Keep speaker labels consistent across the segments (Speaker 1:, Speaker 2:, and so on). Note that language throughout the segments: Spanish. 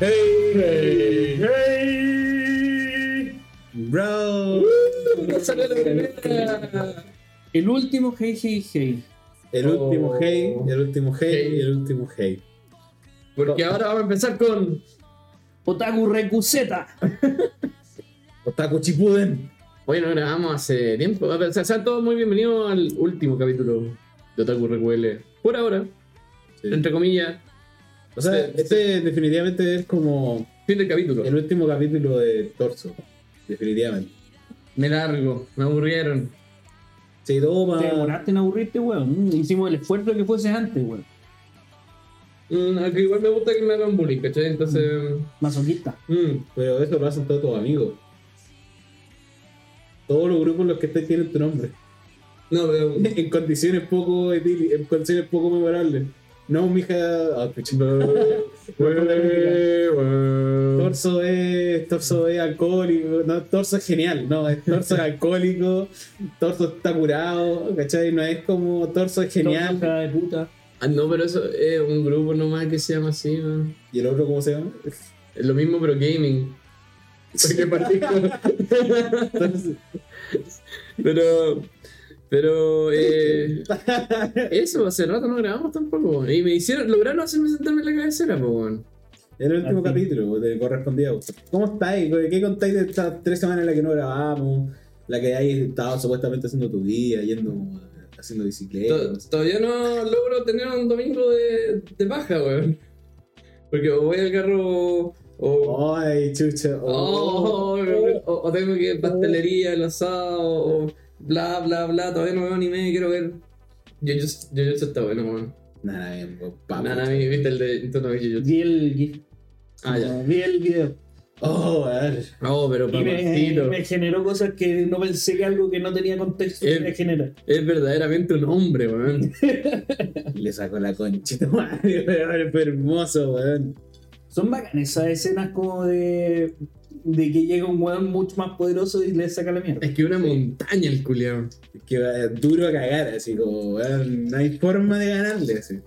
Speaker 1: Hey, hey, hey. Bro.
Speaker 2: ¡Uh! ¡Salió la primera! El último Hey Hey Hey.
Speaker 1: El último
Speaker 2: Oh.
Speaker 1: hey, el último hey,
Speaker 2: Hey.
Speaker 1: y el último hey.
Speaker 2: Porque ahora vamos a empezar con Otaku Recuseta.
Speaker 1: Otaku Chipuden.
Speaker 2: Bueno, grabamos hace tiempo. O sea, sean todos muy bienvenidos al último capítulo de Otaku RQL. Por ahora,
Speaker 1: Sí.
Speaker 2: entre comillas,
Speaker 1: O sea,
Speaker 2: Sí,
Speaker 1: este definitivamente es como
Speaker 2: fin del capítulo.
Speaker 1: el último capítulo de Torso. Definitivamente.
Speaker 2: Me largo, me aburrieron.
Speaker 1: Se
Speaker 3: Te
Speaker 1: toma.
Speaker 3: demoraste en aburrirte, weón. Hicimos el esfuerzo que fueses antes, weón.
Speaker 2: Mm, aunque igual me gusta que me hagan bullying, ¿cachai? Entonces,
Speaker 3: Masoquista.
Speaker 2: mm,
Speaker 1: Pero eso lo hacen todos tus amigos. Todos los grupos en los que estés tienen tu nombre.
Speaker 2: no, pero
Speaker 1: en condiciones poco etíli- en condiciones poco memorables. No, mija. ah, pucha. Torso es, torso es alcohólico, no, torso es genial, no, es torso es alcohólico, torso está curado, ¿cachai? No es como torso es
Speaker 3: Torta
Speaker 1: genial.
Speaker 3: de puta.
Speaker 2: Ah, no, pero eso es un grupo nomás que se llama así, weón.
Speaker 1: ¿Y el otro cómo se llama?
Speaker 2: Es lo mismo, pero gaming. Porque partí con-
Speaker 1: Torso-
Speaker 2: Pero. Pero. eh, eso, hace rato no grabamos tampoco. weón. Y me hicieron. Lograron hacerme sentarme en la cabecera, pues, weón.
Speaker 1: el último
Speaker 2: Ah,
Speaker 3: Así.
Speaker 1: capítulo pues, te correspondía. ¿Cómo estáis? ¿Qué contáis de estas tres semanas en las que no grabamos? La que hay estado supuestamente haciendo tu día, yendo haciendo bicicleta. no
Speaker 2: To-
Speaker 1: sé.
Speaker 2: Todavía no logro tener un domingo de, de baja, weón. Porque o voy al carro o. o-
Speaker 1: Ay, chucha. oh,
Speaker 2: Oh, o, o tengo que pastelería, el asado, o bla, bla, bla. Todavía no veo anime, quiero ver. Yo, yo, yo, yo, está bueno, weón.
Speaker 1: Nada, bien, pues, papo.
Speaker 2: Nada, a mí, viste el de. Tú no ves yo,
Speaker 3: Vi el GIF.
Speaker 2: Ah, ya.
Speaker 3: Vi el video.
Speaker 1: Oh, a ver.
Speaker 2: No, pero
Speaker 3: Y me,
Speaker 2: papacito.
Speaker 3: me generó cosas que no pensé que algo que no tenía contexto
Speaker 2: El-
Speaker 3: me genera.
Speaker 2: Es verdaderamente un hombre, weón.
Speaker 1: Le sacó la conchita, madre, weón, fue hermoso, weón.
Speaker 3: Son bacanas esas escenas como de, de que llega un weón mucho más poderoso y le saca la mierda.
Speaker 2: Es que una montaña el culiao.
Speaker 1: Que va duro a cagar, así como, weón, no hay forma de ganarle, así.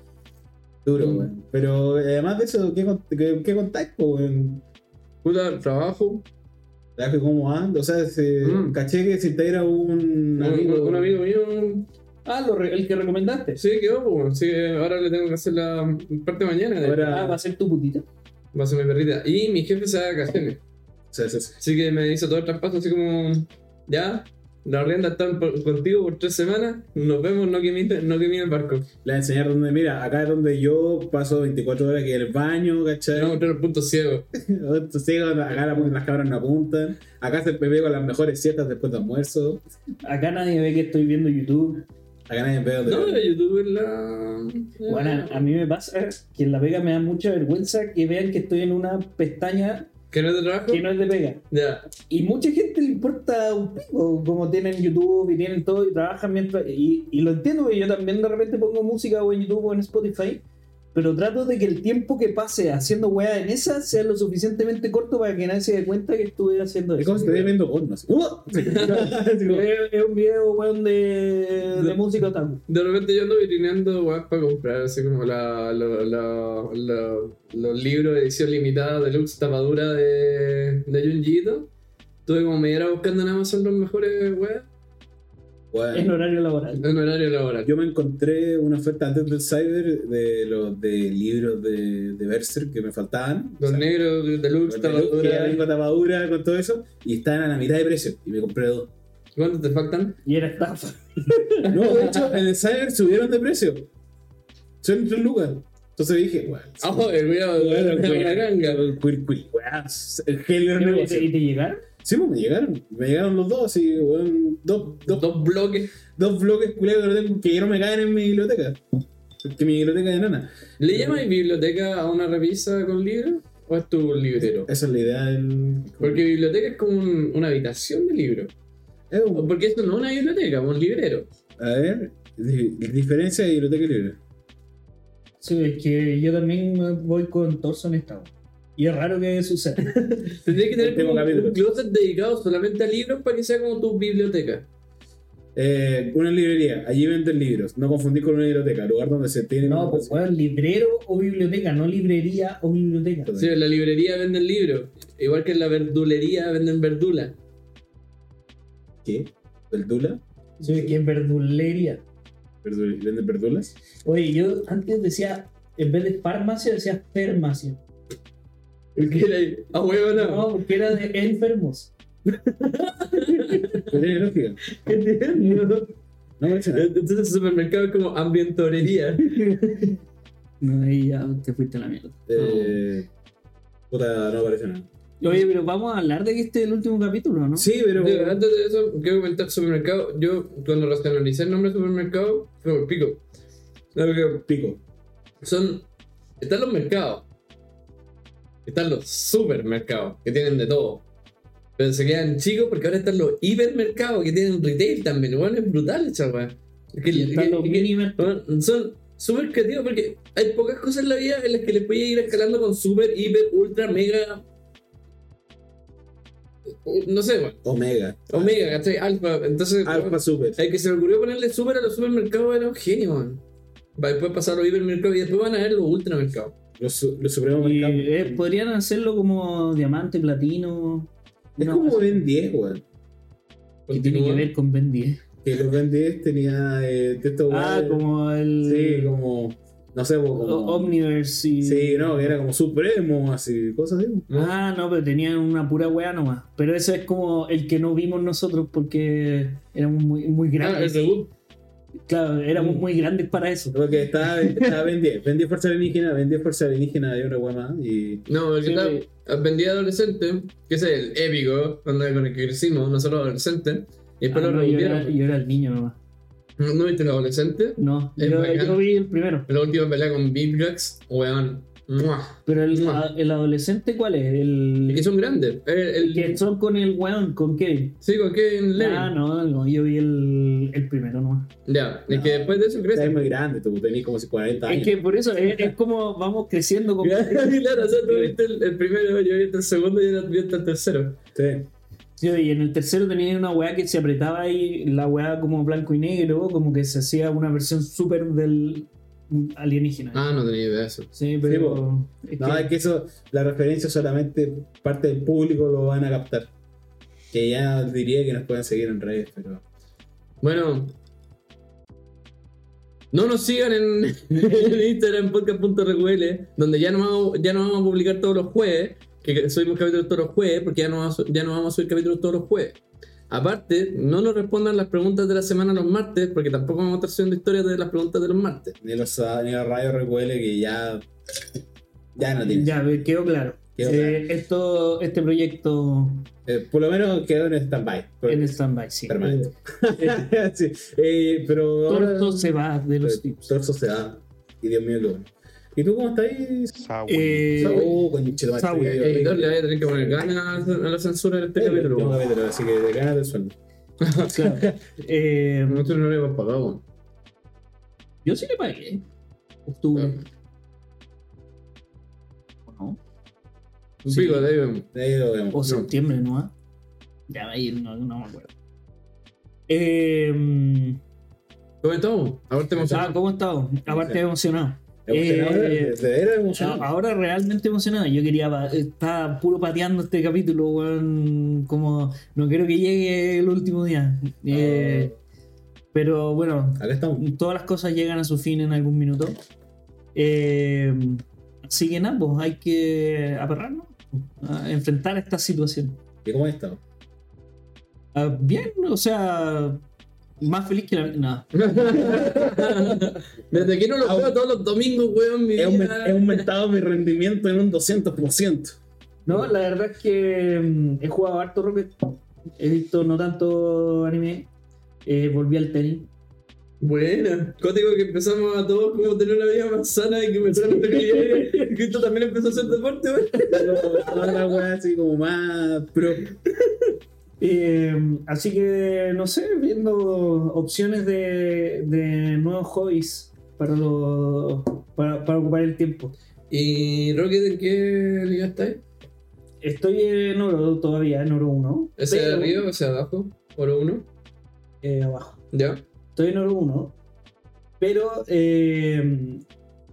Speaker 1: Duro,
Speaker 2: Mm.
Speaker 1: weón. Pero eh, además de eso, ¿qué, con- qué, qué contacto, weón?
Speaker 2: Puta, trabajo.
Speaker 1: ¿Sabes que cómo ando? O sea, se-
Speaker 2: Mm.
Speaker 1: caché que si te era un
Speaker 2: Un
Speaker 1: amigo.
Speaker 2: un- un amigo mío.
Speaker 3: Ah, lo re- el que recomendaste.
Speaker 2: Sí, quedó, pues, weón. Sí, ahora le tengo que hacer la parte de mañana. de-
Speaker 3: Ah, va
Speaker 1: Ahora,
Speaker 3: a ser tu putita.
Speaker 2: Va a ser mi perrita. Y mi jefe se da vacaciones.
Speaker 1: o sea, se-
Speaker 2: Así que me hizo todo el traspaso, así como, ya, la rienda está por- contigo por tres semanas, nos vemos, no que mire no que mire el barco.
Speaker 1: le voy a enseñar donde, mira, acá es donde yo paso 24 horas que en el baño,
Speaker 2: Le
Speaker 1: ¿cachai? Oh,
Speaker 2: vamos a mostrar el punto ciego.
Speaker 1: Entonces, sí, acá la- las cabras no apuntan. Acá se bebe con las mejores siestas después de almuerzo.
Speaker 3: Acá nadie ve que estoy viendo YouTube.
Speaker 1: Acá nadie ve donde.
Speaker 2: No, era youtuber la...
Speaker 3: Bueno, a mí me pasa que en la pega me da mucha vergüenza que vean que estoy en una pestaña
Speaker 2: ¿Que no es de trabajo?
Speaker 3: que no es de pega.
Speaker 2: Ya.
Speaker 3: Y mucha gente le importa un pico, como tienen YouTube y tienen todo y trabajan mientras. Y, y lo entiendo, porque yo también de repente pongo música o en YouTube o en Spotify, pero trato de que el tiempo que pase haciendo weá en esa sea lo suficientemente corto para que nadie se dé cuenta que estuve haciendo
Speaker 1: Es
Speaker 3: eso. "Eh,
Speaker 1: como si estuviera viendo porno. así. ¡Uh! Así como,
Speaker 3: Es- es un video, weón, de, de música otaku.
Speaker 2: De repente yo ando virineando weas para comprar, así como la, la- la- la- los libros de edición limitada, deluxe, tapadura de, de Junjiito. Estuve como media hora buscando en Amazon los mejores weas
Speaker 3: En
Speaker 1: bueno,
Speaker 3: horario laboral.
Speaker 2: en horario laboral.
Speaker 1: yo me encontré una oferta antes del Cyber de los de libros de, de Berserk que me faltaban.
Speaker 2: Los
Speaker 1: O sea,
Speaker 2: negros, deluxe,
Speaker 1: los de Luke, que ya
Speaker 2: tapadura.
Speaker 1: vengo tapadura con todo eso. Y estaban a la mitad de precio. Y me compré dos.
Speaker 2: ¿Cuántos te faltan?
Speaker 3: Y era estafa.
Speaker 1: No, de hecho, en el Cyber subieron de precio. Son tres lucas. Entonces dije, weón.
Speaker 2: Ah, joder, cuidado,
Speaker 1: Bueno,
Speaker 2: cuidado,
Speaker 1: cuidado.
Speaker 2: la ganga.
Speaker 1: Quil, quil, weón, es el genio del
Speaker 3: ¿Y
Speaker 1: negocio.
Speaker 3: te, y te llegaron?
Speaker 1: Sí, pues me llegaron. Me llegaron los dos. Y, weón, dos, dos
Speaker 2: Dos bloques.
Speaker 1: dos bloques culiados que, no tengo- que ya no me caen en mi biblioteca. Que mi biblioteca es enana.
Speaker 2: ¿Le llamas biblioteca a una repisa con libros o es tu librero?
Speaker 1: Esa es la idea del.
Speaker 2: Porque biblioteca es como un- una habitación de libros.
Speaker 1: Eh,
Speaker 2: O Porque esto no es una biblioteca, es un librero.
Speaker 1: a ver, di- diferencia de biblioteca y libre.
Speaker 3: Sí, es que yo también voy con torso en estado. Y es raro que suceda.
Speaker 2: Tendrías que tener
Speaker 1: Último
Speaker 2: como un-
Speaker 1: capítulo.
Speaker 2: un closet dedicado solamente a libros para que sea como tu biblioteca.
Speaker 1: Eh, una librería, allí venden libros. No confundir con una biblioteca, lugar donde se tiene.
Speaker 3: No, pues weón, librero o biblioteca, no librería o biblioteca.
Speaker 2: Sí, en la librería venden libros. Igual que en la verdulería venden verdura.
Speaker 1: ¿Qué? ¿Verdula?
Speaker 3: Soy aquí en verdulería.
Speaker 1: ¿Verdul- ¿Venden verdulas?
Speaker 3: Oye, yo antes decía, en vez de farmacia, decía farmacia.
Speaker 2: ¿Qué era ahí? ¿A Ah, huevo no?
Speaker 3: No, porque era de enfermos.
Speaker 1: No tiene lógica. No me dice nada.
Speaker 2: Entonces el supermercado es como ambientorería.
Speaker 3: No, ahí ya te fuiste a la mierda.
Speaker 1: Eh, puta, no aparece nada.
Speaker 3: Oye, pero vamos a hablar de que este es el último capítulo, ¿no?
Speaker 1: Sí, pero.
Speaker 2: Yo, Antes de eso, quiero comentar supermercado. Yo, cuando racionalicé el nombre de supermercado, fue como el pico. No, porque
Speaker 1: Pico.
Speaker 2: Son. Están los mercados. Están los supermercados, que tienen de todo. Pero se quedan chicos porque ahora están los hipermercados, que tienen retail también. Bueno, es brutal esa weá. Es que-
Speaker 3: Y están
Speaker 2: que-
Speaker 3: los
Speaker 2: que-
Speaker 3: minimer-
Speaker 2: Bueno, son súper creativos porque hay pocas cosas en la vida en las que les voy a ir escalando con súper, hiper, ultra, mega. Uh, No sé, bueno,
Speaker 1: Omega.
Speaker 2: omega, ¿cachai? Alfa. Entonces,
Speaker 1: Alfa Super.
Speaker 2: el que se le ocurrió ponerle súper a los supermercados era un genio, man. Para después pasar a los hipermercados y después van a ver los ultramercados.
Speaker 1: Los, su- los supremos
Speaker 3: Y,
Speaker 1: mercados.
Speaker 3: eh, podrían hacerlo como diamante, platino.
Speaker 1: Es
Speaker 3: una
Speaker 1: como
Speaker 3: cosa
Speaker 1: Ben 10, weón.
Speaker 3: que tiene que
Speaker 2: Continúa.
Speaker 3: ver con Ben 10.
Speaker 1: Que los Ben 10 tenía eh, de estos
Speaker 3: Ah,
Speaker 1: weones-
Speaker 3: como el
Speaker 1: Sí, como. No sé, como.
Speaker 3: O- Omniverse. y-
Speaker 1: Sí, no, que era como supremo, así, cosas así.
Speaker 3: Ah, no, pero tenían una pura weá nomás. Pero ese es como el que no vimos nosotros porque éramos muy, muy
Speaker 2: Ah, el Mm.
Speaker 3: grandes.
Speaker 2: reboot.
Speaker 3: claro, éramos muy grandes para eso.
Speaker 1: Porque estaba, estaba Ben 10. Ben 10 Fuerza Alienígena, Ben 10 Fuerza Alienígena y otra weá más. Y.
Speaker 2: No, el que
Speaker 3: Sí,
Speaker 2: estaba
Speaker 3: sí.
Speaker 2: vendía adolescente, que ese es el épico, donde con el que crecimos, nosotros adolescentes. Y después
Speaker 3: Ah,
Speaker 2: lo
Speaker 3: no, yo,
Speaker 2: revivieron.
Speaker 3: era, yo era el niño nomás.
Speaker 2: ¿No no viste los adolescentes?
Speaker 3: No,
Speaker 2: Es
Speaker 3: yo,
Speaker 2: bacán.
Speaker 3: yo vi el primero.
Speaker 2: La última pelea con Bibrax, weón. ¡Mua!
Speaker 3: Pero el,
Speaker 2: No.
Speaker 3: a- el adolescente, ¿cuál es? El,
Speaker 2: Y Mm. que son grandes. El, el-
Speaker 3: que son con el weón, con Kevin.
Speaker 2: sí, con Kevin Levin.
Speaker 3: Ah, no, no, yo vi el, el primero nomás.
Speaker 2: Ya, y
Speaker 1: No.
Speaker 2: que después de eso
Speaker 1: Estás
Speaker 2: crece.
Speaker 1: muy grande, tú tenías como si 40 años.
Speaker 3: Es que por eso es, es como vamos creciendo. Como...
Speaker 2: Claro, o sea, tú viste el, el primero, yo vi hasta el segundo y era- vi hasta el tercero.
Speaker 1: Sí.
Speaker 3: Yo, y en el tercero tenía una weá que se apretaba y la weá como blanco y negro, como que se hacía una versión súper del alienígena.
Speaker 2: Ah, no tenía idea de eso.
Speaker 3: Sí, pero. es
Speaker 1: No,
Speaker 3: que-
Speaker 1: es que eso, la referencia solamente parte del público lo van a captar. Que ya diría que nos pueden seguir en redes, pero.
Speaker 2: Bueno. No nos sigan en, en Instagram, podcast.reql, donde ya no, vamos, ya no vamos a publicar todos los jueves, que subimos capítulos todos los jueves, porque ya no, vamos a su- ya no vamos a subir capítulos todos los jueves. Aparte, no nos respondan las preguntas de la semana los martes, porque tampoco vamos a estar haciendo historias de las preguntas de los martes.
Speaker 1: Ni los, ni los rayos recuele que ya. Ya no tiene.
Speaker 3: Ya, ve, quedó claro.
Speaker 1: Quedó
Speaker 3: Eh, esto, este proyecto
Speaker 1: Eh, por lo menos quedó en stand-by. por-
Speaker 3: en stand-by, sí.
Speaker 1: Permanente. Sí, eh, pero. ahora-
Speaker 3: Torto se va de los tips.
Speaker 1: Torso se da. Y Dios mío, qué bueno. ¿Y tú cómo estás?
Speaker 3: Eh,
Speaker 1: oh, conchetumare,
Speaker 3: Sawi. eh,
Speaker 1: estoy-
Speaker 2: El editor le va a tener que poner ganas a la censura de este
Speaker 1: Tengo
Speaker 2: capítulo.
Speaker 1: capítulo,
Speaker 2: weón.
Speaker 1: así que de ganas del sueldo.
Speaker 3: claro. Eh,
Speaker 2: Nosotros no le hemos pagado. weón.
Speaker 3: yo sí le pagué. Octubre. ¿No?
Speaker 2: Un
Speaker 3: Sí.
Speaker 2: pico de ahí, weón.
Speaker 1: De ahí lo vemos.
Speaker 3: O septiembre, ¿no? Ah? Ya, ahí no, no me acuerdo. Eh,
Speaker 2: ¿Cómo estamos? Aparte
Speaker 3: ah,
Speaker 2: emocionado.
Speaker 3: ¿Cómo he estado? Aparte emocionado.
Speaker 1: Emocionado,
Speaker 3: eh, Ah,
Speaker 1: de- de veras
Speaker 3: A-
Speaker 1: emocionado.
Speaker 3: Ahora realmente emocionado. Yo quería. pa- Estaba puro pateando este capítulo, weón. Como. No quiero que llegue el último día. Eh, Pero bueno,
Speaker 1: Acá estamos.
Speaker 3: todas las cosas llegan a su fin en algún minuto. Eh, así que nada, pues hay que aperrarnos. A enfrentar esta situación.
Speaker 1: ¿Y cómo has estado?
Speaker 3: Ah, bien, o sea, más feliz que la. No.
Speaker 2: Desde que no lo veo todos los domingos, weón, mi
Speaker 1: He, aument- he
Speaker 2: vida.
Speaker 1: aumentado mi rendimiento en un 200%.
Speaker 3: No, la verdad es que mm, he jugado harto Rocket. He visto no tanto anime. Eh, volví al tenis.
Speaker 2: Buena. Cótico que empezamos a todos como tener una vida más sana y que empezaron a tener que Cristo también empezó a hacer deporte, weón.
Speaker 1: Toda la weá así como más pro.
Speaker 3: Eh, así que, no sé, viendo opciones de, de nuevos hobbies para, los para, para ocupar el tiempo.
Speaker 2: ¿Y Rocket en qué liga estáis?
Speaker 3: Estoy en oro todavía, en oro 1.
Speaker 2: ¿Ese de
Speaker 3: pero,
Speaker 2: arriba o ese de abajo? ¿Oro uno?
Speaker 3: eh, abajo.
Speaker 2: ¿Ya?
Speaker 3: estoy en oro 1, pero eh,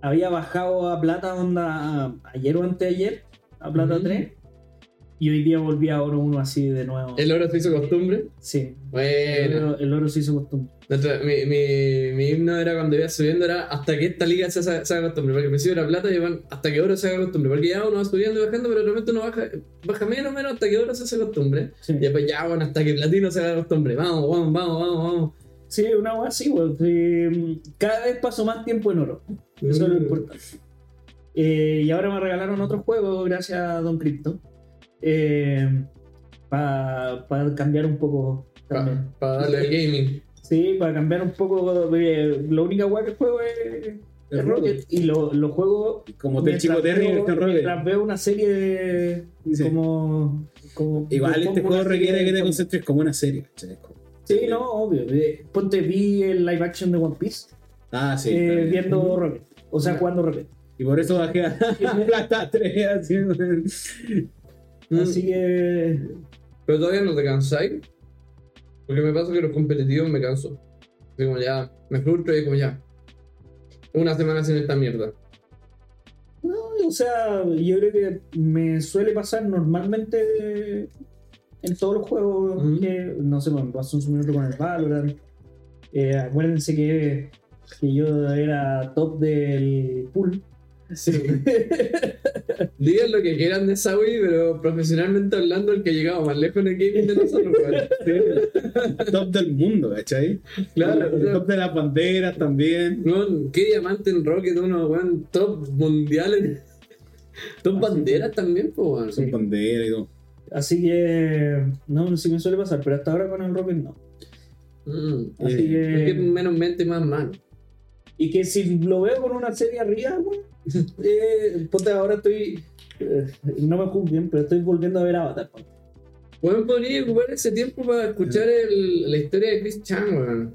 Speaker 3: había bajado a plata onda a- ayer o anteayer, a plata
Speaker 2: Ujú.
Speaker 3: 3, y hoy día volví a oro 1 así de nuevo.
Speaker 2: ¿El Eh, oro se hizo costumbre?
Speaker 3: Sí, el
Speaker 2: Bueno.
Speaker 3: oro, el oro se hizo costumbre.
Speaker 2: Nuestra- mi, mi, mi himno era cuando iba subiendo, era hasta que esta liga se, haga- se haga costumbre, porque al principio era plata y van hasta que oro se haga costumbre, porque ya uno va subiendo y bajando, pero realmente uno baja, baja menos menos hasta que oro se hace costumbre,
Speaker 3: Sí,
Speaker 2: y después ya, bueno, hasta que platino se haga costumbre, vamos, vamos, vamos, vamos, vamos.
Speaker 3: Sí, una wea así, weón. Sí, Cada vez paso más tiempo en oro. Eso
Speaker 2: Mm.
Speaker 3: es lo importante. Eh, y ahora me regalaron otro juego, gracias a Don Crypto. para cambiar un poco también.
Speaker 2: Para darle al gaming.
Speaker 3: Sí, para cambiar un poco. eh, La única weá que juego es, es Rocket. Y lo, lo juego.
Speaker 1: Como del chico Terry en versión Rocket.
Speaker 3: Mientras veo una serie de.
Speaker 1: Sí.
Speaker 3: Como, como-
Speaker 1: Igual
Speaker 3: yo
Speaker 1: este
Speaker 3: pongo una
Speaker 1: juego requiere
Speaker 3: serie
Speaker 1: que te
Speaker 3: de-
Speaker 1: concentres como una serie, ¿cachai? Es como-
Speaker 3: Sí, no, obvio. Eh, Ponte, vi el live action de One Piece
Speaker 1: Ah, sí.
Speaker 3: eh,
Speaker 1: está bien.
Speaker 3: viendo Rocket. O sea, jugando Rocket.
Speaker 1: Y por eso bajé a plata 3 haciendo.
Speaker 2: Mm.
Speaker 3: Así que.
Speaker 2: Pero todavía no te cansáis. Porque me pasa que los competitivos me canso. Así como ya, me frustro y como ya. Una semana sin esta mierda.
Speaker 3: No, o sea, yo creo que me suele pasar normalmente eh, en todos los juegos
Speaker 2: Ujú.
Speaker 3: que, no sé, me pasó en su minuto con el Valorant. Eh, acuérdense que, que yo era top del pool.
Speaker 2: Digan lo que quieran de esa Wii, pero profesionalmente hablando, el que llegaba más lejos en el gaming de nosotros, weón.
Speaker 1: top del mundo, ¿cachai?
Speaker 2: Claro,
Speaker 1: El
Speaker 2: claro.
Speaker 1: top de las banderas también.
Speaker 2: Weón, qué diamante en Rocket, uno, weón, top mundial en. Top banderas también, pues, weón.
Speaker 1: Son banderas y todo.
Speaker 3: Así que, no, sí me suele pasar, pero hasta ahora con el Rocket no.
Speaker 2: Mm.
Speaker 3: Así
Speaker 1: Eh,
Speaker 2: Es que
Speaker 3: que,
Speaker 2: menos mente, más mano.
Speaker 3: y que si lo veo con una serie arriba, bueno, eh, ponte ahora estoy, eh, no me juzguen, pero estoy volviendo a ver Avatar. weón.
Speaker 2: Weón, podría ocupar ese tiempo para escuchar
Speaker 3: Eh.
Speaker 2: el- la historia de Chris Chan, weón.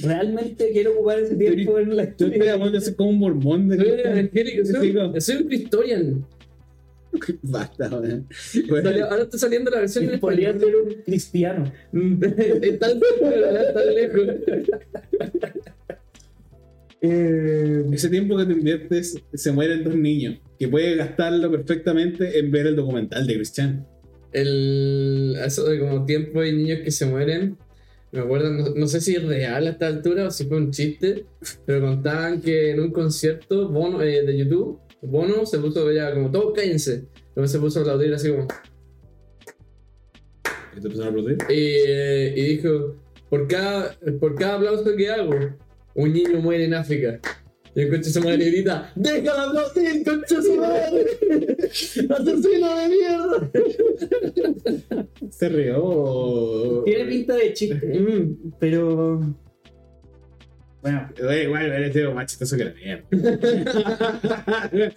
Speaker 3: Realmente quiero ocupar ese tiempo en la
Speaker 1: Yo estoy
Speaker 3: historia.
Speaker 1: llamando de ser como un mormón
Speaker 2: Soy un
Speaker 1: de.
Speaker 2: evangélico, soy un- soy un Christorian.
Speaker 1: Basta, weón. Pues,
Speaker 2: Salió- Ahora está saliendo la versión en
Speaker 3: Y Pues Podría
Speaker 2: español.
Speaker 3: ser un cristiano.
Speaker 2: Está tan lejos.
Speaker 1: Ese tiempo que te inviertes, se mueren dos niños, que puedes gastarlo perfectamente en ver el documental de Christian.
Speaker 2: El, eso de como tiempo y niños que se mueren. Me acuerdo, no, no sé si es real a esta altura o si fue un chiste, pero contaban que en un concierto Bono, eh, de YouTube, Bono se puso ya como todos cállense. Luego se puso a aplaudir así como.
Speaker 1: ¿Te empezaron a aplaudir?
Speaker 2: Y, eh, y dijo: por cada, por cada aplauso que hago, un niño muere en África. Y el coche se muere y grita: ¡Déjame aplaudir, concha de su madre! ¡Asesino de mierda!
Speaker 1: Se rió.
Speaker 3: Tiene pinta de chiste,
Speaker 2: Mm.
Speaker 3: pero. Bueno,
Speaker 1: Güey, igual, güey, ese es más chistoso que la mierda.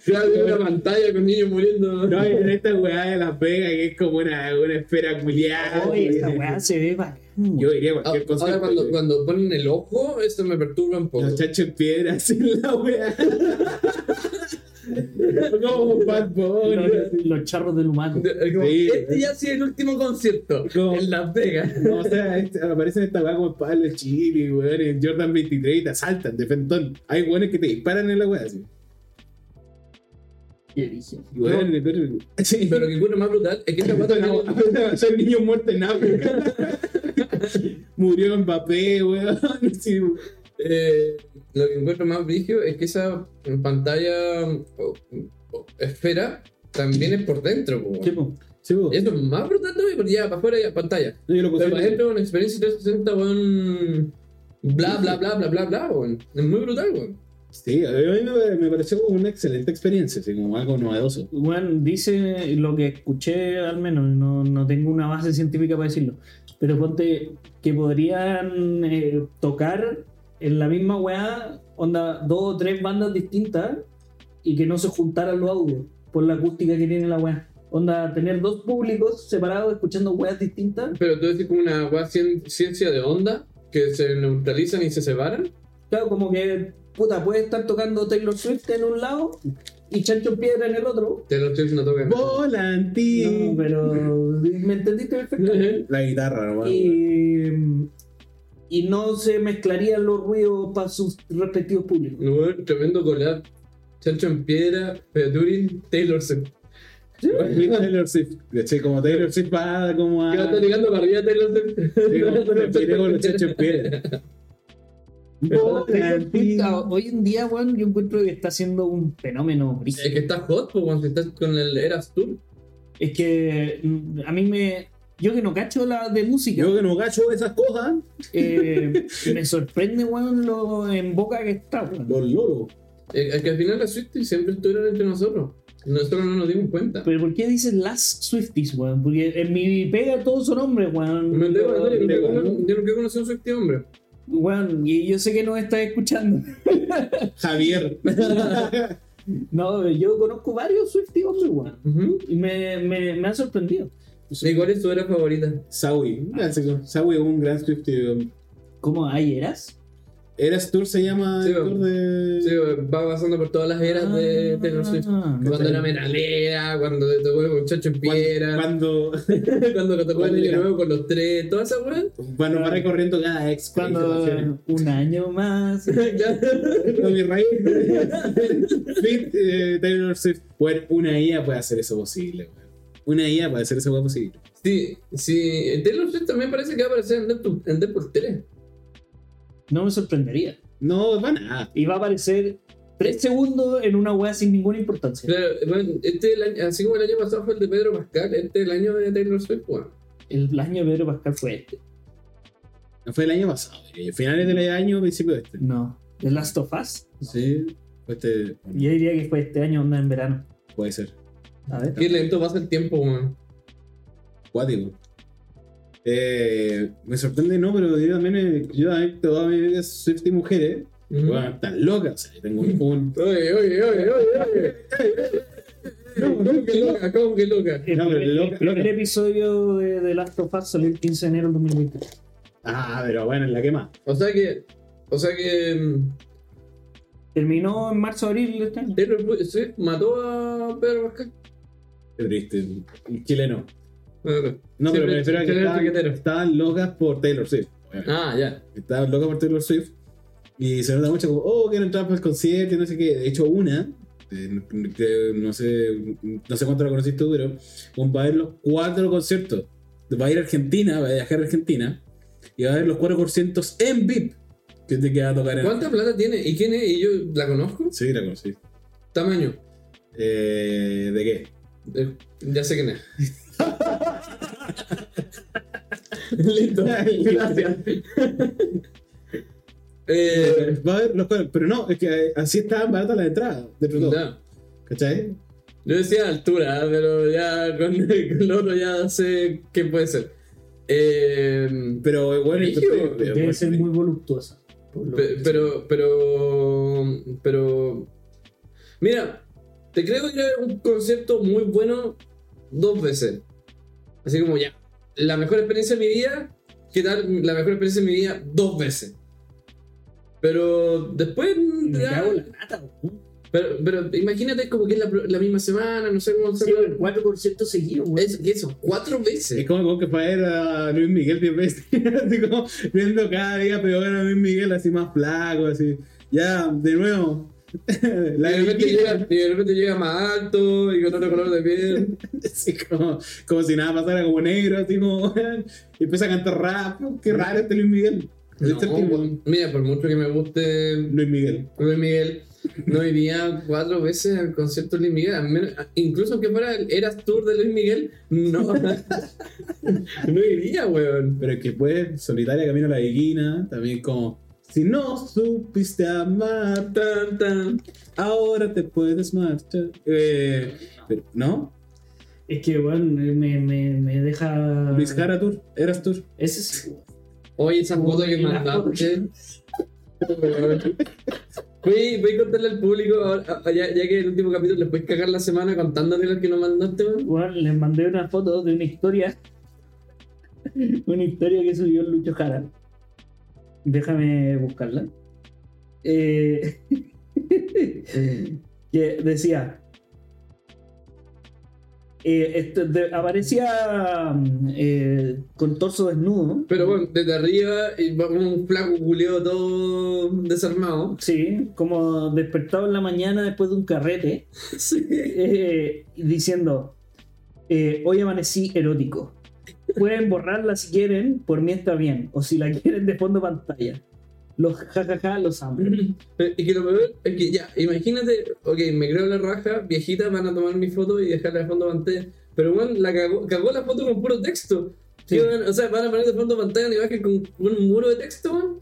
Speaker 2: Claro, tiene una pantalla con niños muriendo. Ah,
Speaker 1: No, y en esta weá de Las Vegas, que es como una, una esfera culiada.
Speaker 3: oye, esta weá se ve bacán.
Speaker 1: Yo diría
Speaker 2: Ah,
Speaker 1: cualquier cosa.
Speaker 2: Ahora cuando, cuando ponen el ojo, eso me perturba un poco.
Speaker 1: Los chachos en piedra, así en la weá. como un Bad Bunny.
Speaker 3: Los, los charros del humano.
Speaker 2: De- eh, como,
Speaker 1: Sí.
Speaker 2: este ya ha sido el último concierto
Speaker 1: Como-
Speaker 2: en Las Vegas.
Speaker 1: No, o sea, este- aparecen esta weá como Pablo Chile, weón, en Jordan 23 y te asaltan de fentón. Hay weones que te disparan en la weá, así.
Speaker 3: Qué origen.
Speaker 1: Y weón, pero- sí.
Speaker 2: Pero lo que ocurre más brutal es que esta guata tiene-
Speaker 1: No, Soy niño muerto en África. Murió en Mbappé, weón. Sí,
Speaker 2: eh, lo que encuentro más vigio es que esa pantalla o- o esfera también es por dentro. po.
Speaker 3: Sí, po.
Speaker 1: sí, po.
Speaker 2: Y Eso es más brutal todavía, porque ya para afuera hay pantalla.
Speaker 1: No, yo lo
Speaker 2: Eh, Pero para
Speaker 1: considero-
Speaker 2: dentro una experiencia 360, weón. Bla, bla, bla, bla, bla, bla, weón. Es muy brutal, weón.
Speaker 1: Sí, a mí me, me pareció como una excelente experiencia, así como algo novedoso.
Speaker 3: Bueno, dice lo que escuché, al menos, no, no tengo una base científica para decirlo. Pero ponte que podrían eh, tocar en la misma weá, onda, dos o tres bandas distintas y que no se juntaran los audios por la acústica que tiene la weá. Onda, tener dos públicos separados escuchando weas distintas.
Speaker 2: Pero tú decís como una weá cien- ciencia de onda que se neutralizan y se separan.
Speaker 3: Claro, como que, puta, puede estar tocando Taylor Swift en un lado y Chancho Piedra en el otro.
Speaker 2: Te lo estoy diciendo tocan.
Speaker 1: Volantín.
Speaker 3: No, pero me entendiste perfectamente.
Speaker 2: Ujú.
Speaker 1: La guitarra, nomás, weón.
Speaker 3: Y, y no se mezclarían los ruidos para sus respectivos públicos.
Speaker 2: Weón, tremendo collab. Chancho en piedra, Featuring, Taylor Swift.
Speaker 1: Taylor Swift. ¿Cachai? Como Taylor Swift va como a.
Speaker 2: Ya está ligando para arriba Taylor Swift.
Speaker 1: Ah. Sí, como- me peleé con los chanchos en piedra.
Speaker 3: Pero Taylor Swift, ah, Hoy en día, weón, yo encuentro que está siendo un fenómeno brígido.
Speaker 2: Es que está hot, pues, cuando estás con el Eras Tour.
Speaker 3: Es que mm, a mí me. Yo que no cacho la de música,
Speaker 1: Yo que no cacho esas cosas,
Speaker 3: eh, me sorprende, weón, lo en boca que está, weón.
Speaker 1: los loros.
Speaker 2: Es es que al final las Swifties siempre estuvieron entre nosotros. Nosotros no nos dimos cuenta.
Speaker 3: Pero ¿por qué dices las Swifties, weón? Porque en mi pega todos son hombres, weón.
Speaker 2: Me debo,
Speaker 3: Pero-
Speaker 2: yo nunca
Speaker 1: Pero-
Speaker 2: cono- yo nunca conocí a un Swiftie hombre.
Speaker 3: Weón, y yo sé que no estás escuchando.
Speaker 1: Javier.
Speaker 3: No, yo conozco varios Swifties hombres, weón.
Speaker 2: Ujú.
Speaker 3: Y me, me, me ha sorprendido.
Speaker 2: ¿Y cuál es tu era favorita?
Speaker 1: Sawi. Así que Sawi es un gran Swift.
Speaker 3: ¿Cómo ayeras?
Speaker 1: Eras Tour se llama
Speaker 2: Sí,
Speaker 1: el tour de.
Speaker 2: Sí, va pasando por todas las eras de
Speaker 3: Ah,
Speaker 1: Ah.
Speaker 2: Taylor Swift. Cuando era metalera, cuando te tocó el muchacho en piedra,
Speaker 1: Cuando,
Speaker 2: cuando lo tocó el
Speaker 1: cuando
Speaker 2: niño
Speaker 1: era-
Speaker 2: nuevo con los tres, toda esa weá.
Speaker 1: cuando va recorriendo cada ex.
Speaker 3: Cuando un año más.
Speaker 1: Tommy Ray. Fit, eh, Taylor Swift. Bueno, una IA puede hacer eso posible, weón. Una IA puede hacer eso posible.
Speaker 2: Sí, sí, Taylor Swift también parece que va a aparecer en Deadpool, en Deadpool 3.
Speaker 3: No me sorprendería.
Speaker 1: No, va nada.
Speaker 3: Y va a aparecer tres segundos en una weá sin ninguna importancia.
Speaker 2: Claro, bueno, este es el año- así como el año pasado fue el de Pedro Pascal, este es el año de Taylor Swift, weón.
Speaker 3: El año de Pedro Pascal fue este.
Speaker 1: No fue el año pasado, eh, finales del año, principio de este.
Speaker 3: No. The Last of Us.
Speaker 1: Sí, fue este.
Speaker 3: Yo diría que fue este año, onda en verano.
Speaker 1: Puede ser.
Speaker 3: A ver.
Speaker 2: Qué lento pasa el tiempo, weón.
Speaker 1: Cuático. Eh, me sorprende, no, pero yo también, eh, yo también, toda mi vida Swift y mujeres,
Speaker 2: Ujú.
Speaker 1: weón, están locas. O sea, yo tengo un. un-
Speaker 2: Oye, oye, oye, oye, oye.
Speaker 1: No,
Speaker 2: ¿Cómo que loca? ¿Cómo que loca?
Speaker 3: El,
Speaker 1: No, pero
Speaker 3: primer,
Speaker 1: loca,
Speaker 3: el primer
Speaker 1: loca.
Speaker 3: episodio de The Last of Us salió el 15 de enero del 2020.
Speaker 1: Ah, pero bueno, en la quema.
Speaker 2: O sea que, o sea que mm,
Speaker 3: Terminó en marzo abril de este año.
Speaker 2: Taylor Swift mató a Pedro Pascal.
Speaker 1: Qué triste. Un chileno. No,
Speaker 2: Siempre-
Speaker 1: pero me refiero a que
Speaker 2: siempre
Speaker 1: estaban,
Speaker 2: etiquetero.
Speaker 1: estaban locas por Taylor Swift. obviamente.
Speaker 2: Ah, ya.
Speaker 1: Estaban locas por Taylor Swift. Y se nota mucho como, oh, quiero entrar para el concierto y no sé qué. De hecho, una, eh, que no sé, no sé cuánto la conociste tú, pero un- va a ver los cuatro conciertos. Va a ir a Argentina, va a viajar a Argentina. Y va a ver los cuatro conciertos en VIP. Que te queda a tocar en.
Speaker 2: ¿Cuánta plata tiene? ¿Y quién es? ¿Y yo la conozco?
Speaker 1: Sí, la conocí.
Speaker 2: Tamaño.
Speaker 1: Eh, ¿De qué?
Speaker 2: Eh, Ya sé quién es. Listo.
Speaker 1: Gracias.
Speaker 2: Eh,
Speaker 1: Va a ver los cuatro. Pero no, es que eh, así estaban baratas las entradas. Dentro de todo.
Speaker 2: ya.
Speaker 1: ¿Cachai?
Speaker 2: Yo decía altura, ¿eh? pero ya con con el otro ya sé qué puede ser. Eh,
Speaker 1: Pero eh, bueno,
Speaker 2: Brígido,
Speaker 1: entonces-
Speaker 3: Debe ser muy voluptuosa. por lo
Speaker 2: pues Pe-
Speaker 3: que-
Speaker 2: Pero, pero, pero. Mira, te creo que era un concepto muy bueno dos veces. Así como ya, la mejor experiencia de mi vida, ¿qué tal? La mejor experiencia de mi vida dos veces. Pero después.
Speaker 3: Me
Speaker 2: ya-
Speaker 3: cago en la nata, weón.
Speaker 2: pero, pero imagínate como que es la, la misma semana, no sé cómo se
Speaker 3: Sí, weón, Cuatro conciertos seguidos, weón.
Speaker 2: es, Eso, cuatro
Speaker 1: Es
Speaker 2: veces.
Speaker 1: como, como que fue a ver a Luis Miguel 10 veces. así como viendo cada día peor a Luis Miguel, así más flaco, así. Ya, de nuevo. la
Speaker 2: y, de repente
Speaker 1: virginidad.
Speaker 2: llega, y de repente llega más alto y con otro color de piel.
Speaker 1: Así como, como si nada pasara, como negro, así como. y empieza a cantar rap. Qué raro este Luis Miguel. Este
Speaker 2: No,
Speaker 1: tipo,
Speaker 2: weón. mira, por mucho que me guste
Speaker 1: Luis Miguel.
Speaker 2: Luis Miguel no iría cuatro veces al concierto de Luis Miguel, al menos- incluso aunque fuera el Eras Tour de Luis Miguel, no, no iría, weón.
Speaker 1: Pero es que después, solitaria camino a la esquina, también como. Si no supiste amar,
Speaker 2: Tan, tan.
Speaker 1: ahora te puedes marchar. Eh, pero, ¿No?
Speaker 3: Es que, weón, me, me, me deja.
Speaker 1: Luis Jara Tour, eras Tour.
Speaker 3: Ese sí, weón.
Speaker 2: Oye, esa foto que mandaste. weón. Voy, voy a contarle al público, ahora, ah, ya, ya que el último capítulo les puedes cagar la semana contándole lo que nos mandaste, weón.
Speaker 3: Weón, les mandé una foto de una historia. una historia que subió Lucho Jara. Déjame buscarla. Eh, que decía. eh, este, de- aparecía mm, eh, con torso desnudo.
Speaker 2: Pero bueno, desde arriba y va como un flaco culeado todo desarmado.
Speaker 3: Sí, como despertado en la mañana después de un carrete,
Speaker 2: Sí.
Speaker 3: eh, diciendo, eh, hoy amanecí erótico. Pueden borrarla si quieren, por mí está bien, o si la quieren de fondo pantalla. Los jajaja los amo.
Speaker 2: Eh, Y que lo peor es que ya, imagínate, ok, me creo la raja, viejitas van a tomar mi foto y dejarla de fondo pantalla. Pero bueno, la cagó, cagó la foto con puro texto.
Speaker 3: Sí.
Speaker 2: Que van- o sea, van a poner de fondo pantalla una imagen con un muro de texto, weón.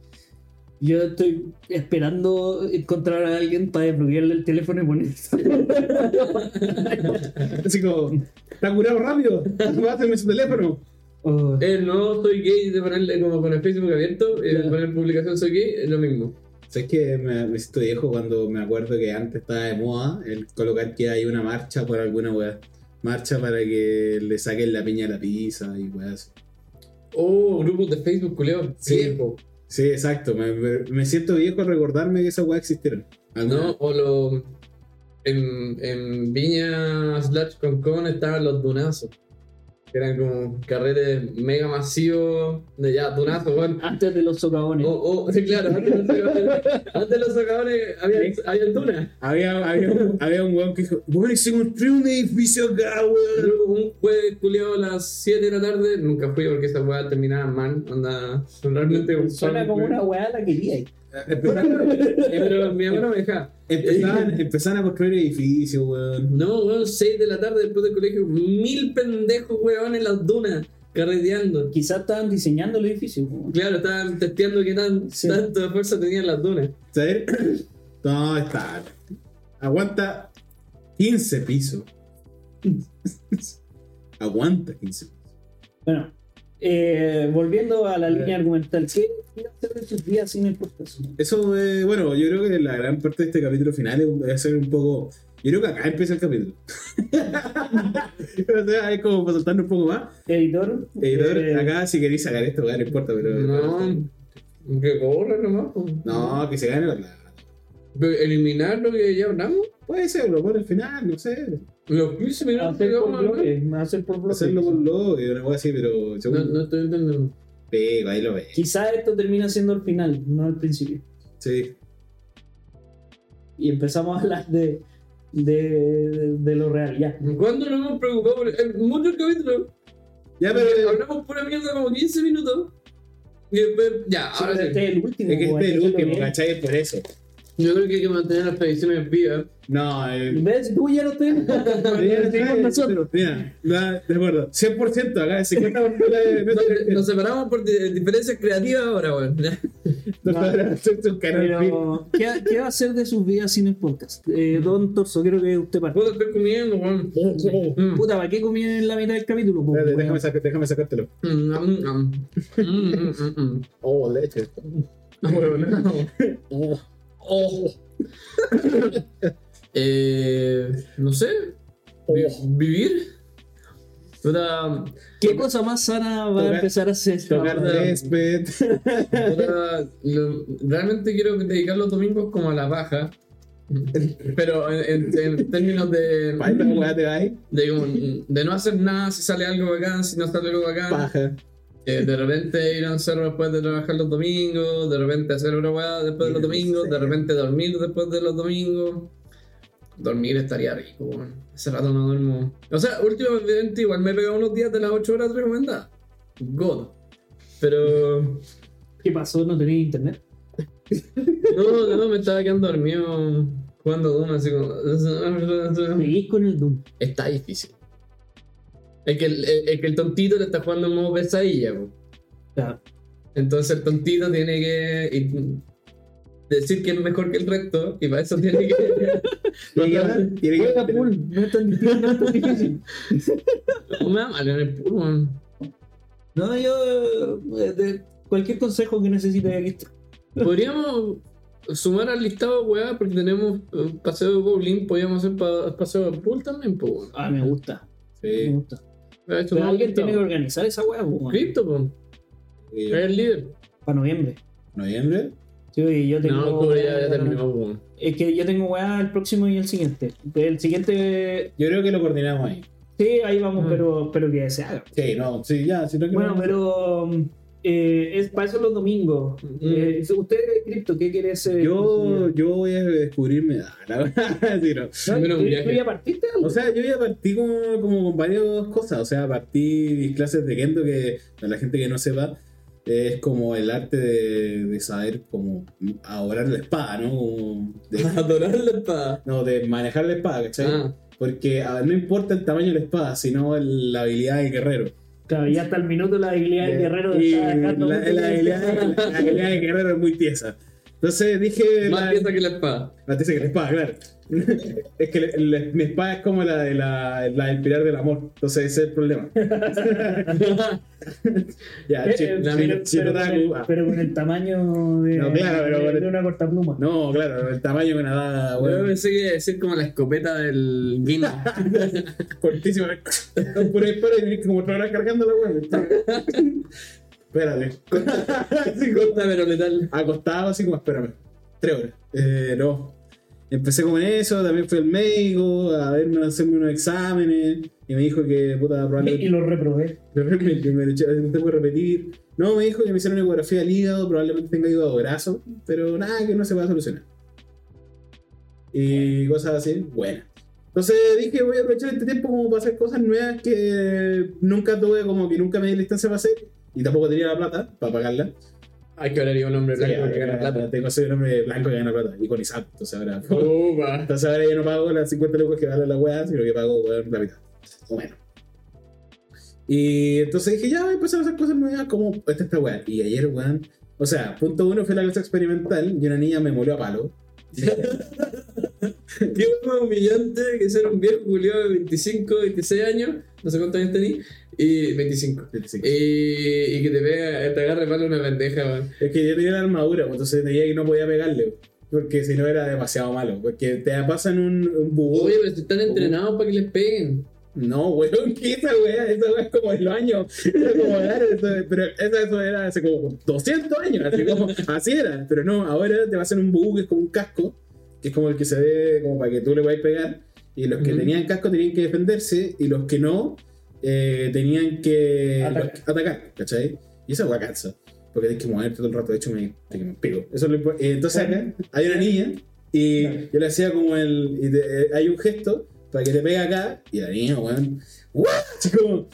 Speaker 3: Yo estoy esperando encontrar a alguien para desbloquearle el teléfono y poner
Speaker 1: Así como, está curado rápido, hazme su teléfono.
Speaker 3: Oh,
Speaker 2: Eh, no, soy gay, de ponerle como con el Facebook abierto, eh,
Speaker 3: Ya.
Speaker 2: poner publicación soy gay, es lo mismo.
Speaker 1: ¿Sabes que me, me siento viejo cuando me acuerdo que antes estaba de moda el colocar que hay una marcha por alguna weá? Marcha para que le saquen la piña a la pizza y weas.
Speaker 2: Oh, grupos de Facebook, culeo.
Speaker 1: Sí.
Speaker 2: Viejo.
Speaker 1: Sí, exacto. Me, me- me siento viejo al recordarme que esas weas existieron.
Speaker 2: ¿No? O lo. En, en Viña slash Concon estaban los dunazos. Que eran como carretes mega masivos de ya, dunazos, weón.
Speaker 3: antes de los socavones.
Speaker 2: O, o- sí, claro, antes de los socavones, antes de los socavones había, había dunas.
Speaker 1: Había, había, un, había un weón que dijo, bueno, y se construyó un edificio acá, weón.
Speaker 2: Luego, Un jueves culiado a las 7 de la tarde, nunca fui porque esa weá terminaba mal. Onda, realmente un
Speaker 3: Suena como una weá la quería.
Speaker 2: Pero mi hermano me dejaba.
Speaker 1: Empezaban, empezaban a construir edificios, weón.
Speaker 2: No, weón, 6 de la tarde después del colegio, mil pendejos, weón, en las dunas, carreteando.
Speaker 3: Quizás estaban diseñando el edificio. po.
Speaker 2: Claro, estaban testeando qué tan,
Speaker 3: Sí.
Speaker 2: tanto fuerza tenían las dunas.
Speaker 1: ¿Sabes? No, está. Aguanta 15 pisos. Aguanta 15 pisos.
Speaker 3: Bueno, eh, volviendo a la
Speaker 1: Eh.
Speaker 3: línea argumental, ¿qué hacer de sus días sin el podcast?
Speaker 1: Eso, eh, bueno, yo creo que la gran parte de este capítulo final es- va a ser un poco. Yo creo que acá empieza el capítulo. o sea, es como para soltarnos un poco más.
Speaker 3: Editor,
Speaker 1: Editor,
Speaker 3: eh,
Speaker 1: acá si queréis sacar esto, weá, no importa, pero.
Speaker 2: No, que corre nomás. po.
Speaker 1: No, que se gane la.
Speaker 2: Pero eliminar lo que ya hablamos.
Speaker 1: Puede ser, lo pone al final, no sé.
Speaker 2: Los 15 minutos que
Speaker 3: hacer por
Speaker 2: vamos a hablar.
Speaker 3: bloques, hacer por bloques.
Speaker 1: Hacerlo por lo y una cosa así, pero.
Speaker 2: No,
Speaker 1: según-
Speaker 2: no estoy entendiendo.
Speaker 1: Pego, ahí lo ves.
Speaker 3: Quizás esto termina siendo el final, no el principio.
Speaker 1: Sí.
Speaker 3: Y empezamos a hablar de, de, de lo real, ya.
Speaker 2: ¿Cuándo nos hemos preocupado por el mucho capítulo?
Speaker 1: Ya, pero.
Speaker 2: Hablamos pura mierda como 15 minutos. Y después- ya,
Speaker 3: Sí,
Speaker 2: ahora
Speaker 3: pero
Speaker 2: sí.
Speaker 3: este es el último.
Speaker 1: Es que este es el
Speaker 3: po, hay hacerlo
Speaker 1: último,
Speaker 3: bien.
Speaker 1: ¿cachai? Es Por eso.
Speaker 2: Yo creo que hay que mantener las tradiciones vivas.
Speaker 1: No, eh,
Speaker 3: ¿Ves? Tú ya no te con nosotros.
Speaker 1: Mira, da- de acuerdo. 100% acá, 50% de-
Speaker 2: Nos,
Speaker 1: de-
Speaker 2: nos separamos por di- diferencias creativas ahora, weón.
Speaker 1: Doctora, soy tu canal Pip.
Speaker 3: Pero, ¿qué, ¿qué va a hacer de sus vidas sin el podcast?
Speaker 1: Mm.
Speaker 3: Eh, don Torso, creo que usted parte.
Speaker 2: Puedo estar comiendo, weón. Mm.
Speaker 3: Puta, ¿para qué comí en la mitad del capítulo? Pues, po,
Speaker 1: Espérate,
Speaker 3: weón?
Speaker 1: déjame, saca- déjame sacártelo.
Speaker 2: Mm, mm, mm. Mm, mm, mm, mm.
Speaker 1: Oh, leche.
Speaker 2: No, weón, no. Oh. Eh, no sé. Vi- ¿Vivir? Puta,
Speaker 3: ¿Qué cosa más sana va
Speaker 1: Tocar-
Speaker 3: a empezar a hacer?
Speaker 1: Tocar
Speaker 2: Ahora-
Speaker 1: césped.
Speaker 2: puta, lo- realmente quiero dedicar los domingos como a la baja. Pero en, en- en términos de,
Speaker 1: Paila, weá, te va ahí.
Speaker 2: de, como, de no hacer nada, si sale algo bacán, si no sale algo bacán.
Speaker 1: Paja.
Speaker 2: Eh, de repente ir a un cerro después de trabajar los domingos, de repente hacer una weá después de
Speaker 1: Mira,
Speaker 2: los domingos,
Speaker 1: sí.
Speaker 2: de repente dormir después de los domingos. Dormir estaría rico, weón. Hace rato no duermo. O sea, últimamente igual me he pegado unos días de las 8 horas recomendadas. God. Pero.
Speaker 3: ¿Qué pasó? ¿No tenía internet?
Speaker 2: No, no, me estaba quedando dormido jugando Doom, así como.
Speaker 1: Ah.
Speaker 3: Seguís con el Doom.
Speaker 2: Está difícil. Es que el, el- el que el tontito le está jugando en modo pesadilla, po.
Speaker 3: Ya.
Speaker 2: Entonces el tontito tiene que y- decir que es mejor que el recto y para eso tiene que...
Speaker 1: Tiene que hablar, tiene que-
Speaker 3: Juega pool, no es tan difícil. No, es tan difícil.
Speaker 2: No me da mal en el pulmón.
Speaker 3: No, yo. eh, de- cualquier consejo que necesites aquí estoy.
Speaker 2: Podríamos sumar al listado, weá, porque tenemos eh, paseo de bowling, podríamos hacer pa- paseo de pool también, pues, weón.
Speaker 3: Ah, me gusta. Me
Speaker 1: Sí.
Speaker 3: gusta.
Speaker 2: Haber hecho
Speaker 3: Pero
Speaker 2: un
Speaker 3: alguien
Speaker 2: listado.
Speaker 3: tiene que organizar esa hueá, po, weón.
Speaker 2: Cripto, po. Es
Speaker 1: Eh,
Speaker 2: el líder.
Speaker 3: Para noviembre.
Speaker 1: ¿Noviembre?
Speaker 3: Sí, oye, yo tengo.
Speaker 2: No, como ya, ya terminó, po.
Speaker 3: Es que yo tengo weá el próximo y el siguiente. El siguiente.
Speaker 1: Yo creo que lo coordinamos ahí.
Speaker 3: Sí, ahí vamos,
Speaker 2: Mm.
Speaker 3: pero, pero que se haga.
Speaker 1: Sí, no, sí, ya, si no que
Speaker 3: Bueno,
Speaker 1: no-
Speaker 3: pero mm, eh, es para eso los domingos.
Speaker 2: Mm.
Speaker 3: Eh, usted es cripto, ¿qué quiere ser?
Speaker 1: Yo, yo voy a descubrirme. ah, la verdad, sí, no.
Speaker 3: No,
Speaker 2: Primero
Speaker 3: ¿tú,
Speaker 2: un
Speaker 3: tú
Speaker 2: viaje.
Speaker 3: ya partiste?
Speaker 1: O sea, yo ya partí con, como con varias cosas. O sea, partí mis clases de Kendo, que para la gente que no sepa, es como el arte de, de saber cómo adorar la espada, ¿no? Como de-
Speaker 2: Adorar la espada.
Speaker 1: no, de manejar la espada, ¿cachai?
Speaker 2: Ah,
Speaker 1: Porque a ver, no importa el tamaño de la espada, sino el- la habilidad del guerrero.
Speaker 3: Claro, ya hasta el minuto la habilidad del guerrero
Speaker 1: Y
Speaker 3: está
Speaker 1: la,
Speaker 3: dejando mucho
Speaker 1: la
Speaker 3: que
Speaker 1: habilidad,
Speaker 3: desear.
Speaker 1: la habilidad del guerrero es muy tiesa. Entonces dije.
Speaker 2: más
Speaker 1: la-
Speaker 2: pieza que la espada.
Speaker 1: La tiza que la espada, claro. es que le- le- mi espada es como la, de la, la del pilar del amor. Entonces ese es el problema. Ya,
Speaker 3: Eh, eh,
Speaker 1: chip-
Speaker 3: pero-
Speaker 1: chip-
Speaker 3: pero
Speaker 1: chip
Speaker 3: con
Speaker 1: otaku,
Speaker 3: el-
Speaker 1: ah.
Speaker 3: Pero con el tamaño de,
Speaker 1: No, claro, pero
Speaker 3: de-
Speaker 1: con el-
Speaker 3: de una cortapluma.
Speaker 1: No, claro, el tamaño que nada,
Speaker 2: Yo
Speaker 1: weón.
Speaker 2: pensé que iba a decir como la escopeta del Guinness.
Speaker 1: Cortísimo. Un puro disparo y tenés que como lograr cargándola, weón. Espérate. Así como-
Speaker 2: Corta pero letal.
Speaker 1: Acostado, así como, espérame. Tres horas. Eh, no. Empecé con eso, también fui al médico a verme, a hacerme unos exámenes. Y me dijo que, puta,
Speaker 3: Y,
Speaker 1: probablemente.
Speaker 3: y lo reprobé.
Speaker 1: Pero me, que me lo eché- no tengo que repetir. No, me dijo que me hicieron una ecografía al hígado, probablemente tenga hígado graso, pero nada que no se va a solucionar. Y cosas así, buenas. Entonces dije, voy a aprovechar este tiempo como para hacer cosas nuevas que nunca tuve, como que nunca me di la distancia para hacer, y tampoco tenía la plata para pagarla.
Speaker 2: Hay que hablar yo un hombre
Speaker 1: Tengo
Speaker 2: blanco que gana plata.
Speaker 1: Tengo soy un hombre blanco que gana plata, y con ISAP, entonces ahora.
Speaker 2: Upa.
Speaker 1: Entonces ahora ya no pago las 50 lucas que vale la weá, sino que pago weón, la mitad. O bueno. Y entonces dije, ya voy a empezar a hacer cosas nuevas como esta esta weá. Y ayer, weón. O sea, punto uno fue la clase experimental y una niña me molió a palo.
Speaker 2: Qué más humillante que ser un viejo culiado de 25, 26 años. No sé cuántos años tení. Y 25.
Speaker 1: Sí.
Speaker 2: Y, y que te pega, te agarre palo una pendeja, weón.
Speaker 1: Es que yo tenía la armadura, pues, entonces tenía que no podía pegarle. Porque si no era demasiado malo. Porque te pasan un, un bugó.
Speaker 2: Oye, pero si
Speaker 1: Oh.
Speaker 2: están entrenados para que les peguen.
Speaker 1: No, weón, ¿qué esa weá? Esa weá es como el baño. Era como, claro, eso- pero esa, eso era hace como 200 años, así como, así era. Pero no, ahora te va a hacer un bug que es como un casco, que es como el que se ve como para que tú le vayas a pegar. Y los que
Speaker 2: Ujú.
Speaker 1: tenían casco tenían que defenderse, y los que no, eh, tenían que
Speaker 3: Atacar.
Speaker 1: los- atacar, ¿cachai? Y esa weá cansa, porque tienes que moverte todo el rato, de hecho me, de que me pego. Eso es lo impo- eh, entonces acá hay una niña, y
Speaker 3: Dale.
Speaker 1: yo le hacía como el. y te- eh, hay un gesto para que te pegue acá. Y la niña, weón. ¡Wow! Así como.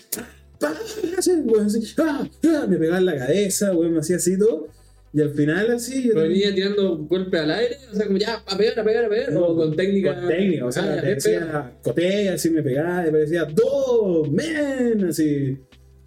Speaker 1: ¡pa! así, weón, así, ¡ah! ¡ah! Me pegaba en la cabeza, weón, me hacía así todo. Y al final, así. Yo
Speaker 2: Venía tirando golpes al aire, o sea, como ya, a pegar, a pegar, a pegar, o con técnica.
Speaker 1: Con técnica, o sea,
Speaker 2: Ah, ya,
Speaker 1: te
Speaker 2: pega.
Speaker 1: decía cotea, así me pegaba, y parecía ¡Dos! ¡Men! Así.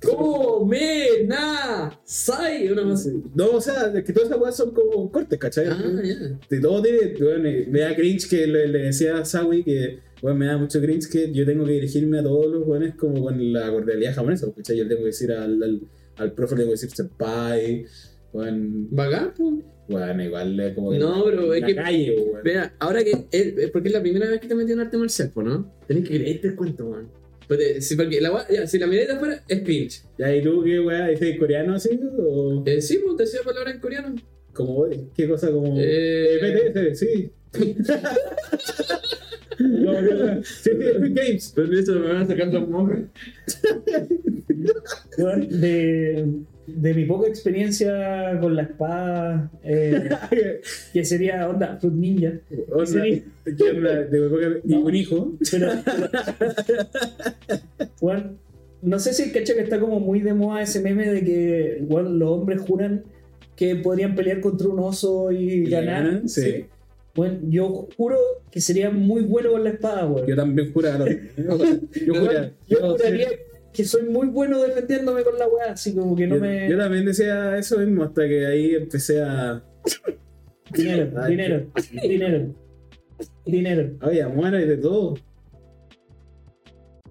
Speaker 2: ¡Comena! ¡Sai! Una más.
Speaker 1: así. No, o sea, es que todas esas weas son como cortes, ¿cachai?
Speaker 2: Ah, ya.
Speaker 1: de todo tiene, bueno, eh, me da cringe que le, le decía a Sawi que, bueno, me da mucho cringe que yo tengo que dirigirme a todos los jóvenes como con la cordialidad japonesa, pues, ¿cachai? Yo le tengo que decir al, al, al profe, le tengo que decir senpai, bueno,
Speaker 2: Bacán, po.
Speaker 1: bueno igual eh, como
Speaker 2: No, pero
Speaker 1: en
Speaker 2: es
Speaker 1: la
Speaker 2: que-
Speaker 1: calle, pues, bueno.
Speaker 2: Vea, ahora que. eh, eh, porque es la primera vez que te metí en arte marcial, po, ¿no? Tenés que creerte el cuento, man. Porque, si, porque la, gua- ya, si la miráis de afuera, es cringe.
Speaker 1: Ya, ¿y tú qué, weá, dices coreano así? ¿O
Speaker 2: Eh, sí, pues te decía palabra en coreano.
Speaker 1: como, eh, qué cosa como...
Speaker 2: Eh,
Speaker 1: PTS, sí. No, no, sí, sí, Games.
Speaker 2: Permiso, me van a sacar los mocos.
Speaker 3: Bueno, De, de mi poca experiencia con la espada, eh, que sería onda Fruit Ninja.
Speaker 1: Onda,
Speaker 3: Sí.
Speaker 1: que onda, de- porque- y
Speaker 3: No.
Speaker 1: un hijo.
Speaker 3: Pero, bueno, no sé si cacha que está como muy de moda ese meme de que bueno, los hombres juran que podrían pelear contra un oso y
Speaker 1: le
Speaker 3: ganar.
Speaker 1: ganan, sí.
Speaker 3: Bueno, yo juro que sería muy bueno con la espada, weón.
Speaker 1: Yo también juraba. Yo, juraba.
Speaker 3: Yo juraría que soy muy bueno defendiéndome con la weá, así como que no
Speaker 1: yo-
Speaker 3: me.
Speaker 1: yo también decía eso mismo hasta que ahí empecé a.
Speaker 3: Dinero,
Speaker 1: Ay,
Speaker 3: dinero, dinero. Dinero.
Speaker 1: Oye, muera y de todo.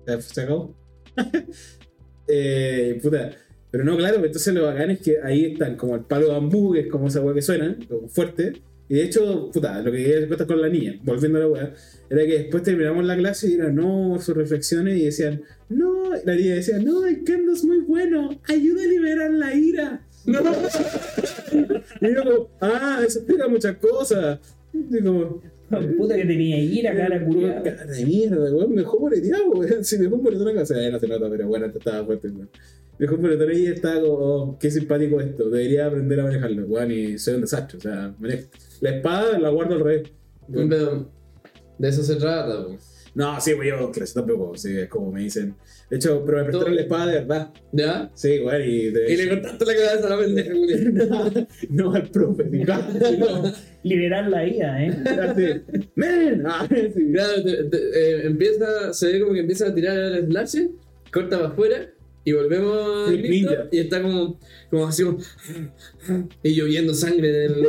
Speaker 1: Se- Se acabó. eh, puta. Pero no, claro, entonces lo bacán es que ahí están como el palo de bambú, que es como esa weá que suena, como fuerte. Y de hecho, puta, lo que quería contar con la niña, volviendo a la weá, era que después terminamos la clase y eran, no, sus reflexiones y decían, no, la niña decía, no, el kendo es muy bueno, ayuda a liberar la ira. No. y yo como, ah, eso explica muchas cosas. Y como,
Speaker 3: Puta que tenía ira, cara
Speaker 1: Una
Speaker 3: curiosa.
Speaker 1: Cara de mierda, weón. Mejor boleteado, weón. Si mejor boletón acá. O sea, no se nota, pero bueno, esto estaba fuerte, weón. Mejor boletón ahí estaba como, oh, qué simpático esto. Debería aprender a manejarlo, weón. Y soy un desastre. O sea, manejo. La espada la guardo al revés. weón.
Speaker 2: Pero de eso se trata, po.
Speaker 1: No, sí, weón, yo clase tampoco. Sí, es como me dicen. De hecho, pero me prestaron la espada de verdad.
Speaker 2: ¿Ya?
Speaker 1: Sí, weón. Y, de-
Speaker 2: Y le cortaste la cabeza a la pendeja, Julián.
Speaker 1: no al profe. ni- no.
Speaker 3: Liberar la ira, ¿eh?
Speaker 1: Así, Men. Ah, sí.
Speaker 2: Claro, te- te- eh, empieza, se ve como que empieza a tirar el slash, corta para afuera y volvemos al
Speaker 1: Ninja.
Speaker 2: grito, y está como, como así como, y lloviendo sangre del...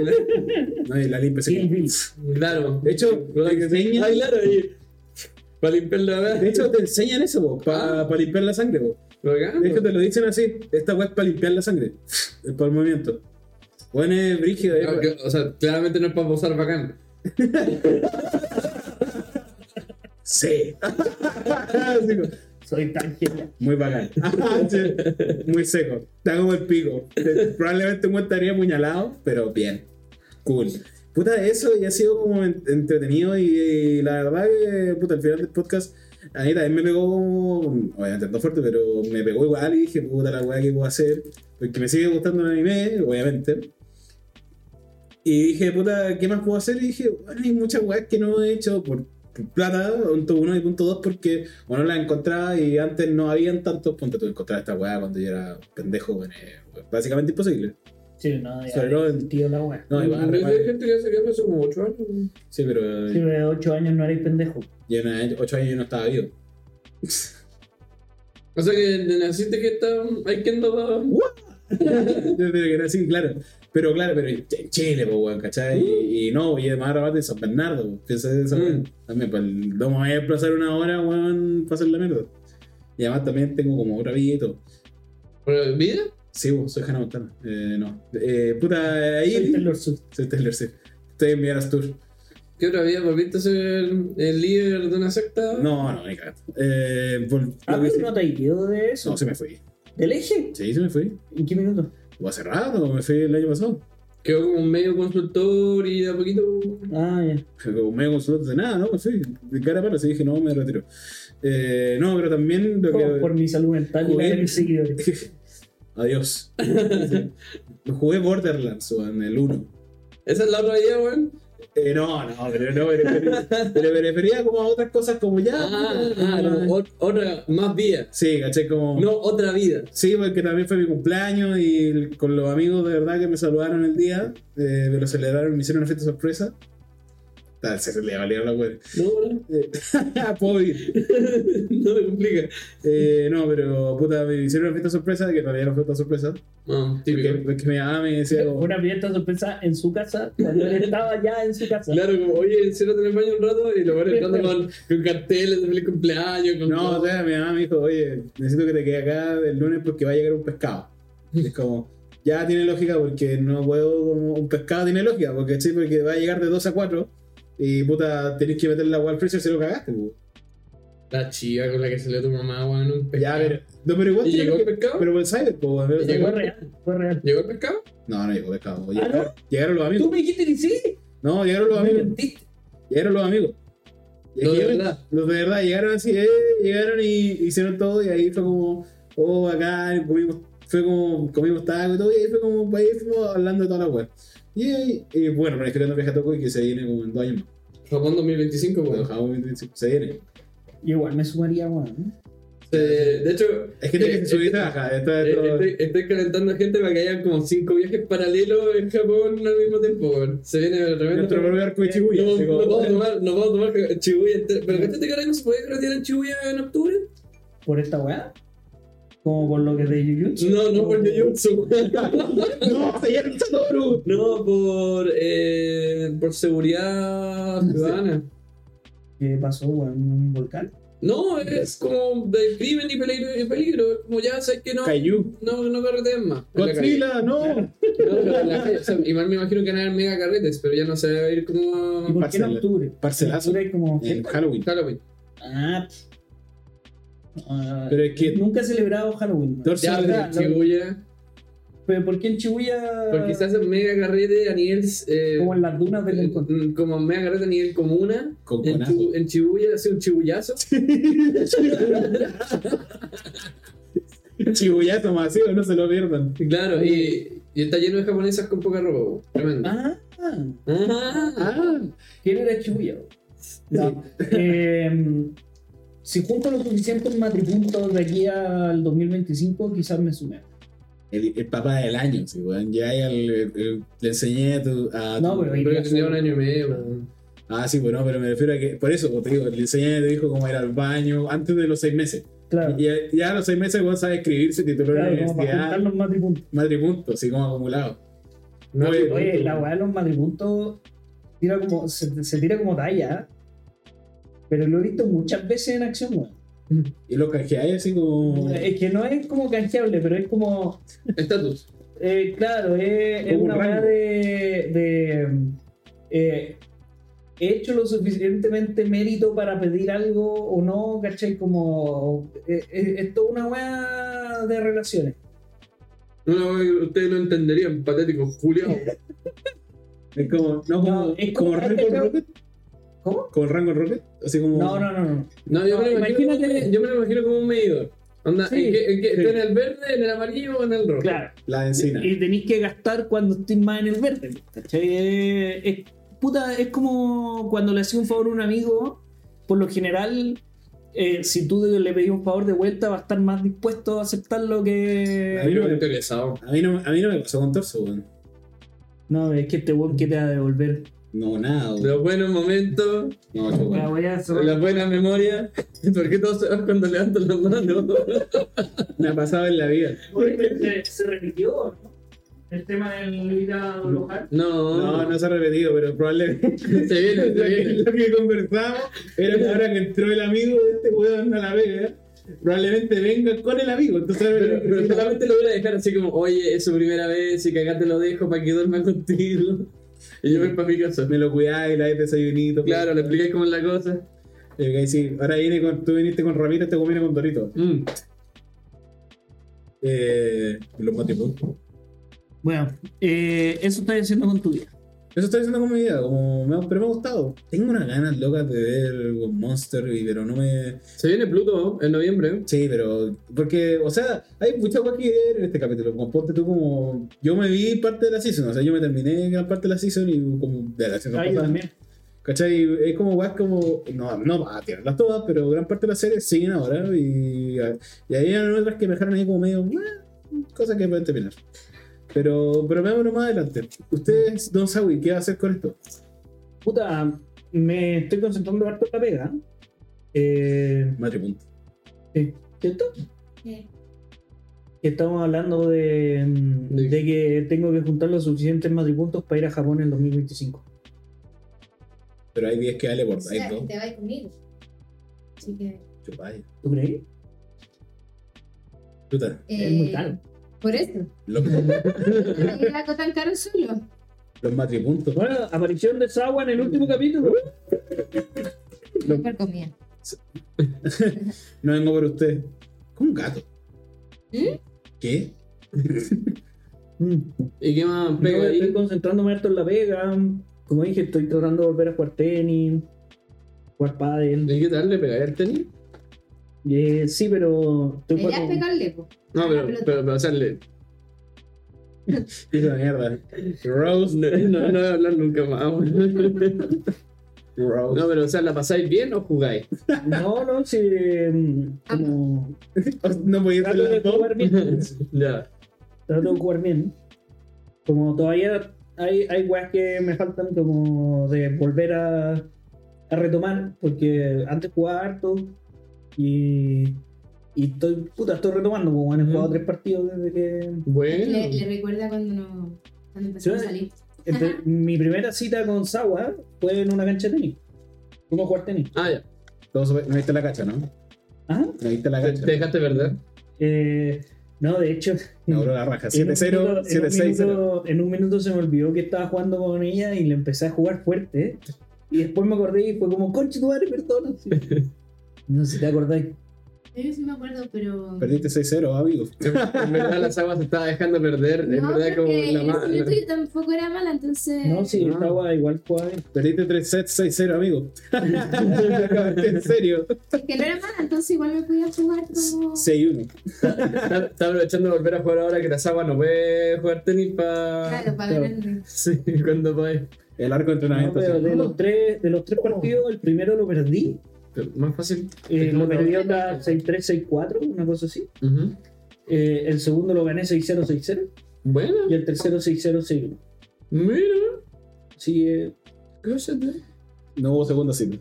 Speaker 1: No, y la limpia se
Speaker 3: Kill Bill.
Speaker 2: claro.
Speaker 1: De hecho,
Speaker 2: Bueno,
Speaker 1: te enseñan-
Speaker 2: ah, claro, y para limpiar la
Speaker 1: De hecho, te enseñan eso, para
Speaker 2: Ah.
Speaker 1: limpiar la sangre, vos. De hecho, te lo dicen así. Esta weá es para limpiar la sangre. Es para el movimiento. Bueno, es brígido. eh.
Speaker 2: o sea, claramente no es para posar bacán.
Speaker 1: Sí. Así como,
Speaker 3: Soy tan genial.
Speaker 1: Muy bacán. Sí, Muy seco. Está como el pico. Probablemente un estaría apuñalado, pero bien. Cool. Puta, eso ya ha sido como en- entretenido y, y la verdad que, puta, al final del podcast a mí también me pegó, como- obviamente no fuerte, pero me pegó igual y dije, puta, la weá que puedo hacer, porque me sigue gustando el anime, obviamente. Y dije, puta, ¿qué más puedo hacer? Y dije, bueno, hay muchas weas que no he hecho por plata, punto uno y punto dos, porque bueno, las encontraba y antes no habían tantos puntos. Tú encontrabas esta weá cuando yo era pendejo, bueno, eh, básicamente imposible.
Speaker 3: Sí, no, ya,
Speaker 1: Sobre todo en-
Speaker 3: tío la wea.
Speaker 1: No,
Speaker 2: Yo
Speaker 1: iba a
Speaker 2: creo que hay
Speaker 1: remar.
Speaker 2: gente que hace que hace como 8 años.
Speaker 1: Sí, pero
Speaker 3: Si de 8 años no eres pendejo.
Speaker 1: yo en 8 años yo no estaba vivo.
Speaker 2: O sea que naciste que está, hay que andar
Speaker 1: Desde que era así, claro. Pero claro, pero en Chile, pues, weón, ¿cachai? Y, y no, y además rabat de San Bernardo, pues, piensa en esa
Speaker 2: Mm.
Speaker 1: weón. También, pues, el- no me voy a desplazar una hora, weón, para hacer la mierda. Y además también tengo como otra vida y todo.
Speaker 2: ¿Pero vida?
Speaker 1: Sí, weón, soy Hannah Montana. Eh, no. Eh, puta, ahí.
Speaker 3: Soy Taylor Swift.
Speaker 1: Soy Taylor Swift. Estoy en Vieras Tour.
Speaker 2: ¿Qué otra vida? ¿Volviste a ser el, el líder de una secta?
Speaker 1: No, no, me cagaste. Eh, vol-
Speaker 3: ¿A
Speaker 1: lo que
Speaker 3: mí
Speaker 1: sí-
Speaker 3: Ah, no te has ido de eso?
Speaker 1: No, se me fui.
Speaker 3: ¿Del eje?
Speaker 1: Sí, se me fui.
Speaker 3: ¿En qué minuto?
Speaker 1: O hace rato, me fui el año pasado.
Speaker 2: Quedó como un medio consultor y de a poquito.
Speaker 3: Ah, ya.
Speaker 1: Como medio consultor de nada, ¿no? Me fui. De cara para, así dije, no, me retiro. Eh, no, pero también lo que.
Speaker 3: Por, por mi salud mental y la de mis seguidores.
Speaker 1: Adiós. Jugué Borderlands, en el 1.
Speaker 2: Esa es la otra idea, weón.
Speaker 1: Eh, no, no, pero no, pero, pero, pero me refería como a otras cosas como ya.
Speaker 2: Ah,
Speaker 1: como-
Speaker 2: ah, como ot- otra, más vida.
Speaker 1: sí, caché como.
Speaker 2: No otra vida.
Speaker 1: Sí, porque también fue mi cumpleaños y el- con los amigos de verdad que me saludaron el día, eh, me lo celebraron, me hicieron una fiesta sorpresa. Tal, se le valieron la web.
Speaker 2: No, weón.
Speaker 1: Puedo ir.
Speaker 2: no me complica.
Speaker 1: Eh, no, pero puta, me hicieron una fiesta sorpresa, que en realidad no fue tan sorpresa.
Speaker 2: No, típico.
Speaker 1: Porque, porque mi mamá me decía
Speaker 3: Fue
Speaker 1: como,
Speaker 3: una fiesta sorpresa en su casa, cuando él estaba ya en su casa.
Speaker 2: Claro, como, oye, enciérrate en el baño un rato y lo van entrando con, con carteles de feliz cumpleaños. Con
Speaker 1: No, o sea, mi mamá me dijo, oye, necesito que te quede acá el lunes porque va a llegar un pescado. Y es como, ya tiene lógica porque no puedo, como un pescado tiene lógica, porque sí, porque va a llegar de 2 a 4 y puta, tenés que meter la agua al freezer se lo cagaste, pues. pu.
Speaker 2: La chica con la que salió tu mamá, weón. un
Speaker 1: Ya,
Speaker 2: pescado.
Speaker 1: pero, no, pero igual
Speaker 2: ¿Y
Speaker 1: tiene
Speaker 2: llegó el
Speaker 1: lógica.
Speaker 2: pescado?
Speaker 1: Pero por el cyber, po, weón, pero-
Speaker 2: llegó? ¿Ah,
Speaker 3: Fue real, fue real.
Speaker 2: ¿Llegó el pescado?
Speaker 1: No, no llegó pescado. po.
Speaker 3: ¿no?
Speaker 1: Llegaron, llegaron los
Speaker 3: Tú
Speaker 1: amigos.
Speaker 3: me dijiste que sí.
Speaker 1: No, llegaron los
Speaker 3: Me
Speaker 1: amigos.
Speaker 3: mentiste.
Speaker 1: Llegaron los amigos.
Speaker 2: No, de
Speaker 1: Llegaron-
Speaker 2: verdad.
Speaker 1: Los de verdad llegaron así, eh, llegaron y hicieron todo y ahí fue como, oh, acá comimos, fue como, comimos tacos y todo, y ahí fue como, ahí fuimos hablando de toda la web. Y, ahí- y bueno, planificando el viaje a Toco y que se viene como en dos años más.
Speaker 2: Japón 2025,
Speaker 1: Cuando
Speaker 2: weón.
Speaker 1: Japón 25, se viene.
Speaker 3: Yo igual me sumaría, weón.
Speaker 2: Eh, de hecho,
Speaker 1: Es que tiene que
Speaker 2: Eh,
Speaker 1: subir y
Speaker 2: eh,
Speaker 1: trabajar, está
Speaker 2: Eh,
Speaker 1: esto-
Speaker 2: Estoy, estoy calentando gente para que haya como cinco viajes paralelos en Japón al mismo tiempo. weón. Se viene de repente.
Speaker 1: nuestro propio arco de Chibuya.
Speaker 2: eh, No,
Speaker 1: así
Speaker 2: no
Speaker 1: como-
Speaker 2: vamos a tomar, no vamos a tomar Chibuya entero. Pero ¿cachaste que ahora no se puede retirar en Chibuya en octubre?
Speaker 3: ¿Por esta weá? ¿Como por lo que de Jujutsu?
Speaker 2: No, no por Jujutsu.
Speaker 1: no, se viene el Satoru.
Speaker 2: No, por, eh, por seguridad ciudadana.
Speaker 3: ¿Qué pasó, weón? ¿Un volcán?
Speaker 2: No, es como de crimen y peligro. Y peligro. Es Como ya sabes que no,
Speaker 1: Caillou.
Speaker 2: no, no carreteen más. en la calle.
Speaker 1: Godzilla, no.
Speaker 2: No, pero en la calle, o sea, igual me imagino que van a haber mega carretes, pero ya no se va a ir
Speaker 3: ¿Y
Speaker 2: como
Speaker 3: por qué en
Speaker 1: Parcela-
Speaker 3: octubre?
Speaker 1: parcelazo.
Speaker 3: En octubre hay como...
Speaker 1: En Halloween.
Speaker 2: Halloween.
Speaker 3: Ah, pff. Ah,
Speaker 1: Pero es que-
Speaker 3: Nunca he celebrado Halloween. weón.
Speaker 1: Dorso
Speaker 2: Ya,
Speaker 1: de-
Speaker 2: pero
Speaker 3: ¿no?
Speaker 2: Shibuya.
Speaker 3: Pero ¿por qué en Chibuya?
Speaker 2: Porque se hacen mega carrete a nivel. eh,
Speaker 3: Como en las dunas del
Speaker 2: eh,
Speaker 3: encuentro.
Speaker 2: mm, como mega carrete a nivel comuna.
Speaker 1: Con
Speaker 2: En,
Speaker 1: conazo.
Speaker 2: Chibu- en Chibuya, hace un chibuyazo.
Speaker 1: Chibuyazo masivo, no se lo pierdan.
Speaker 2: Y Claro, y, y está lleno de japonesas con poca ropa. po. Tremendo.
Speaker 3: Ah,
Speaker 2: Ah.
Speaker 1: Ah,
Speaker 3: ¿quién era Chibuya? No. Eh, si junto los suficientes matripuntos de aquí al 2025, quizás me sume.
Speaker 1: el, el papá del año, sí, weón. Ya ahí al- el- el- le enseñé a tu. A
Speaker 3: No,
Speaker 1: tu-
Speaker 3: pero ahí-
Speaker 2: Creo que tendría un año y medio. man.
Speaker 1: Ah, sí, bueno, pero me refiero a que. Por eso, como te digo, le enseñé a tu hijo cómo ir al baño antes de los seis meses.
Speaker 3: Claro,
Speaker 1: Y ya, ya a los seis meses, weón, sabe escribirse, titular en
Speaker 3: claro
Speaker 1: la
Speaker 3: como para juntar
Speaker 1: universidad,
Speaker 3: los matripuntos.
Speaker 1: matripunto, así como acumulado.
Speaker 2: No,
Speaker 1: Oye,
Speaker 2: pero-
Speaker 3: Oye, la weá de los matripuntos tira como, se, se tira como talla, ¿eh? pero lo he visto muchas veces en acción, weón.
Speaker 1: Y los canjeáis así como.
Speaker 3: Es que no es como canjeable, pero es como.
Speaker 2: Estatus.
Speaker 3: eh, claro, es, es
Speaker 1: Como
Speaker 3: una
Speaker 1: un
Speaker 3: weá
Speaker 1: rango.
Speaker 3: de. de, eh, he hecho lo suficientemente mérito para pedir algo o no, ¿cachai? Como. eh, eh, es toda una weá de relaciones.
Speaker 2: No, no, ustedes no entenderían, patético, Julio.
Speaker 1: Es como. No, como.
Speaker 3: No, es
Speaker 1: como,
Speaker 3: como- este,
Speaker 1: Rango
Speaker 3: es que-
Speaker 1: Rocket.
Speaker 3: ¿Cómo?
Speaker 1: Como Rango Rocket. Así como.
Speaker 3: No, no, no, no.
Speaker 2: No, yo, me lo
Speaker 3: No,
Speaker 2: imagino,
Speaker 3: imagínate-
Speaker 2: yo me lo imagino como un medidor. Onda,
Speaker 3: Sí,
Speaker 2: ¿en qué, en qué-
Speaker 1: sí.
Speaker 2: está en el verde, en el amarillo o en el rojo?
Speaker 3: Claro.
Speaker 1: La encina.
Speaker 3: Y tenéis que gastar cuando estés más en el verde. ¿Cachai? Eh, Es, puta, es como cuando le hacía un favor a un amigo, por lo general, eh, si tú le pedís un favor de vuelta, va a estar más dispuesto a aceptarlo
Speaker 2: A mí
Speaker 3: que.
Speaker 2: no me interesado.
Speaker 1: A mí, no, a mí no me pasó con torso, weón.
Speaker 3: No, es que este weón que te va a devolver.
Speaker 1: No, nada, weón.
Speaker 2: Los buenos momentos,
Speaker 1: No, yo,
Speaker 3: La
Speaker 1: weón.
Speaker 3: voy a hacer-
Speaker 2: las buenas memorias. ¿Por qué todos se van cuando levantan las manos?
Speaker 1: Me ha pasado en la vida.
Speaker 3: Se- este Se repitió, ¿no? El tema del ir a alojar.
Speaker 2: No,
Speaker 1: No, no se ha repetido, pero probablemente
Speaker 2: Se viene, se
Speaker 1: lo que,
Speaker 2: viene.
Speaker 1: lo que conversamos era que ahora que entró el amigo de este weón a la vega, probablemente venga con el amigo. Entonces,
Speaker 2: Pero, pero
Speaker 1: probablemente-
Speaker 2: solamente lo voy a dejar así como, oye, es su primera vez, si cagaste lo dejo para que duerma contigo. Y yo voy para mi casa.
Speaker 1: me lo cuidáis, la desayunito. pues. Eh,
Speaker 2: Claro, le explicáis cómo es la cosa.
Speaker 1: Y me decís, ahora viene con, tú viniste con Ramiro, este weón viene con Dorito.
Speaker 2: Mm.
Speaker 1: Eh, los matripuntos.
Speaker 3: Bueno, eh, eso estás haciendo con tu vida.
Speaker 1: Eso estoy haciendo con mi vida, como me ha- pero me ha gustado. Tengo unas ganas locas de ver Monster, y- pero no me.
Speaker 2: Se viene Pluto en noviembre.
Speaker 1: Sí, pero. Porque, o sea, hay muchas cosas que ver en este capítulo. Como ponte tú como. Yo me vi parte de la season, o sea, yo me terminé gran parte de la season y como. De la season
Speaker 3: Ah, yo
Speaker 1: pasada.
Speaker 3: también.
Speaker 1: ¿Cachai? Es como guas como. No, no va a tirarlas todas, pero gran parte de las series siguen ahora y. Y ahí hay otras que me dejaron ahí como medio. "Meh", cosas que pueden terminar. Pero, pero veámoslo más adelante. Ustedes, Don Sawi, ¿qué va a hacer con esto?
Speaker 3: Puta, me estoy concentrando harto en la pega. Eh,
Speaker 1: Madre punto.
Speaker 3: ¿Cierto? Que Estamos hablando de, mm,
Speaker 2: De-
Speaker 3: de que tengo que juntar los suficientes matripuntos para ir a Japón en el 2025.
Speaker 1: Pero hay 10 que dale por
Speaker 4: O
Speaker 1: Pues ahí,
Speaker 4: sea, que
Speaker 1: dos.
Speaker 4: te vayas conmigo. Así que.
Speaker 1: Chupay.
Speaker 3: ¿Tú crees?
Speaker 1: Chuta.
Speaker 3: Es
Speaker 4: eh,
Speaker 3: muy caro.
Speaker 4: Por eso.
Speaker 1: Los,
Speaker 4: ¿Por algo tan caro solo?
Speaker 1: los matripuntos.
Speaker 3: Bueno, aparición de Sawa en el último capítulo.
Speaker 1: Lo-
Speaker 4: Por comida.
Speaker 1: No vengo por usted. Como un gato.
Speaker 4: ¿Mm?
Speaker 1: ¿Qué?
Speaker 3: Mm.
Speaker 2: ¿Y qué más
Speaker 3: Yo
Speaker 2: pega
Speaker 3: estoy
Speaker 2: ahí?
Speaker 3: concentrándome harto en la pega. Como dije, estoy tratando de volver a jugar tenis, jugar pádel.
Speaker 2: ¿Y qué tal le pegáis al tenis?
Speaker 3: Eh, sí, pero estoy
Speaker 4: Ella es pegarle, po.
Speaker 2: No, pero, pero, pero, o sea, le-
Speaker 1: Dice la mierda. Rose.
Speaker 2: no, no, no voy a hablar nunca más. weón.
Speaker 1: Rose.
Speaker 2: No, pero, o sea, ¿la pasáis bien o jugáis?
Speaker 3: No, no, sí. mm, Como,
Speaker 1: No, podía ser
Speaker 3: trato de
Speaker 1: las dos.
Speaker 3: jugar bien.
Speaker 2: ya.
Speaker 3: Trato de jugar bien. Como todavía hay, hay weas que me faltan como de volver a, a retomar, porque antes jugaba harto y, y estoy, puta, estoy retomando, como han
Speaker 2: Ujú.
Speaker 3: jugado tres partidos desde que...
Speaker 4: Le, le
Speaker 2: Bueno.
Speaker 4: recuerda cuando no. Cuando empezamos
Speaker 3: Sí.
Speaker 4: a salir.
Speaker 3: Empe- mi primera cita con Sawa fue en una cancha de tenis. Fuimos a jugar tenis.
Speaker 2: Ah, ya.
Speaker 1: Todos sobre- No viste la cacha, ¿no?
Speaker 3: Ajá.
Speaker 1: No viste la
Speaker 2: Te,
Speaker 1: cacha.
Speaker 2: te dejaste perder.
Speaker 3: Eh, no, de hecho...
Speaker 1: Me abrió la raja.
Speaker 3: En un
Speaker 1: 7-0,
Speaker 3: minuto- en un
Speaker 1: 7-6-0.
Speaker 3: minuto- En un minuto se me olvidó que estaba jugando con ella y le empecé a jugar fuerte. Y después me acordé y fue como, concha tu madre, perdón. Así. No sé si te acordáis.
Speaker 4: Creo que sí me acuerdo, pero.
Speaker 1: Perdiste 6-0, amigos.
Speaker 2: En verdad las aguas se estaba dejando perder. Es
Speaker 4: No,
Speaker 2: verdad como
Speaker 4: porque
Speaker 2: la
Speaker 4: en
Speaker 2: ma-
Speaker 4: ese
Speaker 2: la-
Speaker 4: minuto yo tampoco era mala, entonces.
Speaker 3: No, sí,
Speaker 2: No.
Speaker 3: el agua igual jugaba bien.
Speaker 1: Perdiste 3-6-0, amigos. en serio.
Speaker 4: Es que no era mala, entonces igual me podía jugar como.
Speaker 1: 6-1.
Speaker 2: Está, está aprovechando de volver a jugar ahora que Tazawa no puede jugar tenis para.
Speaker 4: Claro, para
Speaker 3: Claro.
Speaker 4: ganar.
Speaker 2: Sí, cuando puede.
Speaker 1: El arco de
Speaker 3: No,
Speaker 1: entrenamiento.
Speaker 3: pero
Speaker 1: sí.
Speaker 3: de los tres, de los tres partidos, el primero lo perdí.
Speaker 2: Pero Más fácil.
Speaker 3: Eh,
Speaker 2: Ujú.
Speaker 3: lo perdí otra 6-3, 6-4, una cosa así.
Speaker 2: Ujú.
Speaker 3: Eh, el segundo lo gané 6-0, 6-0.
Speaker 2: Bueno,
Speaker 3: Y el tercero 6-0, 6-1.
Speaker 2: mira.
Speaker 3: Sí, eh,
Speaker 2: Cállate.
Speaker 1: No hubo segundo signo.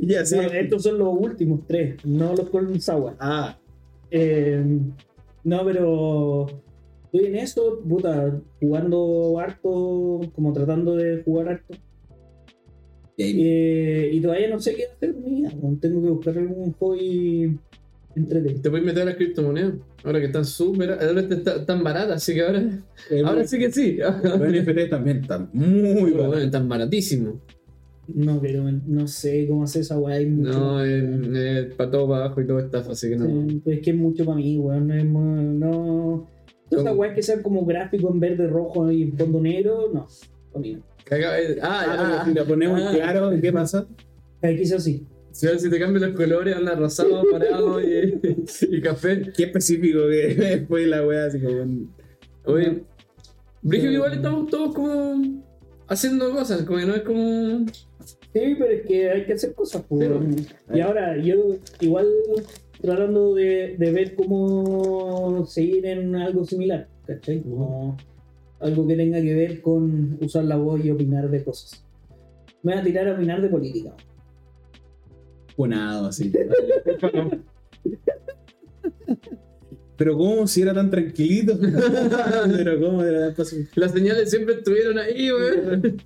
Speaker 1: ya, sí.
Speaker 3: no, estos son los últimos tres, no los con Sawa.
Speaker 1: Ah,
Speaker 3: Eh, no, pero estoy en esto, puta, jugando harto, como tratando de jugar harto.
Speaker 1: game.
Speaker 3: Eh, y todavía no sé qué hacer, mía. Tengo que buscar algún hobby entretenido.
Speaker 2: Te puedes meter a las criptomonedas. Ahora que están súper. Ahora está- están baratas, así que ahora. Ahora sí que sí.
Speaker 1: Los NFT también están muy
Speaker 2: Bueno,
Speaker 1: buenos.
Speaker 2: están baratísimos.
Speaker 3: No, pero no sé cómo hacer esa weá. hay mucho-
Speaker 2: No, para todo para abajo y todo estafa, así que no.
Speaker 3: Sí, pues Es que es mucho para mí, weón. No. Es, muy- no... Todas esas
Speaker 2: ¿Cómo?
Speaker 3: weas que sean como gráfico en verde, rojo y en fondo negro, no. Para mí no.
Speaker 2: Caga- eh,
Speaker 1: Ah,
Speaker 2: Ah,
Speaker 1: pero
Speaker 2: ah,
Speaker 1: si la ponemos en
Speaker 2: ah.
Speaker 1: claro, ¿qué pasa?
Speaker 3: Eh, quizás sí.
Speaker 2: Si, si te cambian los colores, anda rosado, parado y, y café.
Speaker 1: Qué específico que fue la wea, así como.
Speaker 2: Oye, Brigio, igual estamos todos como haciendo cosas, como que no es como.
Speaker 3: Sí, pero es que hay que hacer cosas, pues,
Speaker 2: Sí,
Speaker 3: weón. Y ahora, yo igual tratando de, de ver cómo seguir en algo similar, ¿cachai? Como algo que tenga que ver con usar la voz y opinar de cosas. Me voy a tirar a opinar de política.
Speaker 1: Punado, así.
Speaker 2: No.
Speaker 1: Pero cómo si era tan tranquilito. Pero cómo era tan pacífico.
Speaker 2: Las señales siempre estuvieron ahí, weón.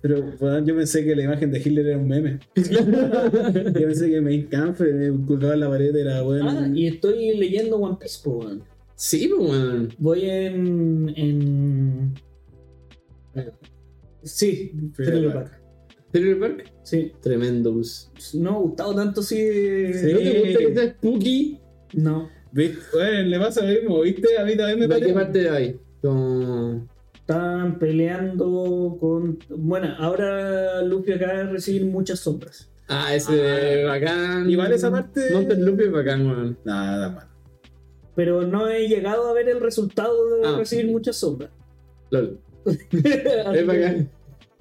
Speaker 1: Pero weón, yo pensé que la imagen de Hitler era un meme. Yo pensé que Mein Kampf eh, colgado en la pared era bueno.
Speaker 3: Ah, y estoy leyendo One Piece, pues, weón.
Speaker 2: Sí, pues, weón.
Speaker 3: Voy en. en... Sí,
Speaker 1: Trailer
Speaker 3: Trailer
Speaker 1: Park.
Speaker 3: Park.
Speaker 2: Thriller Park,
Speaker 3: Sí.
Speaker 2: tremendo bus.
Speaker 3: No me ha gustado tanto si.
Speaker 1: Sí.
Speaker 2: ¿No te gusta que sea spooky?
Speaker 3: No.
Speaker 1: ¿Viste? Bueno, le pasa lo mismo, ¿viste? A mí también me
Speaker 2: ¿De qué
Speaker 1: parece.
Speaker 2: parte de ahí? Como.
Speaker 3: Están peleando con. Bueno, ahora Luffy acaba de recibir muchas sombras.
Speaker 2: Ah, ese bacán.
Speaker 1: Igual esa parte-
Speaker 2: Mountain Loop es bacán, weón.
Speaker 1: Nada mal.
Speaker 3: Pero no he llegado a ver el resultado de
Speaker 2: Ah.
Speaker 3: recibir muchas sombras.
Speaker 2: LOL.
Speaker 3: Así
Speaker 2: Es
Speaker 3: que-
Speaker 2: bacán.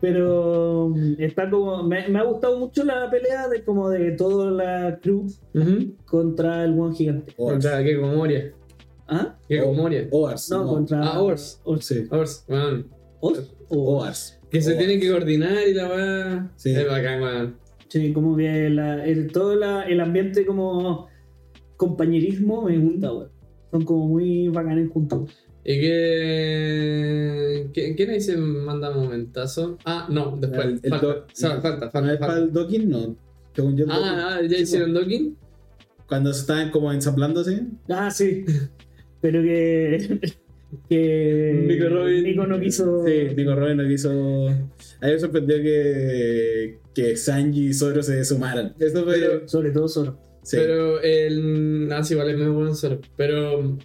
Speaker 3: pero mm, está como. Me, me ha gustado mucho la pelea de como de toda la crew
Speaker 2: Ujú.
Speaker 3: contra el One Gigante.
Speaker 1: Oars.
Speaker 2: Contra Keiko Moria.
Speaker 3: ¿Ah?
Speaker 1: Oh.
Speaker 2: Keiko Moria.
Speaker 1: Oars.
Speaker 3: No,
Speaker 1: no.
Speaker 3: contra.
Speaker 2: Ah, Oh. Ors.
Speaker 3: Ors.
Speaker 1: Sí.
Speaker 2: Ors, weón.
Speaker 3: Ors. O-
Speaker 1: Oars.
Speaker 2: Que se
Speaker 1: Oars.
Speaker 2: tienen que coordinar y la weá.
Speaker 1: Sí.
Speaker 2: Es bacán, weón.
Speaker 3: Sí, como que la- el, todo la- el ambiente como compañerismo me gusta, weón. Son como muy bacanes juntos.
Speaker 2: ¿Y qué. qué- ¿Quién ahí se manda momentazo? Ah, no, después.
Speaker 1: El- el
Speaker 2: falta.
Speaker 1: do-
Speaker 2: Sa- falta,
Speaker 1: ¿No
Speaker 2: falta,
Speaker 1: es para
Speaker 2: falta.
Speaker 1: el docking? No. Según yo, el docking.
Speaker 2: Ah, ah, ya hicieron docking.
Speaker 1: cuando se estaban como ensamblando así.
Speaker 3: Ah, sí. Pero que. que
Speaker 2: Nico Robin.
Speaker 3: Nico no quiso.
Speaker 1: Sí, Nico Robin lo quiso. A mí me sorprendió que, que Sanji y Zoro se sumaran. Eso fue.
Speaker 2: Pero-
Speaker 3: Sobre todo solo.
Speaker 1: sí.
Speaker 2: Pero el. Ah, sí, vale, me buen solo. Pero.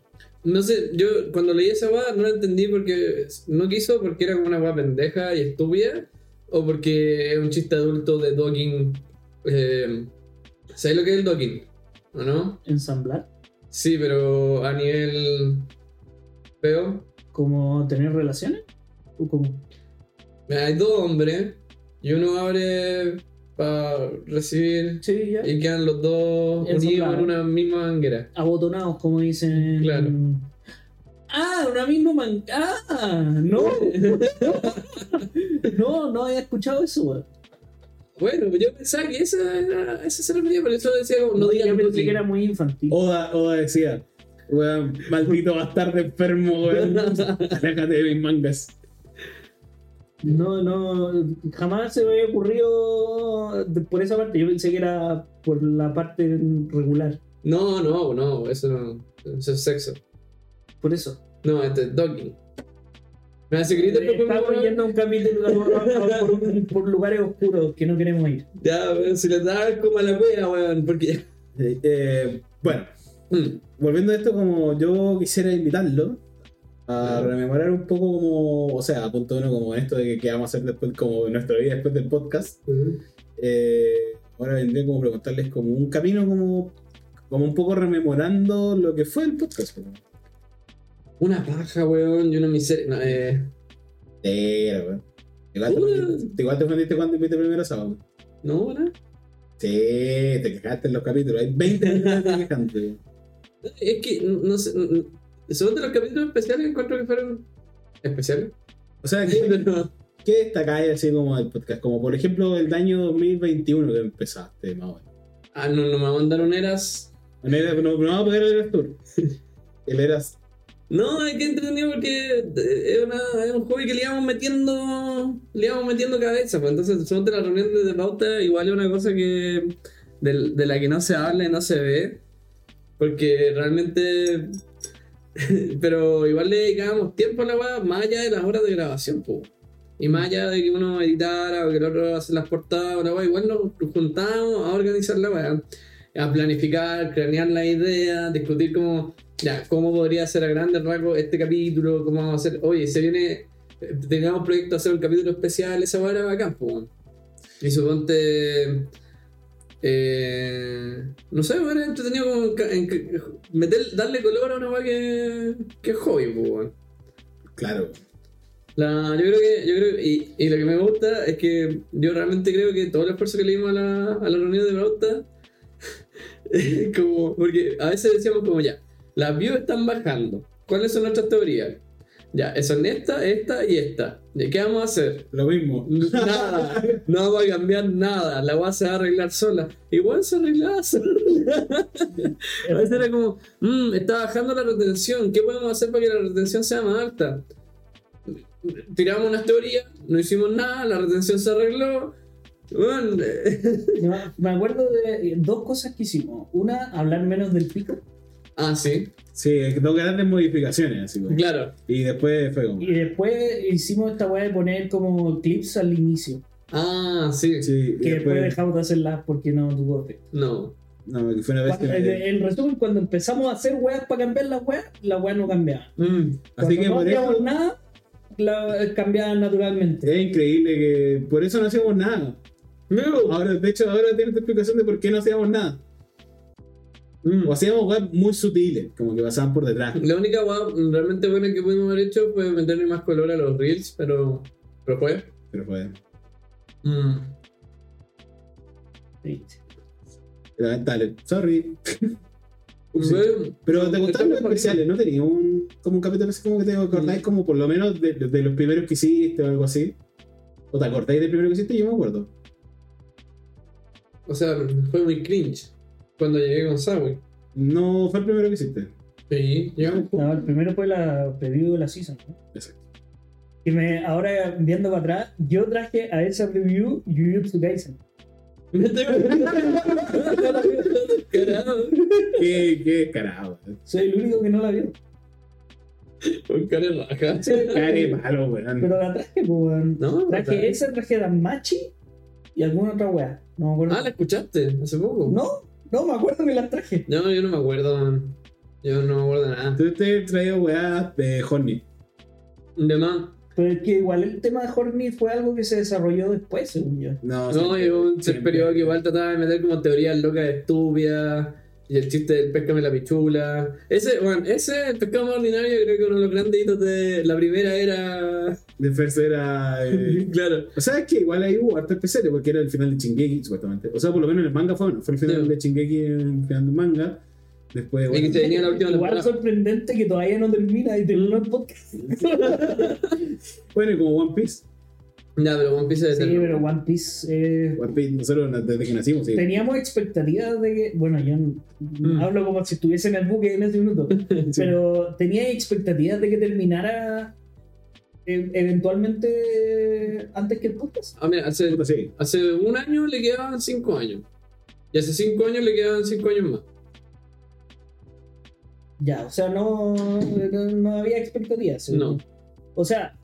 Speaker 2: No sé, yo cuando leí esa weá no la entendí porque. No quiso porque era como una weá pendeja y estúpida. O porque es un chiste adulto de docking. Eh, ¿Sabes lo que es el docking? ¿O no?
Speaker 3: Ensamblar.
Speaker 2: Sí, pero a nivel. Feo.
Speaker 3: Como tener relaciones. O como.
Speaker 2: Hay dos hombres y uno abre para recibir
Speaker 3: Sí, ya.
Speaker 2: y quedan los dos
Speaker 3: Eso,
Speaker 2: unidos en
Speaker 3: claro.
Speaker 2: una misma manguera.
Speaker 3: Abotonados, como dicen.
Speaker 2: Claro.
Speaker 3: Ah, una misma man. Ah, no.
Speaker 2: Oh.
Speaker 3: no, no había escuchado eso, weón.
Speaker 2: Bueno, pues yo pensaba que esa, era, esa se refería, pero eso decía como no
Speaker 3: No diga
Speaker 2: digan Oh.
Speaker 3: yo pensé
Speaker 2: Duki.
Speaker 3: que era muy infantil.
Speaker 1: Oda, Oda decía: Weón, maldito bastardo enfermo, weón. Aléjate de mis mangas.
Speaker 3: No, no, jamás se me había ocurrido de- por esa parte. Yo pensé que era por la parte regular.
Speaker 2: No, no, no, eso no. Eso es sexo.
Speaker 3: Por eso.
Speaker 2: No, este es dogging. Me hace gritar pero
Speaker 3: Estamos Eh, yendo a un capítulo a- a- a- por, un- por lugares oscuros que no queremos ir.
Speaker 2: Ya, weón, si le da como a la wea, weón, porque.
Speaker 1: Eh, eh, bueno,
Speaker 2: Mm.
Speaker 1: volviendo a esto, como yo quisiera invitarlo a rememorar un poco como, o sea, a punto uno como esto de que qué vamos a hacer después, como en nuestra vida después del podcast. Eh, ahora vendría como preguntarles como un camino como, como un poco rememorando lo que fue el podcast. como.
Speaker 2: Una paja, weón, y una miseria. No, eh,
Speaker 1: Era, weón. Igual te
Speaker 2: Uh.
Speaker 1: ofendiste- igual te ofendiste cuando invité primero a Saba, weón.
Speaker 2: no, ¿no?
Speaker 1: Sí, te quejaste en los capítulos. Hay 20 minutos de quejante, weón.
Speaker 2: Es que, no no sé. no- Son de los capítulos especiales, encuentro que fueron. especiales.
Speaker 1: O sea, ¿qué,
Speaker 2: Pero-
Speaker 1: qué destacáis así como del podcast? Como por ejemplo el año 2021 que empezaste, más o menos.
Speaker 2: ah, no, no me mandaron eras.
Speaker 1: No, era- no, no vamos a poder el Eras Tour. El Eras.
Speaker 2: No, es que entretenido porque eh, es, una- es un hobby que le íbamos metiendo. Le íbamos metiendo cabeza, pues entonces son de las reuniones de pauta, igual es una cosa que. del- de la que no se habla y no se ve. Porque realmente. Pero igual le dedicábamos tiempo a la weá, más allá de las horas de grabación, po. Y más allá de que uno editara o que el otro hace las portadas, o la weá, igual nos juntábamos a organizar la weá, a planificar, cranear la idea, discutir cómo, ya, cómo podría ser a grandes rasgos este capítulo, cómo vamos a hacer. Oye, se viene, eh, teníamos proyecto de hacer un capítulo especial, esa weá era bacán, po. weón. Y suponte. Eh, no sé, me era entretenido como en ca- en ca- meter- darle color a una weá que, que es hobby, pues, weón.
Speaker 1: Claro.
Speaker 2: La- yo creo que, yo creo, y, y lo que me gusta es que yo realmente creo que todo el esfuerzo que le dimos a la, a la reunión de Brauta, como, porque a veces decíamos como ya, las views están bajando, ¿cuáles son nuestras teorías? Ya, son esta, esta y esta. ¿De ¿Qué vamos a hacer?
Speaker 1: Lo mismo.
Speaker 2: Nada, no va a cambiar nada, la weá se va a arreglar sola. Igual se arreglaba sola. A veces era como, "Mm, está bajando la retención, ¿qué podemos hacer para que la retención sea más alta? Tiramos unas teorías, no hicimos nada, la retención se arregló. Bueno,
Speaker 3: Me- Me acuerdo de eh, dos cosas que hicimos. Una, hablar menos del pico.
Speaker 2: ah, sí,
Speaker 1: Sí, dos grandes modificaciones, así como.
Speaker 2: claro.
Speaker 1: Y después fue como.
Speaker 3: Y después hicimos esta weá de poner como clips al inicio.
Speaker 2: Ah, sí,
Speaker 1: Sí, y
Speaker 3: Que después
Speaker 1: después.
Speaker 3: dejamos de hacerlas porque no tuvo efecto.
Speaker 2: no.
Speaker 1: No, que fue una vez que.
Speaker 3: Cuando-
Speaker 1: me-
Speaker 3: En resumen, cuando empezamos a hacer weas para cambiar las weas, las weas no cambiaban.
Speaker 2: Mm,
Speaker 1: Así
Speaker 3: Cuando
Speaker 1: que
Speaker 3: no
Speaker 1: por eso.
Speaker 3: hacíamos nada, la cambiaban naturalmente.
Speaker 1: Es increíble que por eso no hacíamos nada. Ahora, de hecho, ahora tienes tu explicación de por qué no hacíamos nada.
Speaker 2: mm.
Speaker 1: O hacíamos web muy sutiles, como que pasaban por detrás.
Speaker 2: La única guau realmente buena que pudimos haber hecho fue meterle más color a los reels, pero. Pero fue.
Speaker 1: Pero fue
Speaker 2: Mm.
Speaker 3: Sí.
Speaker 1: lamentable. Sorry. Sí.
Speaker 2: Bueno,
Speaker 1: Pero te gustaron los
Speaker 2: estamos
Speaker 1: especiales, ¿no? Tenías un, como un capítulo así como que te acordáis, como por lo menos de, de los primeros que hiciste o algo así. O te acordáis del primero que hiciste, yo me acuerdo.
Speaker 2: O sea, fue muy cringe cuando llegué con Sawi.
Speaker 1: No fue el primero que hiciste.
Speaker 2: Sí, llegamos
Speaker 3: No, el primero fue la preview de la season. ¿no?
Speaker 1: Exacto.
Speaker 3: Y me, ahora viendo para atrás, yo traje a esa preview Jujutsu Kaisen.
Speaker 2: Me Descarado.
Speaker 1: Qué, qué carajo.
Speaker 3: Soy el único que no la vio.
Speaker 2: Con cara de raja.
Speaker 1: Care malo, weón.
Speaker 3: Pero la traje, pues. weón.
Speaker 2: No,
Speaker 3: Traje esa, traje Danmachi y alguna otra wea. No me acuerdo.
Speaker 2: Ah, la escuchaste hace poco.
Speaker 3: No, no me acuerdo que las traje.
Speaker 2: No, yo no me acuerdo, man. Yo no me acuerdo de nada.
Speaker 1: Tú te has traído weá de Horny.
Speaker 2: De más.
Speaker 3: Pero es que igual el tema de Horny fue algo que se desarrolló después, según yo.
Speaker 1: No,
Speaker 2: No,
Speaker 1: siempre,
Speaker 2: yo un ser
Speaker 1: siempre.
Speaker 2: periodo que igual trataba de meter como teorías locas estúpidas. Y el chiste del pescame la pichula. Ese, bueno, ese, el pescado más ordinario, yo creo que uno de los grandes hitos de la primera era.
Speaker 1: De tercera. eh,
Speaker 2: Claro.
Speaker 1: O sea, es que igual ahí hubo harto especiales porque era el final de Chingeki, supuestamente. O sea, por lo menos en el manga fue bueno. Fue el final
Speaker 2: Sí.
Speaker 1: de Chingeki, el final del manga. Después,
Speaker 2: Y que
Speaker 1: bueno,
Speaker 2: se venía la última
Speaker 3: Igual
Speaker 2: temporada.
Speaker 3: sorprendente que todavía no termina y terminó el podcast.
Speaker 1: bueno, y como One Piece.
Speaker 2: Ya, pero One Piece es
Speaker 3: Sí,
Speaker 2: eterno.
Speaker 3: pero One Piece. eh,
Speaker 1: One Piece, nosotros na- desde que nacimos, sí.
Speaker 3: teníamos expectativas de que. Bueno, yo n-
Speaker 2: Mm.
Speaker 3: hablo como si estuviese en el buque en ese minuto. Pero tenía expectativas de que terminara eh, eventualmente antes que el podcast.
Speaker 2: Ah, mira, hace,
Speaker 1: Puta, sí.
Speaker 2: hace un año le quedaban cinco años. Y hace cinco años le quedaban cinco años más.
Speaker 3: Ya, o sea, no, no, no había expectativas. según
Speaker 2: No.
Speaker 3: yo. O sea,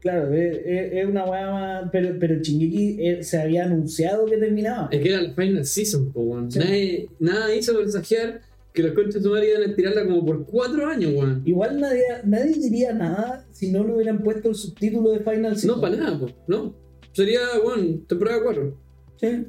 Speaker 3: Claro, es, es- es una weá más. Pero, pero Shingeki eh, se había anunciado que terminaba.
Speaker 2: Es que era la final season, po, weón.
Speaker 3: Sí.
Speaker 2: Nadie- nada hizo presagiar que los conches de tu madre iban a estirarla como por cuatro años, weón.
Speaker 3: Igual nadie, nadie diría nada si no le hubieran puesto el subtítulo de Final Season.
Speaker 2: No, para nada, po. No. Sería, weón, temporada 4.
Speaker 3: Sí.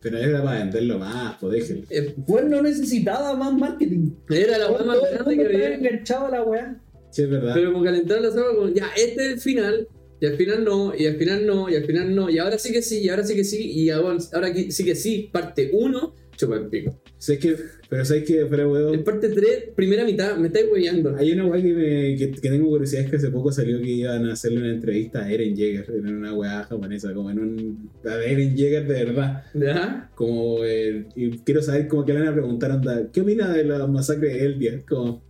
Speaker 1: Pero era para venderlo más, pues déjenlo.
Speaker 3: Bueno, no necesitaba más marketing.
Speaker 2: Eh, era la weá más
Speaker 3: Todo el
Speaker 2: grande
Speaker 3: mundo
Speaker 2: que
Speaker 3: estaba
Speaker 2: había.
Speaker 3: enganchado a la weá.
Speaker 1: Sí, es verdad.
Speaker 2: Pero con calentar la sopa, con ya, este es el final, y al final no, y al final no, y al final no, y ahora sí que sí, y ahora sí que sí, y ahora, ahora que- sí que sí, parte 1, chupa el pico.
Speaker 1: Sé que, pero sabes que, fuera de huevo,
Speaker 2: En parte 3, primera mitad, me estáis hueveando.
Speaker 1: hay una weá que, me- que, que tengo curiosidad, es que hace poco salió que iban a hacerle una entrevista a Eren Yeager, en una weá japonesa, como en un... a Eren Yeager de verdad.
Speaker 2: ¿Ya?
Speaker 1: Como, eh, y quiero saber como que le van a preguntar, onda, ¿qué opina de la masacre de Eldia? Como,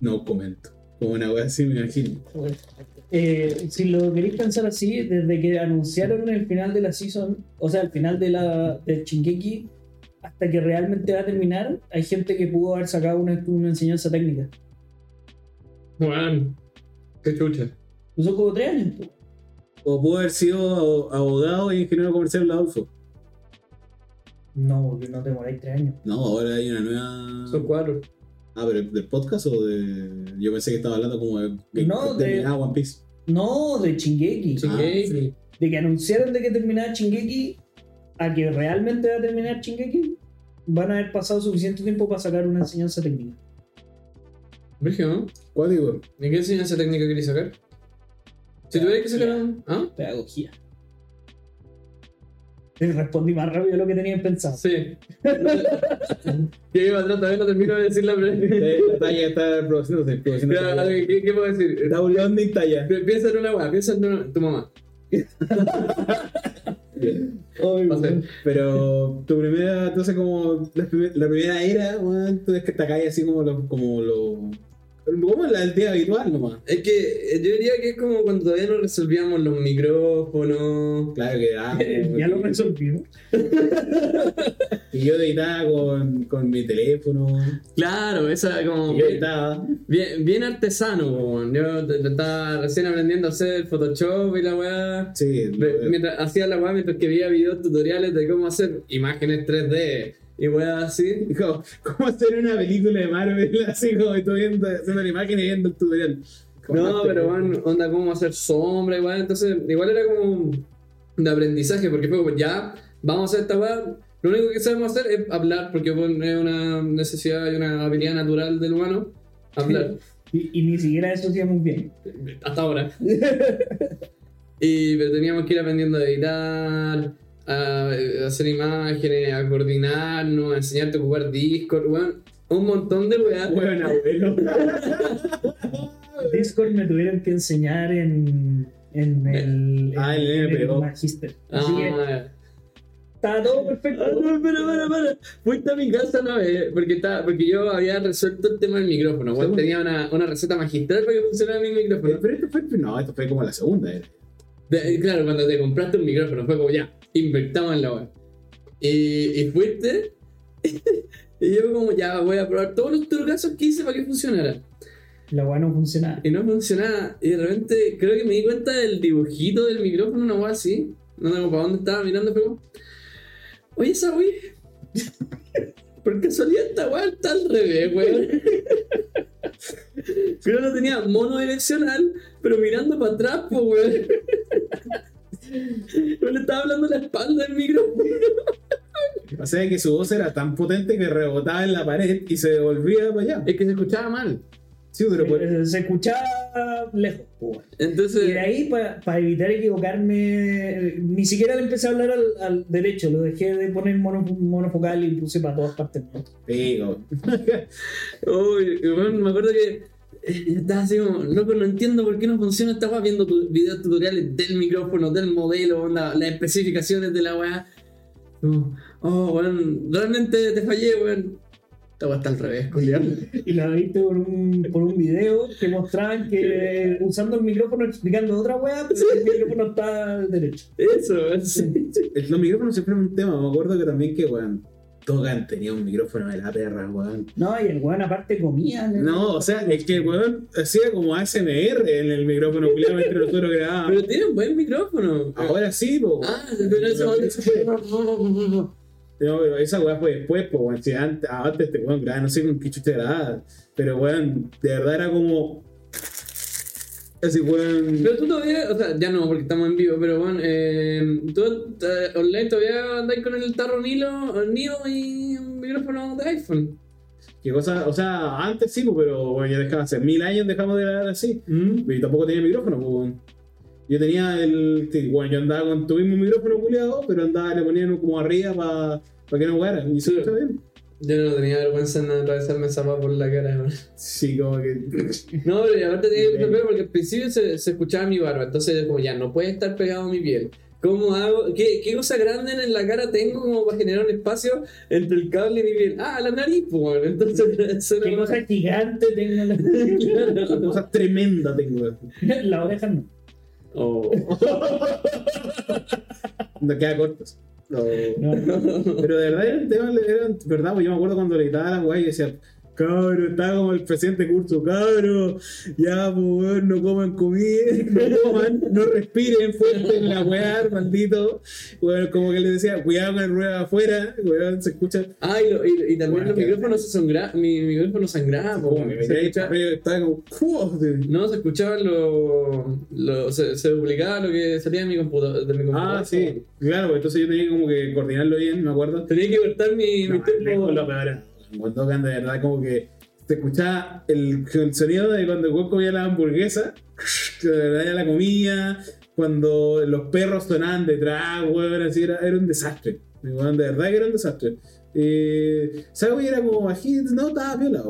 Speaker 1: no comento. Como una weá así, me imagino.
Speaker 3: Eh, si lo queréis pensar así, desde que anunciaron el final de la season, o sea, el final de la de Shingeki, hasta que realmente va a terminar, hay gente que pudo haber sacado una, una enseñanza técnica.
Speaker 2: Bueno, qué chucha.
Speaker 3: Pues son como tres años. po.
Speaker 1: O pudo haber sido abogado y ingeniero comercial de Adolfo.
Speaker 3: No, porque no te demoráis tres años.
Speaker 1: No, ahora hay una nueva...
Speaker 2: Son cuatro.
Speaker 1: Ah, pero ¿del podcast o de.? Yo pensé que estaba hablando como de. de-
Speaker 3: No,
Speaker 1: de.
Speaker 3: de-
Speaker 1: Ah, One Piece.
Speaker 3: No, de Shingeki.
Speaker 2: Sí,
Speaker 1: Ah,
Speaker 2: gay.
Speaker 1: sí.
Speaker 3: De que anunciaron de que terminaba Shingeki a que realmente va a terminar Shingeki, van a haber pasado suficiente tiempo para sacar una enseñanza técnica.
Speaker 2: Brígido, ¿no?
Speaker 1: ¿Cuál digo?
Speaker 2: ¿Y qué enseñanza técnica queréis sacar? Si tuvierais que sacar un. ¿Ah?
Speaker 3: Pedagogía. Eh, Respondí más rápido de lo que tenía pensado.
Speaker 2: Sí. Yo iba atrás, todavía no termino de decir la pregunta.
Speaker 1: Eh, La talla está produciéndose. produciéndose.
Speaker 2: Ya, ¿Qué, ¿Qué puedo decir?
Speaker 1: Está un de talla.
Speaker 2: Pi- Piensa en una weá, piensa en una- tu mamá.
Speaker 3: Ay,
Speaker 2: Va a ser.
Speaker 3: weón.
Speaker 1: Pero tu primera. Entonces, como. La, primer- la primera era, weón, tú ves que te caes así como lo. Como lo como la del día habitual nomás.
Speaker 2: Es que eh, yo diría que es como cuando todavía no resolvíamos los micrófonos.
Speaker 1: Claro que ah,
Speaker 3: ya lo resolvimos.
Speaker 1: Y yo editaba con, con mi teléfono.
Speaker 2: Claro, esa como.
Speaker 1: Y yo editaba.
Speaker 2: Bien, bien artesano, po, weón. Yo te- te estaba recién aprendiendo a hacer Photoshop y la weá.
Speaker 1: Sí. eh,
Speaker 2: Ve- Mientras hacía la weá, mientras que veía videos tutoriales de cómo hacer imágenes 3D y weá así.
Speaker 1: Como, ¿Cómo hacer una película de Marvel así como estoy viendo, haciendo la imagen y viendo el tutorial?
Speaker 2: No, pero bueno, onda cómo hacer sombra y weá. Entonces, igual era como un- de aprendizaje, porque fue como, ya, vamos a hacer esta weá. Lo único que sabemos hacer es hablar, porque bueno, es una necesidad y una habilidad natural del humano. Hablar.
Speaker 3: Y, y ni siquiera eso hacíamos bien.
Speaker 2: hasta ahora. y, pero teníamos que ir aprendiendo a editar, a, eh, hacer imágenes, a coordinarnos, a enseñarte a jugar Discord, weón. Un montón de weá.
Speaker 1: Bueno, "Ah, abuelo.
Speaker 3: Discord me tuvieron que enseñar en, en el,
Speaker 1: Ah,
Speaker 3: en
Speaker 1: el MPO.
Speaker 3: Magister. Así que
Speaker 2: Ah,
Speaker 3: estaba todo
Speaker 2: ah,
Speaker 3: perfecto.
Speaker 2: no, pero, pero, pero, fuiste a mi casa una vez, porque, estaba, porque yo había resuelto el tema del micrófono, weón.
Speaker 1: Sí.
Speaker 2: Tenía una, una receta magistral para que funcionara mi micrófono.
Speaker 1: Pero esto fue, no, esto fue como la segunda. eh.
Speaker 2: De- eh, claro, cuando te compraste un micrófono, fue como ya, inventamos en la web. Y, y fuiste. y yo, como ya, voy a probar todos los turgazos que hice para que funcionara.
Speaker 3: La weá no funcionaba.
Speaker 2: Y no funcionaba. Y de repente, creo que me di cuenta del dibujito del micrófono, una wea así. No tengo para dónde estaba mirando, fue como. Oye, esa wey. Por casualidad, esta wea está al revés, weón. Yo no tenía monodireccional, pero mirando para atrás, pues, weón. Yo le estaba hablando a la espalda del micrófono.
Speaker 1: O sea que su voz era tan potente que rebotaba en la pared y se devolvía para allá.
Speaker 2: Es que se escuchaba mal.
Speaker 1: Sí, pero por-
Speaker 3: Eh, Se escuchaba lejos. po, weón.
Speaker 2: Entonces.
Speaker 3: Y de ahí, para evitar equivocarme, eh, ni siquiera le empecé a hablar al, al derecho, lo dejé de poner mono, monofocal y puse para todas partes. ¿no?
Speaker 1: Digo,
Speaker 2: Uy, y bueno, me acuerdo que eh, estaba así como, loco, no entiendo por qué no funciona esta weá viendo tu- videos tutoriales del micrófono, del modelo, onda, las especificaciones de la weá. Como, oh, weón, realmente te fallé, weón. Esta weá está al revés, Julián.
Speaker 3: Y lo viste por un, por un video que mostraban que eh, usando el micrófono explicando otra wea, pero el micrófono está al derecho.
Speaker 2: Eso, weón, sí.
Speaker 1: el- los micrófonos siempre eran un tema. Me acuerdo que también que, bueno, Togan tenía un micrófono de la perra, weón.
Speaker 3: No, y el weón aparte comía. le-
Speaker 1: No, o sea, es que el weón hacía como ASMR en el micrófono culiado mientras nosotros
Speaker 2: Pero
Speaker 1: grabábamos.
Speaker 2: tiene un buen micrófono.
Speaker 1: Ahora sí, po.
Speaker 2: Ah, pero eso
Speaker 1: No, pero esa weá fue después, po, weón. Si antes, antes este weón grababa, no sé con qué chucha grababa. Pero weón, de verdad era como. Así weón.
Speaker 2: Pero tú todavía, o sea, ya no porque estamos en vivo, pero bueno, eh, tú eh, online todavía andáis con el tarro Nilo, Nilo y un micrófono de iPhone.
Speaker 1: ¿Qué cosa? O sea, antes sí, pues, pero bueno, ya dejaba, hace mil años dejamos de grabar así.
Speaker 3: Mm.
Speaker 1: Y tampoco tenía micrófono, pues, weón. Yo tenía el. sí, Bueno, yo andaba con tu mismo micrófono culiado, pero andaba, le ponían como arriba para que no jugaran. Y
Speaker 2: Sí.
Speaker 1: eso está bien.
Speaker 2: Yo no tenía vergüenza en atravesarme esa papa por la cara, weón.
Speaker 1: Sí, como que.
Speaker 2: No, pero aparte tenía
Speaker 1: Bien.
Speaker 2: que pelo porque al principio se, se escuchaba mi barba, entonces era como ya no puede estar pegado a mi piel. ¿Cómo hago? ¿Qué, qué cosa grande en la cara tengo como para generar un espacio entre el cable y mi piel? Ah, la nariz, pues. weón. Entonces, eso era
Speaker 3: Qué
Speaker 2: como-
Speaker 3: cosa gigante tengo la,
Speaker 1: Una cosa tremenda tengo.
Speaker 3: la oreja. No.
Speaker 2: Oh.
Speaker 1: No queda cortas. No.
Speaker 3: No,
Speaker 1: Pero de verdad, era un tema, era un- verdad, pues yo me acuerdo cuando le gritaba a la weá y decía, cabro, estaba como el presidente curso, cabro, ya, pues weón, no coman comida, no coman, no respiren fuerte en la weá, maldito. Bueno, como que le decía, cuidado con el ruido afuera, weón, se escucha.
Speaker 2: Ah, y, lo- y- y también
Speaker 1: Bueno,
Speaker 2: los
Speaker 1: qué
Speaker 2: micrófonos se sangra, mi, mi micrófono sangraba, po,
Speaker 1: Como que
Speaker 2: weón.
Speaker 1: me
Speaker 2: se
Speaker 1: caí,
Speaker 2: escucha-
Speaker 1: pero eh, estaba como, "Joder".
Speaker 2: No, se escuchaban lo, lo- se, se duplicaba lo que salía de mi computador. De mi computador
Speaker 1: Ah, sí, claro, entonces yo tenía como que coordinarlo bien, me acuerdo.
Speaker 2: Tenía que cortar mi, mi
Speaker 1: No, lejos lo
Speaker 2: tiempo.
Speaker 1: peor. Cuando tocan de verdad como que te escuchaba el, el sonido de cuando el hueco comía la hamburguesa, que de verdad ya la comía, cuando los perros sonaban detrás, weón, así era, era un desastre. Weón, de verdad que era un desastre. Eh, Sawi era como bajito, no, estaba viola,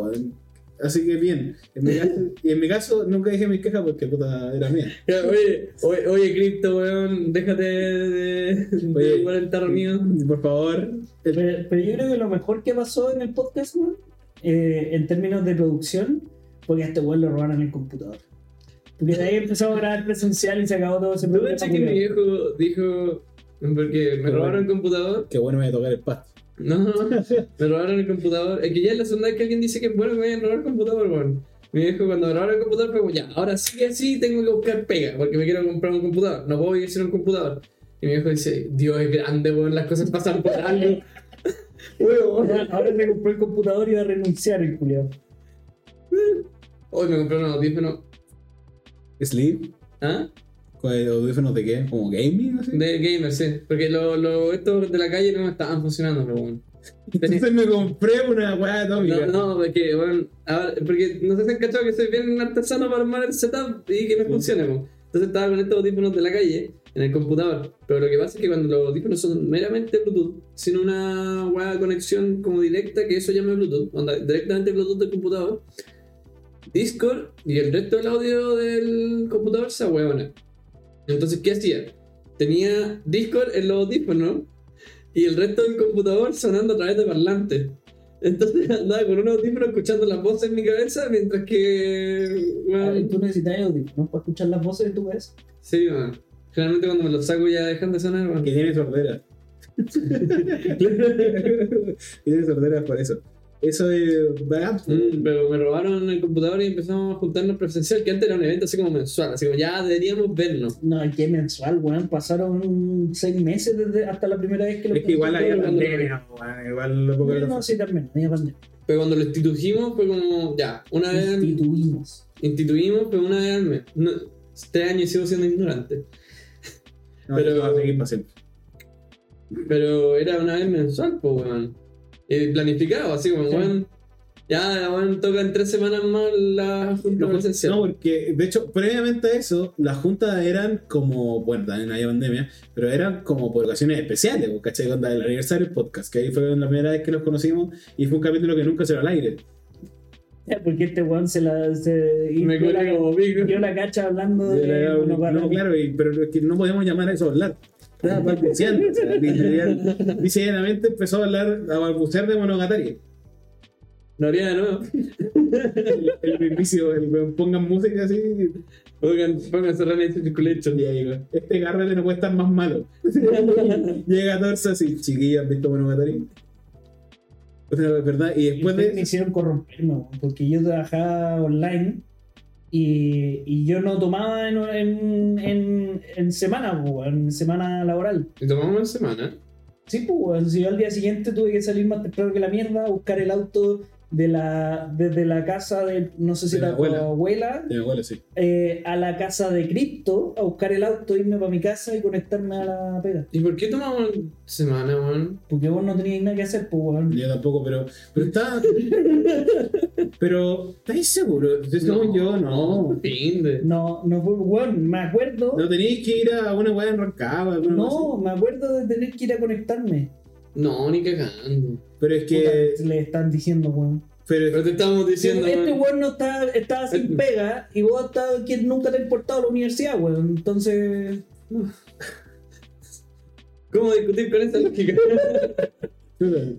Speaker 1: Así que bien, en mi, caso, y en mi caso nunca dije mis quejas porque puta era mía.
Speaker 2: Ya, Oye, oye, oye, Crypto, weón, déjate de, de
Speaker 1: Oye,
Speaker 2: jugar el tarro mío.
Speaker 1: Por favor, el-
Speaker 3: Pero, pero yo creo que lo mejor que pasó en el podcast, weón, eh, en términos de producción, porque a este weón lo robaron el computador. Porque de ahí empezamos a grabar presencial y se acabó todo ese
Speaker 2: ¿Tú
Speaker 3: problema.
Speaker 2: caché que mi
Speaker 3: culiao.
Speaker 2: viejo dijo, porque me
Speaker 1: Qué
Speaker 2: robaron el
Speaker 1: bueno.
Speaker 2: computador?
Speaker 1: qué bueno me voy a tocar el pasto.
Speaker 2: No, me robaron el computador. Es que ya es la segunda vez que alguien dice que es bueno que me hayan robado el computador, weón. Mi viejo cuando me robaron el computador fue como, ya, ahora sí que sí tengo que buscar pega, porque me quiero comprar un computador. No puedo vivir sin un computador. Y mi viejo dice, Dios es grande, weón, las cosas pasan por algo. Weón.
Speaker 3: Ahora- Ahora me compró el computador y va a renunciar el culiao.
Speaker 2: Hoy me compré unos audífonos.
Speaker 1: Sleep,
Speaker 2: ¿Ah?
Speaker 1: con audífonos de qué, como gaming, así.
Speaker 2: De gamer, sí. Porque lo, lo, estos de la calle no me estaban funcionando, pero bueno.
Speaker 1: Entonces me compré una weá atómica.
Speaker 2: No, no, porque, bueno, ahora, porque no sé si han cachado que soy bien artesano para armar el setup y que me funcione, po. Entonces estaba con estos audífonos de la calle, en el computador. Pero lo que pasa es que cuando los audífonos son meramente Bluetooth, sin una weá conexión como directa, que eso llame Bluetooth, onda, directamente Bluetooth del computador, Discord y el resto del audio del computador se ahueona. Entonces, ¿qué hacía? Tenía Discord en los audífonos y el resto del computador sonando a través de parlantes. Entonces andaba con un audífono escuchando las voces en mi cabeza mientras que.
Speaker 3: Ah,
Speaker 2: Bueno,
Speaker 3: Tú necesitas audífonos para escuchar las voces de tu cabeza.
Speaker 2: sí, bueno. Generalmente cuando me los saco ya dejan de sonar, bueno.
Speaker 1: Que tiene sordera. tiene sordera por eso. Eso es bacán, po.
Speaker 2: Mm, pero me robaron el computador y empezamos a juntarnos presencial, que antes era un evento así como mensual, así como ya deberíamos vernos.
Speaker 3: No, qué mensual, weón. Pasaron seis meses desde hasta la primera vez que lo
Speaker 1: Es que igual había
Speaker 2: cuando-
Speaker 1: pandemia, po, weón, igual lo poco
Speaker 3: No, no, sí, también. Había pandemia.
Speaker 2: Pero cuando lo instituimos fue como, ya, una vez al-
Speaker 3: Instituimos.
Speaker 2: instituimos, pero una vez al mes. No, tres años sigo siendo ignorante.
Speaker 1: No,
Speaker 2: pero-
Speaker 1: eso va a seguir para siempre.
Speaker 2: Pero era una vez mensual, pues, weón. Eh, planificado, así como,
Speaker 3: Sí.
Speaker 2: weón. Ya, weón, tocan tres semanas más la junta
Speaker 1: No,
Speaker 2: presencial.
Speaker 1: no, porque de hecho, previamente a eso, las juntas eran como, bueno, también había pandemia, pero eran como por ocasiones especiales, po, ¿cachai? Onda, el aniversario del podcast, que ahí fue la primera vez que nos conocimos y fue un capítulo que nunca se va al aire.
Speaker 3: Ya, Porque este weón se la. Se, y
Speaker 2: me
Speaker 3: dio
Speaker 2: corre
Speaker 3: la,
Speaker 2: como pico.
Speaker 3: dio la cacha hablando
Speaker 1: Yo le
Speaker 3: de.
Speaker 1: hago un-
Speaker 3: monoparra.
Speaker 1: no, claro, y- pero es que no podemos llamar a eso hablar. Estaba balbuceando. o sea, literal- Dice llanamente empezó a hablar, a balbucear de Monogatari.
Speaker 2: No haría de nuevo.
Speaker 1: El, el mismo, el weón, pongan música así.
Speaker 2: Oigan, pónganse René Circulation.
Speaker 1: Y ahí va. Este garrete no puede estar más malo. Llega a Torso así, chiquillos, ¿han visto Monogatari? O sea, es verdad. Y después
Speaker 3: Ustedes me
Speaker 1: de.
Speaker 3: hicieron corromperme, weón, porque yo trabajaba online y, y yo no tomaba en, en, en, en semana, po, weón, en semana laboral.
Speaker 2: Y tomamos una semana.
Speaker 3: Sí, pues, weón, si yo al día siguiente tuve que salir más temprano que la mierda, a buscar el auto de la, desde la casa de, no sé si
Speaker 1: De la
Speaker 3: era tu
Speaker 1: abuela.
Speaker 3: abuela,
Speaker 1: Ya, bueno, sí.
Speaker 3: eh, a la casa de Cripto, a buscar el auto, irme para mi casa y conectarme a la pega.
Speaker 2: ¿Y por qué tomamos una semana, weón?
Speaker 3: Porque vos no tenías nada que hacer, pues, weón.
Speaker 1: Yo tampoco, pero. Pero está. pero. ¿Estáis seguro? Yo, Pues Según yo, no.
Speaker 2: Fin de.
Speaker 3: No, no fue, weón, me acuerdo.
Speaker 1: No tenéis que ir a una weá en Rancagua, alguna cosa
Speaker 3: No, me acuerdo de tener que ir a conectarme.
Speaker 2: No, ni cagando.
Speaker 1: así. Pero es que.
Speaker 3: Puta, le están diciendo, weón.
Speaker 1: Pero,
Speaker 2: Pero te estábamos diciendo.
Speaker 3: este
Speaker 2: weón,
Speaker 3: weón no está, estaba
Speaker 1: Eh,
Speaker 3: sin pega y vos estabas que nunca te has portado a la universidad, weón. Entonces.
Speaker 2: ¿Cómo discutir con esta lógica?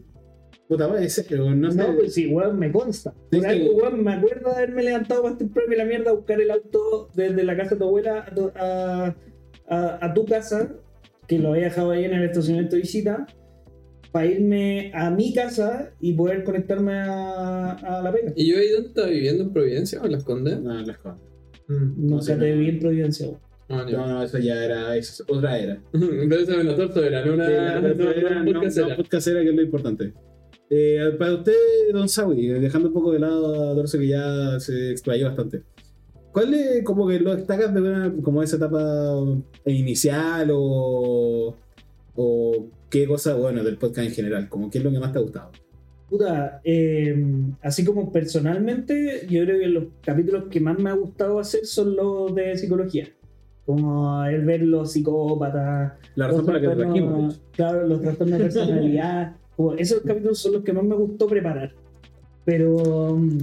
Speaker 1: Puta, va, es serio, no sé.
Speaker 3: No, pues sí, weón, me consta. Por
Speaker 1: Sí,
Speaker 3: algo,
Speaker 1: sí.
Speaker 3: weón, me acuerdo de haberme levantado para temprano y la mierda a buscar el auto desde la casa de tu abuela a tu, a, a- a tu casa, que lo había dejado ahí en el estacionamiento de visita, para irme a mi casa y poder conectarme a, a la pega.
Speaker 2: ¿Y yo ahí dónde estaba viviendo? ¿En Providencia o en Las Condes?
Speaker 1: No, las cosas.
Speaker 2: Mm.
Speaker 3: No
Speaker 1: No sé,
Speaker 3: sé, te
Speaker 1: no.
Speaker 3: vi en Providencia, weón.
Speaker 2: Ah, ya.
Speaker 1: No, no, eso ya era. Eso es otra era.
Speaker 2: Entonces, bueno, torta era, no
Speaker 1: Sí, la
Speaker 2: una. No,
Speaker 1: verdadera,
Speaker 2: no,
Speaker 1: no,
Speaker 2: un podcast
Speaker 1: no, pues.
Speaker 2: era.
Speaker 1: podcastera, que es lo importante. Eh, para usted, Don Sawi, eh, dejando un poco de lado a Dorso que ya se explayó bastante. ¿Cuál es como que lo destacas de una, como esa etapa inicial o, o qué cosa, bueno, del podcast en general? Como qué es lo que más te ha gustado.
Speaker 3: Puta, eh, así como personalmente, yo creo que los capítulos que más me ha gustado hacer son los de psicología. Como el ver los psicópatas.
Speaker 1: La razón
Speaker 3: los
Speaker 1: por la que te
Speaker 3: trastornos-
Speaker 1: trajimos, de hecho.
Speaker 3: Claro, los trastornos de personalidad. como esos capítulos son los que más me gustó preparar. Pero mm,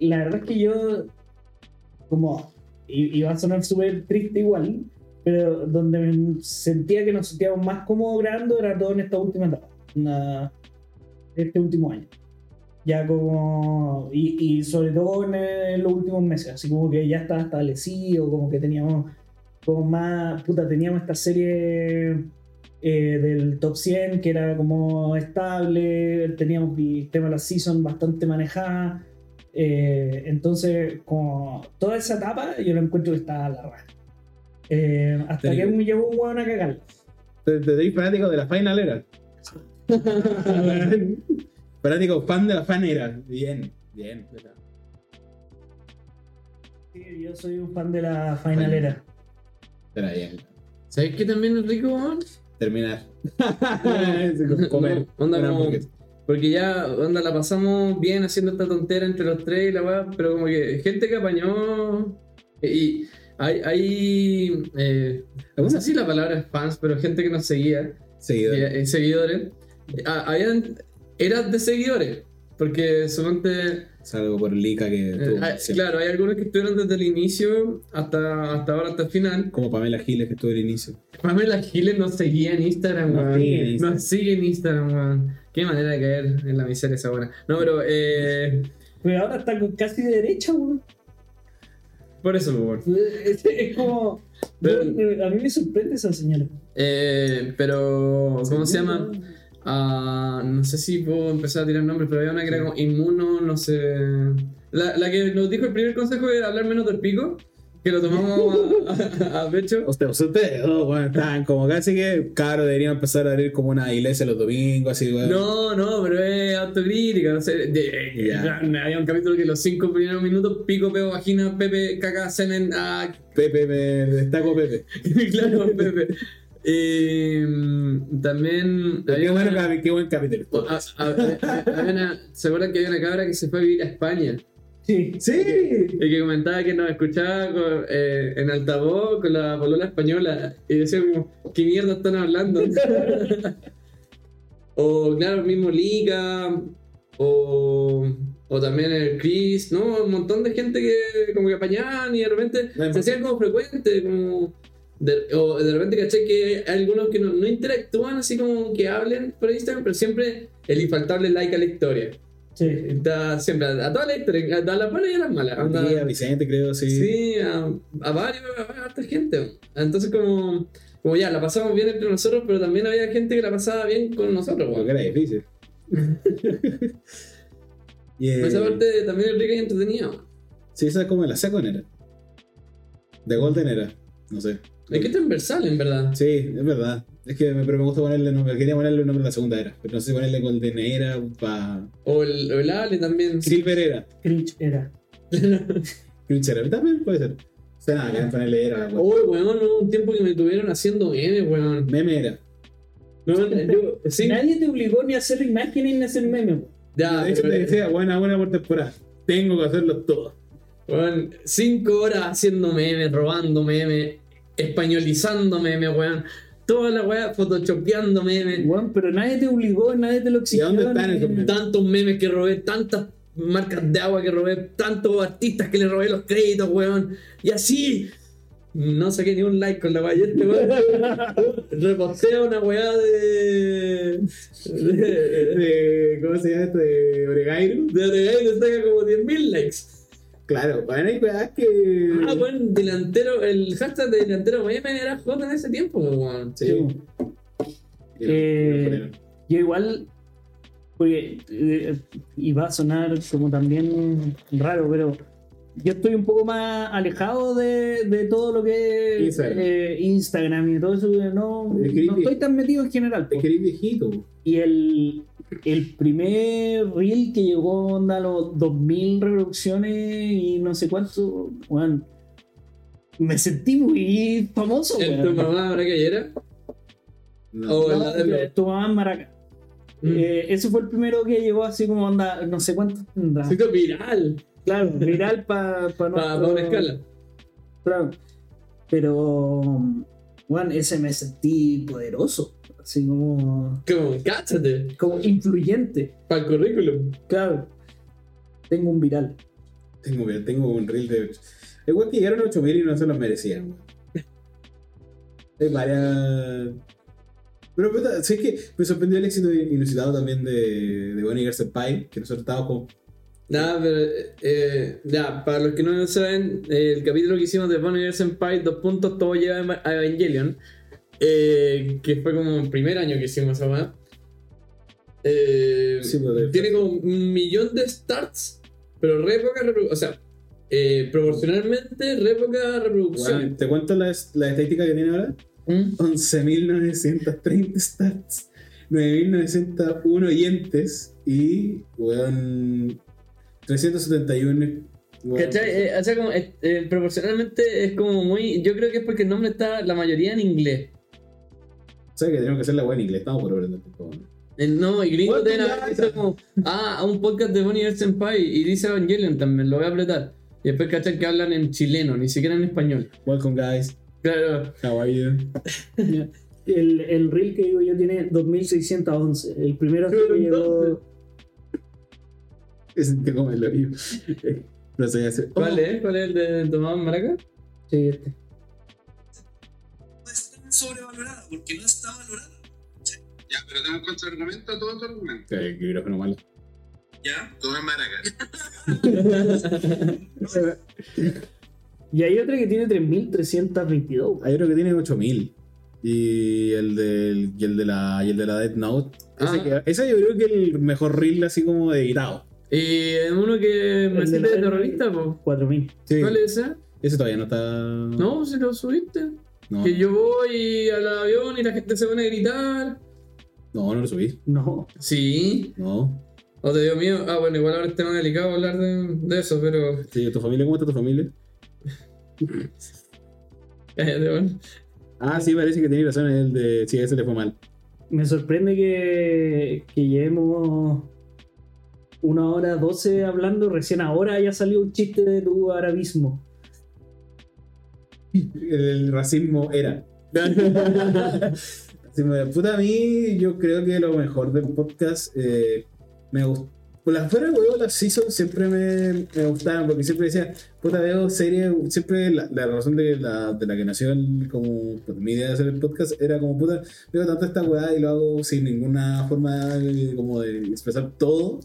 Speaker 3: la verdad es que yo, como, y, y va a sonar súper triste igual, pero donde me sentía que nos sentíamos más cómodos grabando era todo en esta última etapa, una- este último año. Ya como, y, y sobre todo en, eh, los últimos meses, así como que ya estaba establecido, como que teníamos como más, puta, teníamos esta serie eh, del top 100 que era como estable, teníamos el tema de la season bastante manejada, eh, entonces como toda esa etapa yo la encuentro que está a la raja. Eh, hasta que
Speaker 1: Terrible.
Speaker 3: me llegó un hueón a cagarla.
Speaker 1: Te, te doy fanático de la final era. fanático fan de la fan era. Bien, bien.
Speaker 3: Sí, yo soy un fan de la finalera.
Speaker 1: Era bien.
Speaker 2: ¿Sabes qué también es rico, weón?
Speaker 1: Terminar.
Speaker 2: No,
Speaker 1: Comer.
Speaker 2: onda
Speaker 1: Una
Speaker 2: como-
Speaker 1: hamburguesa.
Speaker 2: Porque ya, onda, la pasamos bien haciendo esta tontera entre los tres y la weá, pero como que gente que apañó. eh, Y hay. hay eh, no sé si la palabra es fans, pero gente que nos seguía,
Speaker 1: Seguidor.
Speaker 2: eh, eh, seguidores. Ah, habían. Eras de seguidores, porque suponte.
Speaker 1: Salvo por Lika que
Speaker 2: eh,
Speaker 1: estuvo
Speaker 2: hay-
Speaker 1: siempre.
Speaker 2: claro, hay algunos que estuvieron desde el inicio hasta, hasta ahora, hasta el final.
Speaker 1: Como Pamela Giles que estuvo en el inicio.
Speaker 2: Pamela Giles nos seguía en Instagram, weón.
Speaker 1: No, sí,
Speaker 2: Nos sigue en Instagram, weón. Qué manera de caer en la miseria esa buena. No, pero eh,
Speaker 3: Pero Pues ahora está con- casi de derecha, weón.
Speaker 2: por eso, por favor.
Speaker 3: Es, es como.
Speaker 2: Pero-
Speaker 3: a mí me sorprende esa señora.
Speaker 2: Eh, pero, ¿cómo se llama? Ah, no sé si puedo empezar a tirar nombres, pero había una que era como inmuno, no sé. La, la que nos dijo el primer consejo era hablar menos del pico, que lo tomamos a, a- a pecho.
Speaker 1: O sea, ustedes dos, bueno, están como casi que, claro, deberían empezar a abrir como una iglesia los domingos, así, weón.
Speaker 2: No, no, pero es autocrítica. No sé, de- de-
Speaker 1: Ya.
Speaker 2: de- había un capítulo que los cinco primeros minutos, pico, peo, vagina, pepe, caca, semen, ah,
Speaker 1: Pepe, me destaco Pepe.
Speaker 2: claro, Pepe. Eh, también.
Speaker 1: Qué,
Speaker 2: había
Speaker 1: bueno,
Speaker 2: una-
Speaker 1: capi- qué buen capítulo.
Speaker 2: a- a- a- había una- ¿Se acuerdan que había una cabra que se fue a vivir a España?
Speaker 3: Sí.
Speaker 1: Sí.
Speaker 2: Y que comentaba que nos escuchaba con- eh, en altavoz con la polola española. Y decía como, ¿qué mierda están hablando? o claro, el mismo Liga. O, o también el Chris, ¿no? Un montón de gente que como que apañaban y de repente
Speaker 1: No hay
Speaker 2: se hacían como frecuentes, como... de- o de repente caché que hay algunos que no, no interactúan así como que hablen por Instagram, pero siempre el infaltable like a la historia.
Speaker 3: Sí.
Speaker 2: Está siempre a, a toda la historia, a, a las buenas y a las malas. Onda-
Speaker 1: Andía, Vicente, creo, sí.
Speaker 2: Sí, a, a varios, a, a harta gente. Entonces, como, como ya, la pasamos bien entre nosotros, pero también había gente que la pasaba bien con nosotros, weón.
Speaker 1: Porque era difícil. Y, eh,
Speaker 2: Esa parte también es rica y entretenida. man.
Speaker 1: Sí, esa es como de la second era. De Golden era. No sé.
Speaker 2: Es que es transversal, en verdad.
Speaker 1: Sí, es verdad. Es que me, pero me gusta ponerle nombre. Quería ponerle un nombre a la segunda era. Pero no sé si ponerle Golden era para.
Speaker 2: O el, o el Ale también.
Speaker 1: Silver era.
Speaker 3: Cringe era.
Speaker 1: Grinch era. También puede ser. O sea, nada, querían ponerle era. weón.
Speaker 2: Oh, weón, hubo un tiempo que me tuvieron haciendo memes, weón.
Speaker 1: Meme era.
Speaker 2: Weón, yo, sí.
Speaker 3: Nadie te obligó ni a hacer imágenes ni a hacer memes. po.
Speaker 2: Ya,
Speaker 1: De hecho, te
Speaker 2: pero-
Speaker 1: decía, buena, buena por temporada. Tengo que hacerlo todo.
Speaker 2: Weón, cinco horas haciendo memes, robando memes, españolizando memes, weón. Toda la weá, photoshopeando memes.
Speaker 3: Weón, pero nadie te obligó, nadie te lo exigió.
Speaker 1: dónde están
Speaker 3: nadie-
Speaker 1: esos memes?
Speaker 2: Tantos memes que robé, tantas marcas de agua que robé, tantos artistas que le robé los créditos, weón. Y así. No saqué ni un like con la weá. Yo este weón repostea una weá de. de.
Speaker 1: De- ¿Cómo se llama esto? De Oregairo.
Speaker 2: de Oregón y le saca como 10.000 likes.
Speaker 1: Claro, bueno, hay weas que.
Speaker 2: Ah, weón, delantero. El hashtag de delantero meme era hot en ese tiempo, weón.
Speaker 1: Sí. Y lo- y lo
Speaker 3: Eh,
Speaker 1: ponieron.
Speaker 3: Yo igual, porque eh, y va a sonar como también raro, pero yo estoy un poco más alejado de, de todo lo que es
Speaker 1: Instagram.
Speaker 3: eh, Instagram y todo eso, no, no
Speaker 1: Es creepy.
Speaker 3: estoy tan metido en general. po.
Speaker 1: Es que eres viejito. po.
Speaker 3: Y el, el primer reel que llegó onda, a los 2000 reproducciones y no sé cuánto, weón, me sentí muy famoso.
Speaker 2: ¿El tu
Speaker 3: weón.
Speaker 2: mamá ahora que era?
Speaker 1: No.
Speaker 2: Oh,
Speaker 3: No,
Speaker 2: la de los-
Speaker 3: tu mamá en Maraca.
Speaker 2: Mm.
Speaker 3: Eh, ese fue el primero que llegó así como onda, no sé cuánto tendrá.
Speaker 2: Mm. Se hizo viral
Speaker 3: Claro, viral para pa
Speaker 2: para
Speaker 3: nuestro-
Speaker 2: una escala.
Speaker 3: Claro. Pero, bueno, ese me sentí poderoso, así como,
Speaker 2: Como, cáchate,
Speaker 3: como influyente.
Speaker 2: para el currículum.
Speaker 3: Claro, tengo un viral.
Speaker 1: Tengo, mira, tengo un reel de. Es weón que llegaron a 8000 y no se los merecían, weón. Hay varias. Pero, puta, ¿sabes qué? Me sorprendió el éxito inusitado también de, de Bonnie Girl Senpai, que nosotros estábamos como.
Speaker 2: Nada, pero. Eh, ya, para los que no lo saben, eh, el capítulo que hicimos de Bonnie and Senpai, dos puntos, todo lleva a Ema- a Evangelion. eh, que fue como el primer año que hicimos esa weá. Eh,
Speaker 1: Sí, pues, de-
Speaker 2: tiene como un millón de starts, pero re poca reprodu- O sea, eh, proporcionalmente, re poca
Speaker 1: Weón,
Speaker 2: reproducción. ¿Mm?
Speaker 1: ¿Te cuento la, la estadística que tiene ahora? 11.930 stats, 9.901 oyentes y, weón, 371. weón. pues,
Speaker 2: ¿Cachai? Eh, o sea, como, eh, eh, proporcionalmente es como muy. Yo creo que es porque el nombre está la mayoría en inglés.
Speaker 1: ¿Sabes que tenemos que hacer la weá en inglés? Estamos por aprender, por favor.
Speaker 2: El no, y gringo
Speaker 1: Bueno,
Speaker 2: deben
Speaker 1: ya,
Speaker 2: haber visto
Speaker 1: ya.
Speaker 2: como. Ah, un podcast de Bonnie and Senpai y dice Evangelion también, lo voy a apretar. Y después cachan que hablan en chileno, ni siquiera en español.
Speaker 1: Welcome, guys.
Speaker 2: Claro,
Speaker 1: How are you?
Speaker 3: El, el reel que digo yo tiene 2611. El primero que
Speaker 2: Pero
Speaker 3: llegó.
Speaker 2: entonces-
Speaker 1: Es que como el oído. No sé hacer.
Speaker 2: ¿cuál es? ¿Cuál es el de Tomás Maraca?
Speaker 3: Sí, este.
Speaker 5: está sobrevalorada porque no está valorada.
Speaker 6: Ya, pero tengo un contraargumento a todo tu argumento.
Speaker 1: Que el micrófono malo.
Speaker 5: ¿Ya?
Speaker 6: Todo es maraca.
Speaker 3: Y hay otra que tiene 3322.
Speaker 1: Hay uno que tiene 8000. Y el, del, y el de la y el de la Death Note. Ese,
Speaker 2: Ah.
Speaker 1: que- ese yo creo que es el mejor reel así como de editado.
Speaker 2: Y eh, uno que me
Speaker 3: El de la-
Speaker 2: sale de terrorista, po.
Speaker 3: 4000.
Speaker 1: Sí.
Speaker 2: ¿Cuál es ese?
Speaker 1: Ese todavía no está.
Speaker 2: No, si lo subiste.
Speaker 1: No,
Speaker 2: Que yo voy al avión y la gente se pone a gritar.
Speaker 1: no, no lo subí.
Speaker 3: No.
Speaker 2: Sí.
Speaker 1: No.
Speaker 2: O te dio miedo. Ah, bueno, igual ahora es tema delicado hablar de, de eso, pero.
Speaker 1: Sí, ¿Tu familia? ¿Cómo está tu familia?
Speaker 2: Cállate, bueno.
Speaker 1: Ah, sí, parece que tiene razón el de. Sí, ese le fue mal.
Speaker 3: Me sorprende que, que llevemos una hora doce hablando. Recién ahora ya salió un chiste de tu arabismo.
Speaker 1: El racismo era. racismo era. Puta, a mí yo creo que lo mejor del podcast eh, me gustó. Las fuera de huevo, las seasons siempre me, me gustaron porque siempre decía, puta, veo series. Siempre la, la razón de la, de la que nació el- como pues, mi idea de hacer el podcast era como, puta, veo tanto esta weá y lo hago sin ninguna forma de- como de expresar todo.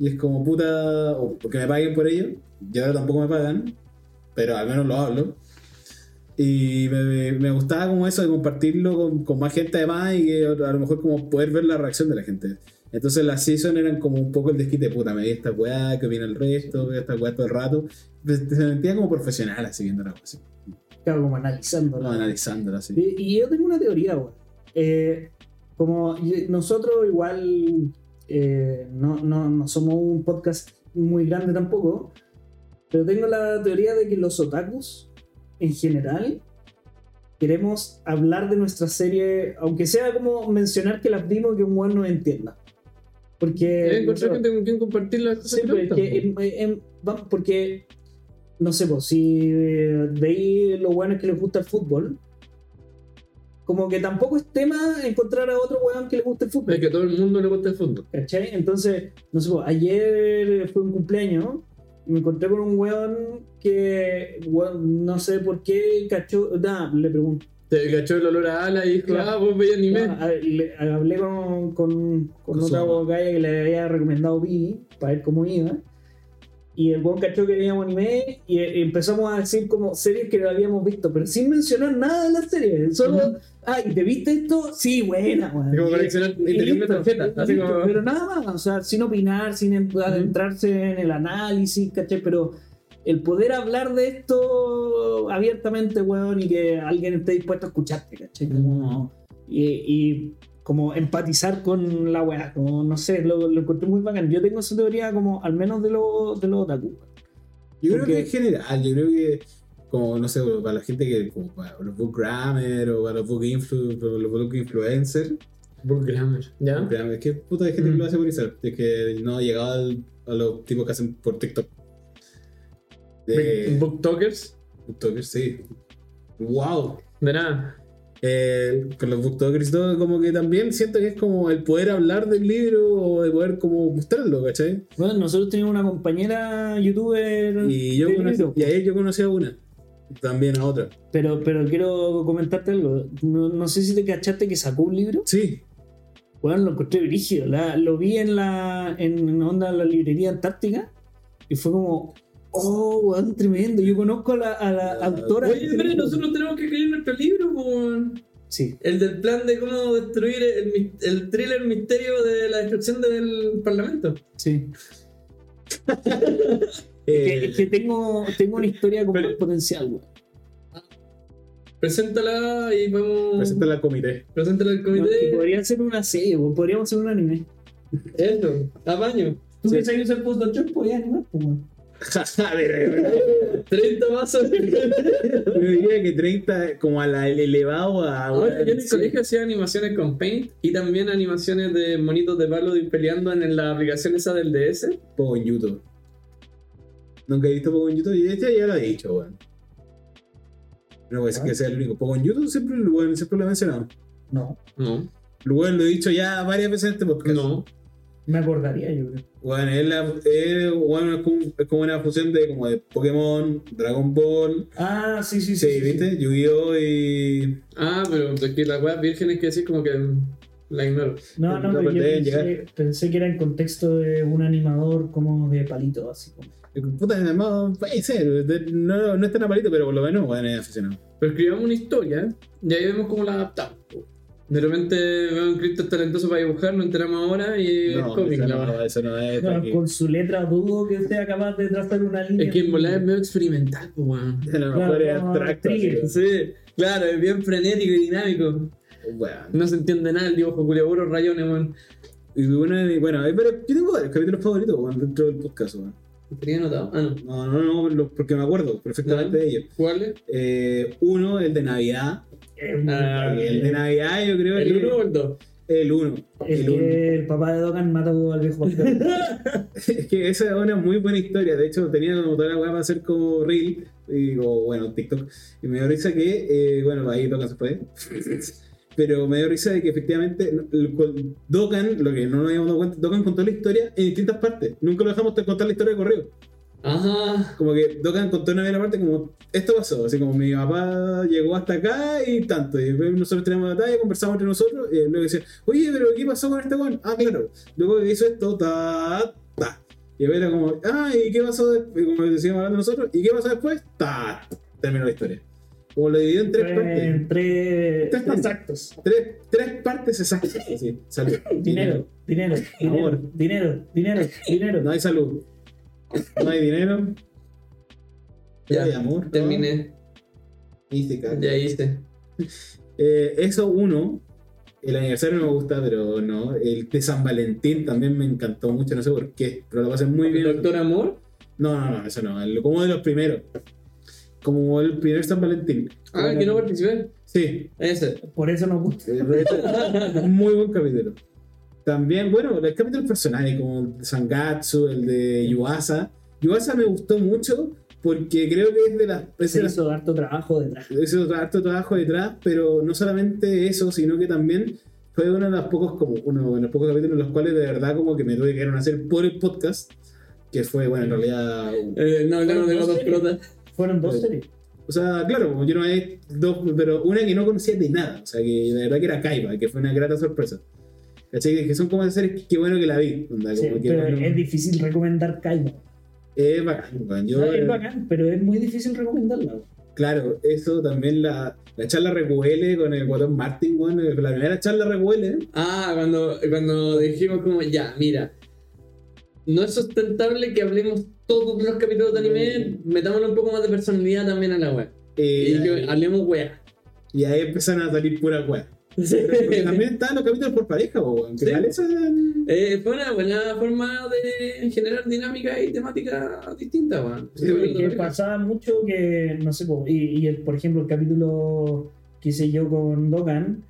Speaker 1: Y es como, puta, o porque me paguen por ello. Y ahora tampoco me pagan, pero al menos lo hablo. Y me, me gustaba como eso de compartirlo con, con más gente además y que a lo mejor como poder ver la reacción de la gente. Entonces las season eran como un poco el desquite, puta, me di esta weá, que viene el resto, veo esta weá todo el rato. Te te sentía como profesional así viendo la weá, así,
Speaker 3: Claro, como analizando.
Speaker 1: como analizándola así.
Speaker 3: Y, y yo tengo una teoría, weón. Eh, como y- nosotros igual eh, no, no, no somos un podcast muy grande tampoco, pero tengo la teoría de que los otakus, en general, queremos hablar de nuestra serie, aunque sea como mencionar que las vimos y que un weón nos entienda.
Speaker 2: Eh,
Speaker 3: Porque...
Speaker 2: encontrar
Speaker 3: nosotros-
Speaker 2: gente con quien compartir las cosas
Speaker 3: Eh,
Speaker 2: que
Speaker 3: Sí,
Speaker 2: te
Speaker 3: pero es
Speaker 2: gustan,
Speaker 3: que,
Speaker 2: po.
Speaker 3: em, em, va- porque no sé, pues, si eh, veis lo bueno es que les gusta el fútbol, como que tampoco es tema encontrar a otro weón que le guste el fútbol.
Speaker 2: Es que a todo el mundo le gusta el fondo.
Speaker 3: ¿Cachai? Entonces, no sé, pues, ayer fue un cumpleaños y me encontré con un weón que weón, no sé por qué cachó. Nah, le pregunté.
Speaker 2: Te cachó el olor a ala y dijo,
Speaker 3: Claro.
Speaker 2: ah, vos veis anime.
Speaker 3: Ah, le- hablé con, con, con
Speaker 1: Con su
Speaker 3: otra
Speaker 1: mamá.
Speaker 3: galla que le había recomendado Vi para ver cómo iba. Y el buen cachó que veíamos anime y eh, empezamos a decir como series que no habíamos visto, pero sin mencionar nada de las series. Solo,
Speaker 2: Ujú.
Speaker 3: ah, ¿y te viste esto? Sí, buena,
Speaker 2: Es como
Speaker 3: buena.
Speaker 2: coleccionar y
Speaker 3: Y
Speaker 2: tener una
Speaker 3: listo,
Speaker 2: tarjeta. Así
Speaker 3: listo,
Speaker 2: como.
Speaker 3: Pero nada más, o sea, sin opinar, sin en- adentrarse en el análisis, ¿cachai? Pero el poder hablar de esto abiertamente, weón, y que alguien esté dispuesto a escucharte, ¿cachai? Como- y, y como empatizar con la weá, como no sé, lo, lo encontré muy bacán. Yo tengo esa teoría como, al menos de los de los otaku.
Speaker 1: Yo creo
Speaker 3: Porque-
Speaker 1: que en general, yo creo que como, no sé, para la gente que, como para los book grammar o para los book, influ, para los book influencers,
Speaker 2: Book Grammar. ¿Ya?
Speaker 1: es que puta hay gente
Speaker 2: Mm.
Speaker 1: que lo hace por Instagram, es que no ha llegado al- a los tipos que hacen por TikTok. De
Speaker 2: Booktokers.
Speaker 1: booktokers, sí. ¡Wow!
Speaker 2: De nada.
Speaker 1: Eh, con los booktokers y todo, como que también siento que es como el poder hablar del libro o de poder como mostrarlo, ¿cachai?
Speaker 3: Bueno, nosotros teníamos una compañera
Speaker 2: Mm,
Speaker 3: youtuber,
Speaker 1: Y, yo
Speaker 3: del
Speaker 1: conocí-
Speaker 3: libro.
Speaker 1: y ayer yo conocí a una, también a otra.
Speaker 3: pero, pero quiero comentarte algo. No, no sé si te cachaste que sacó un libro.
Speaker 1: Sí,
Speaker 3: Bueno, lo encontré brígido. la- lo vi en la en en onda en la librería Antártica y fue como, oh, weón, tremendo. Yo conozco a la, a la
Speaker 1: Ah,
Speaker 3: autora. de
Speaker 2: Oye,
Speaker 3: este
Speaker 2: pero
Speaker 3: libro.
Speaker 2: nosotros tenemos que escribir nuestro libro, po.
Speaker 3: Sí,
Speaker 2: El del plan de cómo destruir el, mi- el thriller misterio de la destrucción del parlamento.
Speaker 3: sí.
Speaker 1: Eh,
Speaker 3: Que, que tengo, tengo una historia con
Speaker 2: Pero-
Speaker 3: más potencial, weón.
Speaker 2: Preséntala y vamos.
Speaker 1: Preséntala al comité.
Speaker 2: Preséntala al
Speaker 3: No, que
Speaker 2: comité.
Speaker 3: podría ser una serie, weón, podríamos hacer un anime.
Speaker 2: Eso, a baño.
Speaker 3: ¿Tú
Speaker 1: Sí.
Speaker 3: que sabías el Photoshop? Podía animar, pues, weón.
Speaker 1: a ver, a ver, a ver.
Speaker 2: 30 vasos.
Speaker 1: Yo diría que 30 como al al elevado a...
Speaker 2: Ahora, yo en el
Speaker 1: sí.
Speaker 2: colegio hacía animaciones con Paint y también animaciones de monitos de palo de- peleando en la aplicación esa del DS.
Speaker 1: Poco en YouTube. Nunca he visto Poco en YouTube y este ya lo he dicho, weón. No puede ser que sea el único. Poco en YouTube siempre, lo- weón, siempre lo he mencionado.
Speaker 3: No,
Speaker 2: No,
Speaker 1: Weón, lo he dicho ya varias veces en este podcast.
Speaker 2: no.
Speaker 3: me acordaría yo creo.
Speaker 1: Weón, es, la- es- weón, es como, es como una fusión de, como de Pokémon, Dragon Ball.
Speaker 3: Ah, sí, sí,
Speaker 1: Sí,
Speaker 3: sí. sí,
Speaker 1: ¿viste? Yu-Gi-Oh! y...
Speaker 2: Ah, pero es que las weas vírgenes que decís como que mm, la ignoro.
Speaker 3: sí. No, no,
Speaker 1: No
Speaker 3: pero yo
Speaker 1: pretenden
Speaker 3: pensé, pensé que era en contexto de un animador como de palito, así como.
Speaker 1: Puta, no, puede ser, no, no es tan apalito, pero por lo menos, weón, es aficionado.
Speaker 2: Pero escribamos una historia y ahí vemos cómo la adaptamos. De repente veo un Cristo talentoso para dibujar, lo enteramos ahora y es
Speaker 1: No,
Speaker 2: cómic
Speaker 1: eso
Speaker 2: la
Speaker 1: no,
Speaker 2: wea.
Speaker 1: eso no es.
Speaker 3: No,
Speaker 1: tranquilo.
Speaker 3: con su letra dudo que sea capaz de trazar una línea.
Speaker 2: Es que en volar es medio experimental, pues weón.
Speaker 1: A lo mejor es
Speaker 3: Claro,
Speaker 1: abstracto. así que,
Speaker 2: Sí, claro, es bien frenético y dinámico.
Speaker 1: Bueno,
Speaker 2: No se entiende nada el dibujo, culio, puros rayones, weón.
Speaker 1: Y bueno, y bueno, eh, pero yo tengo varios capítulos favoritos weón, dentro del podcast. weón.
Speaker 2: ¿Tenía notado? Ah,
Speaker 1: No,
Speaker 2: no.
Speaker 1: no, no, los- porque me acuerdo perfectamente
Speaker 2: Ya.
Speaker 1: de ellos.
Speaker 2: ¿Cuál es?
Speaker 1: Eh, uno, el de Navidad.
Speaker 3: Eh,
Speaker 2: Ah,
Speaker 1: El de Navidad, yo creo
Speaker 2: ¿El
Speaker 1: que.
Speaker 2: 1 o el 2?
Speaker 1: El uno.
Speaker 3: el,
Speaker 1: El uno.
Speaker 3: que el papá de Dogan mató al viejo pastor.
Speaker 1: Es que esa es una muy buena historia. De hecho, tenía como toda la weá para hacer como reel. Y digo, bueno, TikTok. Y me dio risa que, eh, bueno, ahí Dokkan se fue. Pero me dio risa de que efectivamente el- con Dokkan, lo que no nos habíamos dado cuenta, Dokkan contó la historia en distintas partes. Nunca lo dejamos de contar la historia de correo.
Speaker 2: Ajá.
Speaker 1: Como que Dokkan contó una vez la parte como, esto pasó. Así como mi papá llegó hasta acá y tanto. Y después nosotros tenemos la talla, conversamos entre nosotros. Y luego decía, oye, pero ¿qué pasó con este weón? Ah, claro. Luego que hizo esto, ta, ta. Y después era como, ah, ¿y qué pasó después? Como decíamos hablando nosotros, ¿y qué pasó después? Ta. Terminó la historia. Como lo dividió en tres partes.
Speaker 3: En tres
Speaker 1: Tres partes.
Speaker 3: exactos.
Speaker 1: Tres, tres partes exactas. Así, salud.
Speaker 3: Dinero, dinero, dinero,
Speaker 1: Amor.
Speaker 3: dinero, dinero, dinero.
Speaker 1: No hay salud. No hay dinero.
Speaker 2: Ya,
Speaker 1: no hay amor.
Speaker 2: Terminé,
Speaker 1: No, mística.
Speaker 2: ya hice.
Speaker 1: Eh, eso uno. El aniversario no me gusta, pero no. El de San Valentín también me encantó mucho, no sé por qué. Pero lo pasé muy bien.
Speaker 2: Doctor Amor.
Speaker 1: No, no, no, eso no. el- Como de los primeros. Como el primer San Valentín.
Speaker 2: Ah, que no participé.
Speaker 1: Sí,
Speaker 2: Ese.
Speaker 3: Por eso nos gusta.
Speaker 1: eh, re- muy buen capítulo. También, bueno, los capítulos personales, como el de Sangatsu, el de Yuasa. Yuasa me gustó mucho porque creo que es de las. es de
Speaker 3: Se
Speaker 1: las-
Speaker 3: hizo harto trabajo detrás.
Speaker 1: es otro harto trabajo detrás, pero no solamente eso, sino que también fue uno de los pocos, como uno de los pocos capítulos en los cuales de verdad como que me tuve que ir a hacer por el podcast, que fue, bueno, en realidad
Speaker 2: Eh, no hablamos de
Speaker 3: Bueno,
Speaker 2: Godos
Speaker 3: sí.
Speaker 2: Protas.
Speaker 3: Fueron dos
Speaker 1: Sí.
Speaker 3: series.
Speaker 1: O sea, claro, como yo no he dos, pero una que no conocía de nada. O sea, que la verdad que era Kaiba, que fue una grata sorpresa. ¿Cachai? Que- Que son como esas series que qué bueno que la vi. onda,
Speaker 3: Sí,
Speaker 1: como que,
Speaker 3: pero
Speaker 1: bueno,
Speaker 3: es difícil recomendar Kaiba.
Speaker 1: es bacán, weón. Yo,
Speaker 3: No, es bacán, pero es muy difícil recomendarla.
Speaker 1: Claro, eso también la, la charla recuele con el guatón Martin, bueno, la primera charla recuele.
Speaker 2: Ah, cuando, cuando dijimos como, ya, mira. No es sustentable que hablemos todos los capítulos de anime, metámosle un poco más de personalidad también a la web.
Speaker 1: eh,
Speaker 2: Y que hablemos weá.
Speaker 1: y ahí empiezan a salir pura weá. Porque
Speaker 2: Eh,
Speaker 1: también están los capítulos por pareja, weón. Que
Speaker 2: Sí.
Speaker 1: tal esas-
Speaker 2: Eh, fue una buena forma de generar dinámica y temática distinta, weón.
Speaker 1: Sí,
Speaker 3: que pasaba mucho que, no sé, po, y, y el, por ejemplo, el capítulo que hice yo con Dogan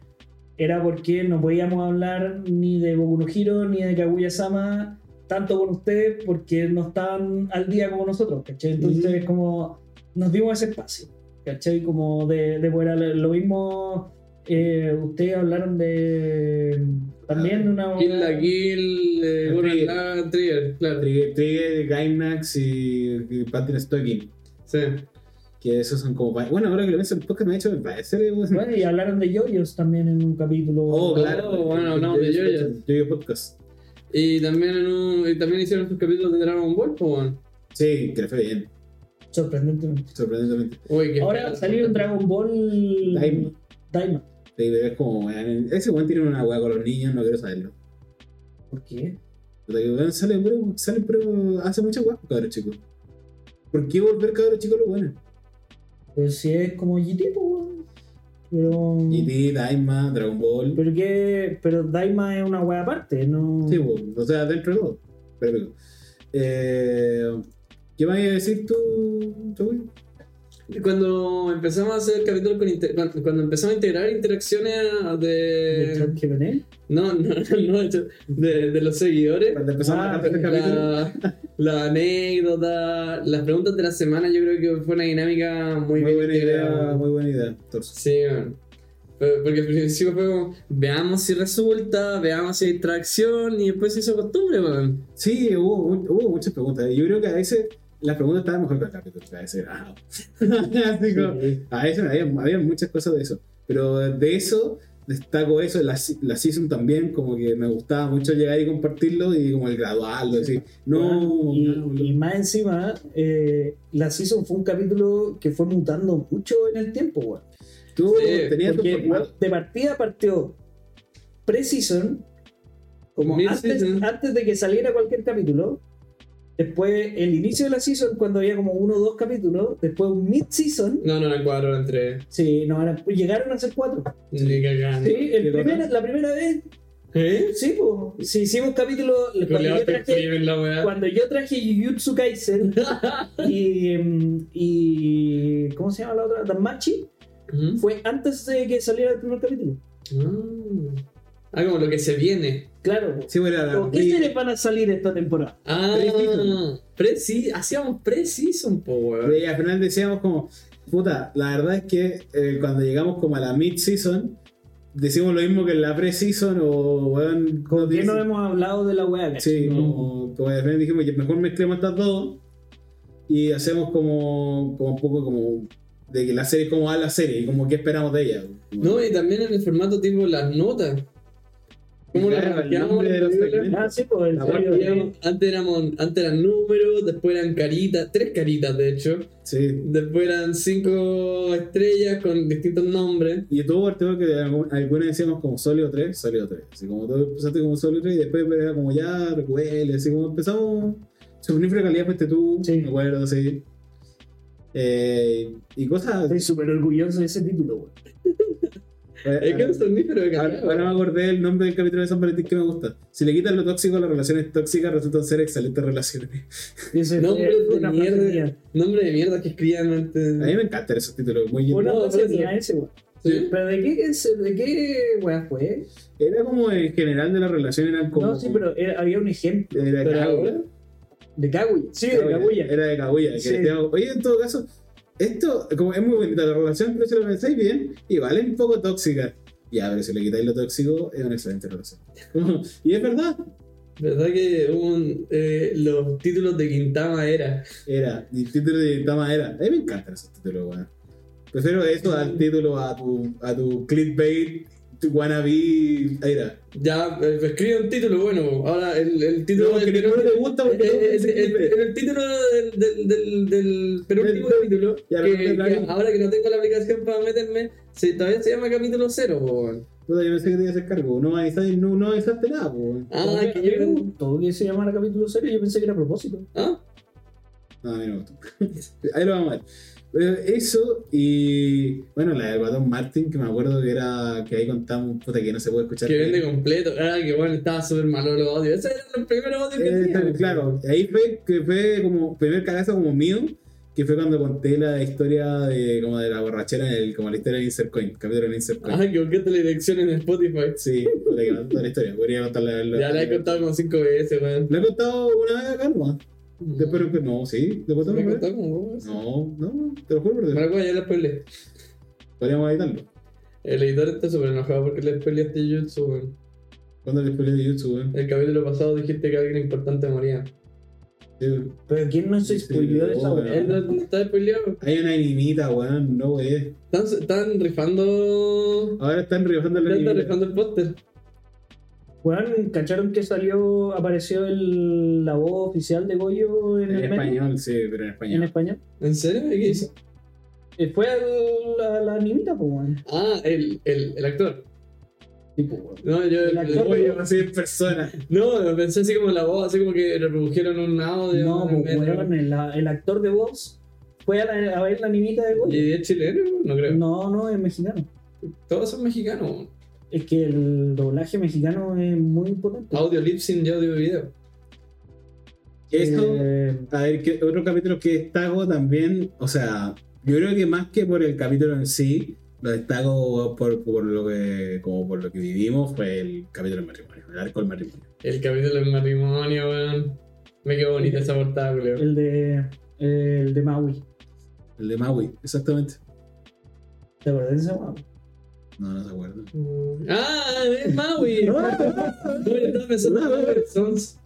Speaker 3: era porque no podíamos hablar ni de Boku no Hero ni de Kaguya-sama tanto con ustedes porque no estaban al día como nosotros, ¿cachai? Entonces, como nos dimos ese espacio, ¿cachai? Como de, de poder hablar. Lo mismo, eh, ustedes hablaron de.
Speaker 1: Ah,
Speaker 3: También de una.
Speaker 2: Kill la Kill, eh,
Speaker 1: El
Speaker 2: Gurren
Speaker 1: Trigger.
Speaker 2: Lagann, Trigger, claro.
Speaker 1: Trigger, Trigger, Gainax y, y Patrick Stocking.
Speaker 2: Sí.
Speaker 1: Que esos son como. va- Bueno, ahora que lo pienso, el podcast me ha hecho. Me parece. Bueno,
Speaker 3: Bueno, y hablaron de yoyos también en un capítulo.
Speaker 1: oh, claro.
Speaker 2: Oh, bueno, hablamos de Yoyos.
Speaker 1: Yoyo Podcast.
Speaker 2: Y también, en un, y también hicieron sus capítulos de Dragon Ball, po, weón.
Speaker 1: Sí, que le fue bien,
Speaker 3: Sorprendentemente.
Speaker 1: sorprendentemente.
Speaker 2: Uy, qué
Speaker 3: Ahora
Speaker 2: pedazo.
Speaker 3: salió un Dragon Ball
Speaker 1: Daima.
Speaker 3: Daima.
Speaker 1: Sí, pero es como, weón, ese weón tiene una weá con los niños, no quiero saberlo.
Speaker 3: ¿Por qué?
Speaker 1: O sea, que weón sale puro, sale puro, hace muchas weas, cabrón, chico. ¿Por qué volver cabrón, chico, lo bueno?
Speaker 3: Pero si es como GT, po, weón. pero.
Speaker 1: GT, E Daima, Dragon Ball.
Speaker 3: Pero que. Pero Daima es una wea aparte, no.
Speaker 1: Sí, weón, o sea, dentro de todo. Pero, pero, eh, ¿Qué vas a decir tú, tú, weón?
Speaker 2: Cuando empezamos a hacer capítulos con inte- cuando, cuando empezamos a integrar interacciones
Speaker 3: ¿De
Speaker 2: de.
Speaker 3: ChatGPT?
Speaker 2: No, no, no, de, hecho, de- de los seguidores.
Speaker 1: Cuando empezamos
Speaker 3: Ah,
Speaker 1: a cantar el capítulo.
Speaker 2: La, la anécdota, las preguntas de la semana, yo creo que fue una dinámica muy,
Speaker 1: Muy
Speaker 2: bien
Speaker 1: buena
Speaker 2: integrada.
Speaker 1: idea, muy buena idea, Torso.
Speaker 2: Sí, weón. Pero- Porque al principio fue como, veamos si resulta, veamos si hay tracción, y después se hizo costumbre, weón.
Speaker 1: Sí, hubo, hubo muchas preguntas. Yo creo que a veces las preguntas estaban mejor que el capítulo. A veces, ah, así como- a veces había, había muchas cosas de eso. Pero de eso destaco eso, la, se- la season también, como que me gustaba mucho llegar y compartirlo y como el graduarlo, decir, no,
Speaker 3: y,
Speaker 1: no, no.
Speaker 3: Ah, y más encima, eh, la season fue un capítulo que fue mutando mucho en el tiempo, weón.
Speaker 1: tú
Speaker 2: Sí,
Speaker 1: tenías tu
Speaker 3: Porque
Speaker 1: formato.
Speaker 3: weón, de partida partió pre-season, como antes,
Speaker 2: Mid-season.
Speaker 3: antes de que saliera cualquier capítulo. Después el inicio de la season, cuando había como uno o dos capítulos. Después un mid-season.
Speaker 2: No, no, eran cuatro, eran tres.
Speaker 3: Sí, no, eran- llegaron a ser cuatro.
Speaker 2: Ni cagando.
Speaker 3: Sí, el
Speaker 1: ¿Qué cosa?
Speaker 3: primera- la primera vez,
Speaker 2: ¿Eh?
Speaker 3: sí, pues. Sí, hicimos capítulo. Cuando yo
Speaker 2: Goleador te
Speaker 3: traje,
Speaker 2: escriben la weá.
Speaker 3: cuando yo traje Jujutsu Kaisen y, em, y. ¿Cómo se llama la otra? Danmachi.
Speaker 2: Ujú.
Speaker 3: Fue antes de que saliera el primer capítulo.
Speaker 2: Ah. Ah, como lo que se viene.
Speaker 3: Claro, po.
Speaker 1: Sí, bueno, era la-
Speaker 3: Como, ¿Qué series van a salir esta temporada?
Speaker 2: Ah,
Speaker 1: Pre-season.
Speaker 2: pre hacíamos pre-season, po, weón.
Speaker 1: Y al final decíamos como, puta, la verdad es que eh, cuando llegamos como a la mid-season, decimos lo mismo que en la pre-season o, weón,
Speaker 3: ¿Por qué
Speaker 1: dicen?
Speaker 3: no hemos hablado de la wea?
Speaker 1: Sí,
Speaker 3: No.
Speaker 1: como, como de repente dijimos, "Ya, mejor mezclemos estas dos y hacemos como, como un poco como de que la serie, como va la serie y como qué esperamos de ella.
Speaker 2: No, y también en el formato tipo las notas. ¿Cómo lo
Speaker 1: Claro, el
Speaker 2: rankeamos?
Speaker 1: nombre de los
Speaker 2: Gabriela?
Speaker 1: segmentos.
Speaker 3: Ah, sí, pues el
Speaker 1: La
Speaker 3: serio.
Speaker 2: Rankeamos- Antes, éramos- antes eran números, después eran caritas, tres caritas de hecho.
Speaker 1: Sí.
Speaker 2: Después eran cinco estrellas con distintos nombres.
Speaker 1: Y todo partido que algu- algunas decíamos como sólido 3, sólido 3. Así como todo empezaste como sólido 3 y después era como ya, recuele, así como empezamos. Somnífera calidad fuiste tú,
Speaker 3: Sí.
Speaker 1: me acuerdo, sí. Eh, y cosas.
Speaker 3: Estoy súper orgulloso de ese título, güey.
Speaker 2: Es que un somnífero de
Speaker 1: eh, Ahora,
Speaker 2: calidad,
Speaker 1: ahora me acordé el nombre del capítulo de San Valentín que me gusta. Si le quitas lo tóxico a las relaciones tóxicas, resultan ser excelentes relaciones.
Speaker 3: Ese
Speaker 2: No,
Speaker 3: fue
Speaker 2: hombre, de
Speaker 3: una frase
Speaker 2: mierda.
Speaker 3: mía.
Speaker 2: Nombre de mierda que escribían antes.
Speaker 1: A mí me encantan esos títulos. Muy
Speaker 3: Una
Speaker 2: No,
Speaker 3: frase
Speaker 2: pero-
Speaker 3: mía ese, güey.
Speaker 2: ¿Sí?
Speaker 3: ¿Pero de qué, es- de qué weá fue?
Speaker 1: Era como en general de las relaciones, eran como.
Speaker 3: No, sí, pero era- había un ejemplo
Speaker 1: Era
Speaker 2: Pero
Speaker 1: Kaguya.
Speaker 2: ahora,
Speaker 3: de Kaguya. Sí, de
Speaker 1: Kaguya.
Speaker 3: Kaguya.
Speaker 1: Era de Kaguya. que
Speaker 3: Sí.
Speaker 1: decía, Oye, en todo caso, esto como es muy bonita la relación, pero si lo pensáis bien, igual es un poco tóxica. Ya, pero si le quitáis lo tóxico, es una excelente relación. y es verdad,
Speaker 2: ¿verdad que hubo un, eh, los títulos de Quintama era?
Speaker 1: era. Y el título de Tama era. A mí me encantan esos títulos, weón. Prefiero eso al título, a tu, a tu clickbait, tu wannabe. Era.
Speaker 2: Ya, eh, escribe un título bueno. Ahora, el, el título
Speaker 1: No,
Speaker 2: del
Speaker 1: que ninguno te gusta porque no
Speaker 2: Eh, eh,
Speaker 1: es
Speaker 2: eh,
Speaker 1: clickbait.
Speaker 2: el, el título del, del, del, del penúltimo
Speaker 1: Del-
Speaker 2: capítulo,
Speaker 1: Ya,
Speaker 2: que,
Speaker 1: pero-
Speaker 2: que
Speaker 1: pero-
Speaker 2: ahora que no tengo la aplicación para meterme, se- todavía se llama capítulo cero. po, weón.
Speaker 1: Puta, yo pensé que te ibas a hacer cargo. No avisaste no, no avisaste nada, weón.
Speaker 2: Ah,
Speaker 3: A mí-
Speaker 2: que
Speaker 3: a mí me
Speaker 2: yo.
Speaker 3: gustó que se llamara capítulo 0 yo pensé que era a propósito.
Speaker 2: ¿Ah?
Speaker 1: No, a mí no me gustó. Ahí lo vamos a ver. Pero eso y bueno, la de Guatón Martin, que me acuerdo que era que ahí contamos, puta, que no se puede escuchar.
Speaker 2: Que
Speaker 1: bien.
Speaker 2: vende completo. Ah, que bueno, estaba súper malo los audios. Ese era el primer audio que
Speaker 1: Eh,
Speaker 2: tenía.
Speaker 1: está- claro, ahí fue que fue como primer cagazo como mío, que fue cuando conté la historia de como de la borrachera en el, como la historia de Insert Coin, capítulo de Insert Coin.
Speaker 2: Ah, que buscaste la dirección en Spotify.
Speaker 1: Sí, puta, que no toda la historia, podría contarla.
Speaker 2: Ya la he contado como cinco veces, weón.
Speaker 1: La he contado una vez acá, ¿no? Después que no, sí, después
Speaker 2: Me he
Speaker 1: no. ¿eh?
Speaker 2: contado como dos veces.
Speaker 1: No, no, te lo juro, por Dios.
Speaker 2: Bueno, pues, ya la spoilé.
Speaker 1: podríamos editarlo.
Speaker 2: El editor está súper enojado porque le spoileaste Jutsu, weón.
Speaker 1: Cuando les peleé de YouTube, eh. weón.
Speaker 2: El capítulo pasado dijiste que alguien importante moría. Eh.
Speaker 1: Sí.
Speaker 3: Pero ¿quién no se
Speaker 1: Sí, sí,
Speaker 3: spoileó de esa
Speaker 1: no,
Speaker 3: weá?
Speaker 2: Él no está spoileado.
Speaker 1: Hay una animita, weón, no weón.
Speaker 2: Están, están rifando.
Speaker 1: Ahora están rebajando la
Speaker 2: Ya están
Speaker 1: animita.
Speaker 2: rifando el póster.
Speaker 3: Weón, ¿cacharon que salió, apareció el- la voz oficial de Goyo
Speaker 1: En
Speaker 3: en, el meme?
Speaker 1: español, sí, pero en
Speaker 3: En
Speaker 1: español.
Speaker 3: español.
Speaker 2: ¿En serio? ¿Qué hizo?
Speaker 3: Eh, Fue al- la, la animita, pues, weón.
Speaker 2: Ah, el, el, el actor.
Speaker 3: Sí, pues, weón.
Speaker 2: No, yo.
Speaker 3: El actor,
Speaker 1: Oye,
Speaker 2: yo-
Speaker 1: van a ser personas.
Speaker 2: no, pensé así como la voz, así como que reprodujeron un audio.
Speaker 3: No,
Speaker 2: un
Speaker 3: pues,
Speaker 2: metro.
Speaker 3: weón, el, el actor de voz fue a, la- a ver la animita de Goyo.
Speaker 2: ¿Y es chileno? No creo.
Speaker 3: No, no, es mexicano.
Speaker 2: Todos son mexicanos.
Speaker 3: Es que el doblaje mexicano es muy importante.
Speaker 2: Audio lip sync y audio video.
Speaker 1: Eso,
Speaker 3: Eh,
Speaker 1: a ver, que otro capítulo que destaco también, o sea, yo creo que más que por el capítulo en sí, lo destaco por, por lo que como por lo que vivimos fue el capítulo del matrimonio, el arco del matrimonio.
Speaker 2: El capítulo del matrimonio, weón. Me quedó bonita esa portada, weón.
Speaker 3: el de el de Maui.
Speaker 1: El de Maui, exactamente.
Speaker 3: ¿Te acuerdas de esa weá?
Speaker 1: No, no se acuerdan.
Speaker 2: Ah, es Maui. Yo estaba pensando en Robert Sons.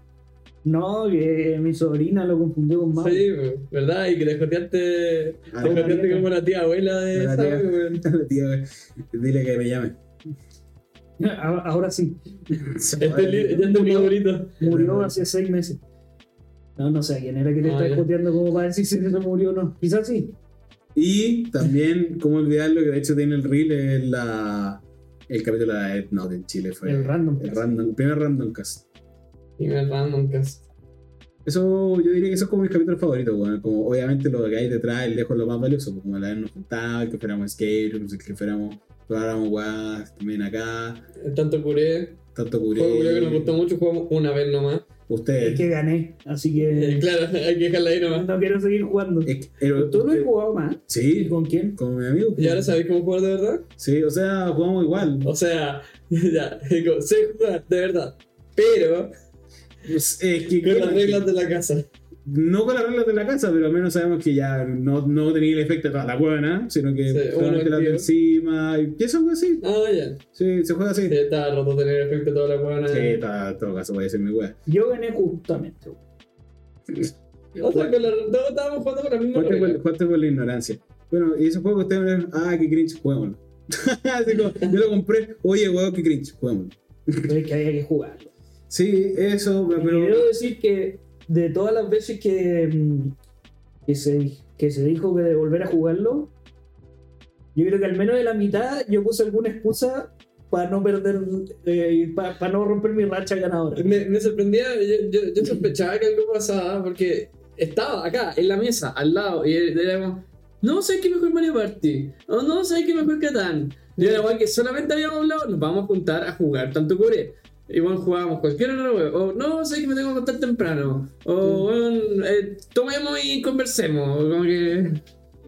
Speaker 3: No, que mi sobrina lo confundió con Maui.
Speaker 2: Sí, weón. ¿verdad? Y que te joteaste,
Speaker 1: Ah,
Speaker 2: te
Speaker 1: no,
Speaker 3: Déjate-
Speaker 2: joteaste como la tía abuela de
Speaker 1: La
Speaker 2: esa,
Speaker 1: tía.
Speaker 2: weón.
Speaker 1: tío, dile que me llame.
Speaker 3: A- Ahora sí,
Speaker 2: Este li- ya está mi favorito.
Speaker 3: murió hace seis meses. No, no sé a quién era que le
Speaker 2: Ah,
Speaker 3: estaba
Speaker 2: ya.
Speaker 3: escoteando como para decir si se murió o no. Quizás sí.
Speaker 1: Y también, cómo olvidarlo, que de hecho tiene el reel, es la, el capítulo de Death Note en Chile. Fue
Speaker 3: El random.
Speaker 1: el random, el primer random cast.
Speaker 2: Y me random cast.
Speaker 1: Eso, yo diría que eso es como mis capítulos favoritos, weón. Como obviamente lo que hay detrás, el lejos es lo más valioso, pues, como la habernos juntado, el que fuéramos skate, el que fuéramos, probáramos guas, también acá,
Speaker 2: Tanto curé.
Speaker 1: tanto
Speaker 2: Juego curé que nos gustó
Speaker 1: curé.
Speaker 2: mucho, jugamos una vez nomás.
Speaker 3: Es
Speaker 1: Ustedes.
Speaker 3: que gané, así
Speaker 2: Eh,
Speaker 1: Mm.
Speaker 3: que
Speaker 2: claro, hay que dejarla ahí nomás.
Speaker 3: no quiero seguir jugando.
Speaker 1: es que- el-
Speaker 3: ¿Tú no has jugado más? ¿Y
Speaker 1: Sí,
Speaker 3: con quién?
Speaker 1: como mi amigo.
Speaker 2: ¿Y ahora Oh. sabéis cómo jugar de verdad?
Speaker 1: Sí, o sea, jugamos igual.
Speaker 2: O sea, ya, digo, sé jugar de verdad. Pero
Speaker 1: Es, es que,
Speaker 2: con las reglas de la casa.
Speaker 1: no con las reglas de la casa, pero al menos sabemos que ya no, no tenía el efecto de toda la buena, sino que
Speaker 2: Sí, uno
Speaker 1: solamente la de
Speaker 2: entiende.
Speaker 1: encima. Y eso fue así.
Speaker 2: Ah, ya.
Speaker 1: Sí, se juega así.
Speaker 2: Sí, está roto tener efecto toda la buena.
Speaker 1: Sí, está, en todo caso, voy a decir mi wea.
Speaker 3: Yo gané justamente.
Speaker 2: O sea, con la, todos estábamos jugando con la misma
Speaker 1: Cuánto
Speaker 2: regla.
Speaker 1: por, cuánto por la ignorancia. Bueno, y esos juegos ustedes me ah, qué cringe, juguémoslo. Así como, yo lo compré, oye, weón, qué cringe, juguémoslo.
Speaker 3: Pero es que había que jugarlo.
Speaker 1: Sí, eso,
Speaker 3: Y
Speaker 1: pero.
Speaker 3: debo decir que de todas las veces que, mm, que, se, que se dijo que de volver a jugarlo, yo creo que al menos de la mitad yo puse alguna excusa para no perder, para no romper mi racha ganadora.
Speaker 2: Me, me sorprendía, yo, yo- yo sospechaba que algo pasaba porque estaba acá, en la mesa, al lado, y era como, no sé qué mejor Mario Party, o no sé qué mejor Catán. Y era igual que solamente habíamos hablado, nos vamos a juntar a jugar tanto cubre. Igual jugábamos cualquier otra web, o no sé que me tengo que contar temprano, o bueno, eh, tomemos y conversemos, como que.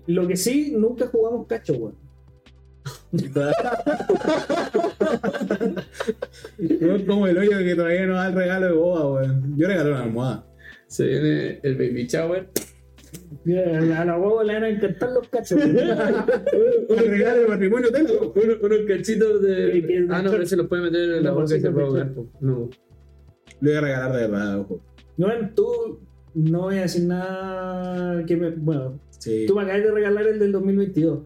Speaker 3: Lo que sí, nunca jugamos cacho, weón.
Speaker 1: Yo como el hoyo que todavía no da el regalo de boba, weón. Yo regalé una almohada.
Speaker 2: Se viene el baby shower.
Speaker 3: Mira, A la- a la huevo le van a encantar los cachos. weón.
Speaker 1: Un regalo de matrimonio tengo.
Speaker 2: Uno- unos cachitos
Speaker 3: Y que
Speaker 2: de.
Speaker 3: es
Speaker 2: Ah, no,
Speaker 3: mejor.
Speaker 2: pero se los puede meter en la
Speaker 3: Una
Speaker 2: boca y se
Speaker 3: bolsita
Speaker 2: puede
Speaker 3: mejor.
Speaker 2: ahogar, po. No.
Speaker 1: Le voy a regalar de verdad, ojo.
Speaker 3: Noem, tú no voy a decir nada que me... Bueno,
Speaker 1: Sí,
Speaker 3: tú me acabas de regalar el del 2022.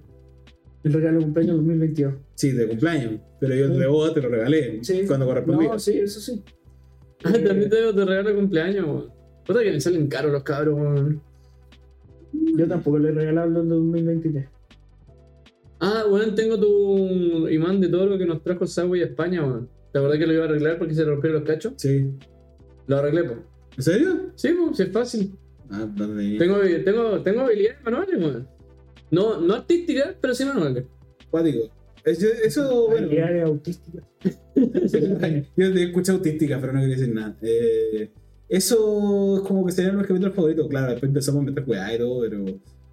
Speaker 3: El regalo de cumpleaños 2022.
Speaker 1: sí, de cumpleaños. Pero yo el de boba te lo regalé
Speaker 3: Sí.
Speaker 1: cuando correspondía.
Speaker 3: No, sí, eso sí.
Speaker 2: Ah, también te debo te regalo de cumpleaños, weón. Puta que me salen caros los cabros, weón.
Speaker 3: Yo tampoco le he regalado el del 2023.
Speaker 2: Ah, weón, tengo tu imán de todo lo que nos trajo Subway a España, weón. La verdad que lo iba a arreglar porque se rompieron los cachos.
Speaker 1: Sí.
Speaker 2: Lo arreglé, po.
Speaker 1: ¿En serio?
Speaker 2: Sí, po, si es fácil.
Speaker 1: Ah, no tenía.
Speaker 2: Tengo, tengo, tengo habilidades manuales, weón. No, no artísticas, pero sí manuales.
Speaker 1: Cuático. Eso, eso Oh, bueno.
Speaker 3: Habilidades autísticas.
Speaker 1: Yo te escuché autística, pero no quería decir nada. Eh, eso es como que serían los capítulos favoritos. Claro, después empezamos a meter weá y todo, pero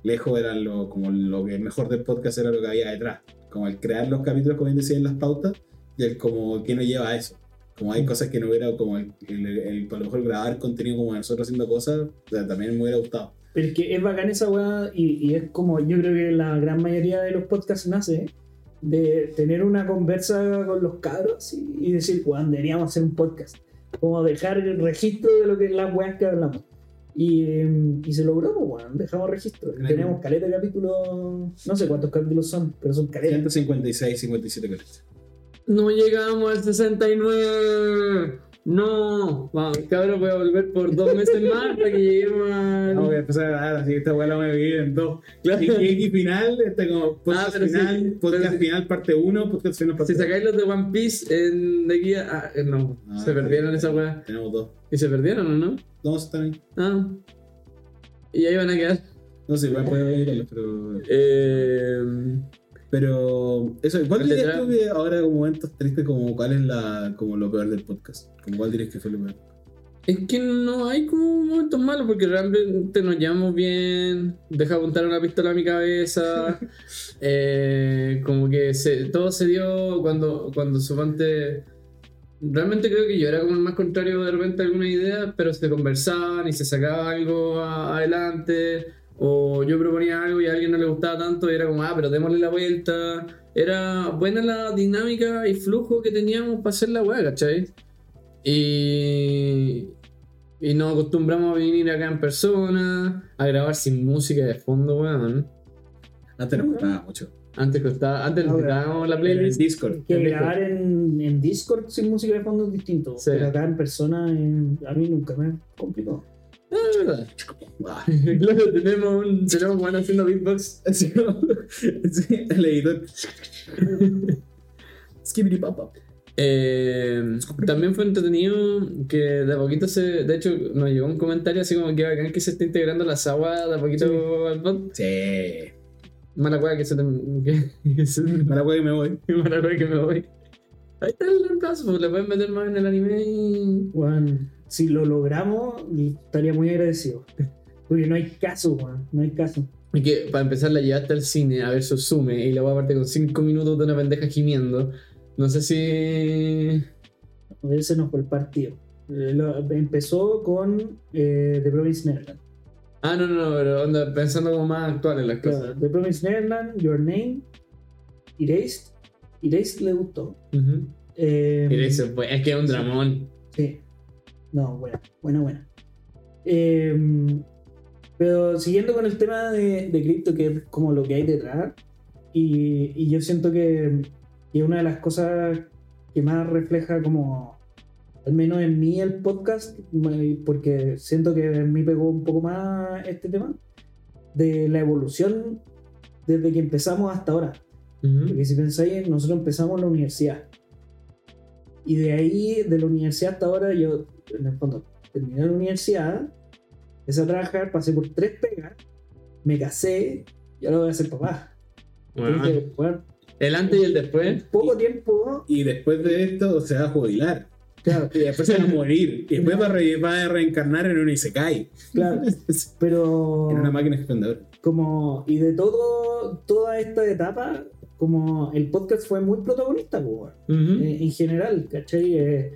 Speaker 1: lejos era lo, como lo que mejor del podcast era lo que había detrás. Como el crear los capítulos, como bien decía en las pautas, y el como que nos lleva a eso. Como hay cosas que no hubiera, como el, el, el- a lo mejor grabar contenido como nosotros haciendo cosas, o sea, también me hubiera gustado.
Speaker 3: Pero que es bacán esa weá y, y es como yo creo que la gran mayoría de los podcasts nace de tener una conversa con los cabros y, y decir, weón, deberíamos hacer un podcast. Como dejar el registro de lo que las weas que hablamos. Y, em, y se logró, pues, weón, dejamos registro.
Speaker 1: Claro.
Speaker 3: Tenemos caleta de capítulos, no sé cuántos capítulos son, pero son caletas.
Speaker 1: 156, 57 con esto.
Speaker 2: No llegamos al 69. No. Vamos, cabrón, voy a volver por dos meses más hasta que lleguemos al.
Speaker 1: Vamos a empezar a grabar, así que esta weá la voy a dividir en dos.
Speaker 2: Claro.
Speaker 1: Y, y- y final, este como podcast
Speaker 2: Ah, pero sí,
Speaker 1: final, podcast
Speaker 2: pero sí.
Speaker 1: final parte 1, podcast final parte
Speaker 2: Si
Speaker 1: 2.
Speaker 2: sacáis los de One Piece en de guía. Ah, eh, no.
Speaker 1: No,
Speaker 2: se perdieron esa weá.
Speaker 1: Tenemos dos.
Speaker 2: Y se perdieron, ¿o no?
Speaker 1: Dos están ahí.
Speaker 2: Ah. Y ahí van a quedar.
Speaker 1: No sé, igual puede haber, pero.
Speaker 2: Eh,
Speaker 1: Pero. Eso, ¿cuál
Speaker 2: El
Speaker 1: dirías
Speaker 2: detrás.
Speaker 1: tú que ahora como momentos tristes, como cuál es la, como lo peor del podcast? Como cuál dirías que fue lo peor?
Speaker 2: es que no hay como momentos malos porque realmente nos llevamos bien. Deja apuntar una pistola a mi cabeza. Eh, como que se- todo se dio cuando, cuando suponte. Realmente creo que yo era como el más contrario de repente a alguna idea, pero se conversaban y se sacaba algo a- adelante. O yo proponía algo y a alguien no le gustaba tanto y era como, ah, pero démosle la vuelta. Era buena la dinámica y flujo que teníamos para hacer la weá, ¿cachai? Y, y nos acostumbramos a venir acá en persona, a grabar sin música de fondo, weón.
Speaker 1: Antes nos gustaba mucho.
Speaker 2: Antes costaba, antes
Speaker 3: Ahora,
Speaker 2: necesitábamos la
Speaker 1: En el
Speaker 2: playlist.
Speaker 1: Discord.
Speaker 3: Que
Speaker 2: en
Speaker 3: grabar en, en Discord sin música de fondo es distinto,
Speaker 2: Sí.
Speaker 3: pero acá en persona eh, a mí nunca me complicó.
Speaker 2: Ah, es verdad. Claro, tenemos un. Tenemos un weón haciendo beatbox.
Speaker 1: Así como. sí, el editor. Skibidi papa.
Speaker 2: Eh, también fue entretenido que de a poquito se. De hecho, nos llegó un comentario así como que bacán que se está integrando la agua de a poquito al bot.
Speaker 1: Sí.
Speaker 2: Mala cueva que se. tem- Que, que se
Speaker 1: Me la juego y me voy.
Speaker 2: mala cueva que me voy. Ahí está el reemplazo, pues le pueden meter más en el anime y.
Speaker 3: Juan, si lo logramos, estaría muy agradecido. Porque no hay caso, Juan, no hay caso.
Speaker 2: Y que para empezar la llevaste al cine a ver Suzume y la voy a parte con 5 minutos de una pendeja gimiendo. No sé si.
Speaker 3: Ese nos fue el partido. Eh, lo- empezó con eh, The Province Neverland.
Speaker 2: Ah, no, no, no, pero onda, pensando como más actuales las cosas.
Speaker 3: The Province Neverland, Your Name, Erased. Erased le gustó.
Speaker 2: Ujú.
Speaker 3: Eh,
Speaker 2: Y dices, pues, es que es un dramón.
Speaker 3: Sí. No, buena, buena, buena. Eh, pero siguiendo con el tema de, de cripto, que es como lo que hay detrás, y, y yo siento que, que una de las cosas que más refleja como, al menos en mí el podcast, me- porque siento que en mí pegó un poco más este tema, de la evolución desde que empezamos hasta ahora. Porque si pensáis, nosotros empezamos en la universidad. Y de ahí, de la universidad hasta ahora, yo, en el fondo, terminé la universidad, empecé a trabajar, pasé por tres pegas, me casé, y ahora voy a ser papá.
Speaker 2: Bueno,
Speaker 3: Entonces, bueno,
Speaker 2: el antes y el después.
Speaker 3: poco tiempo,
Speaker 1: Y después de esto se va a jubilar.
Speaker 3: claro,
Speaker 1: Y después se va a morir. Y después va a, re- va a reencarnar en un Isekai.
Speaker 3: claro, pero...
Speaker 1: En una máquina expendedora.
Speaker 3: como y de todo toda esta etapa como el podcast fue muy protagonista po, weón.
Speaker 2: Ujú.
Speaker 3: Eh, en general ¿cachai? Eh,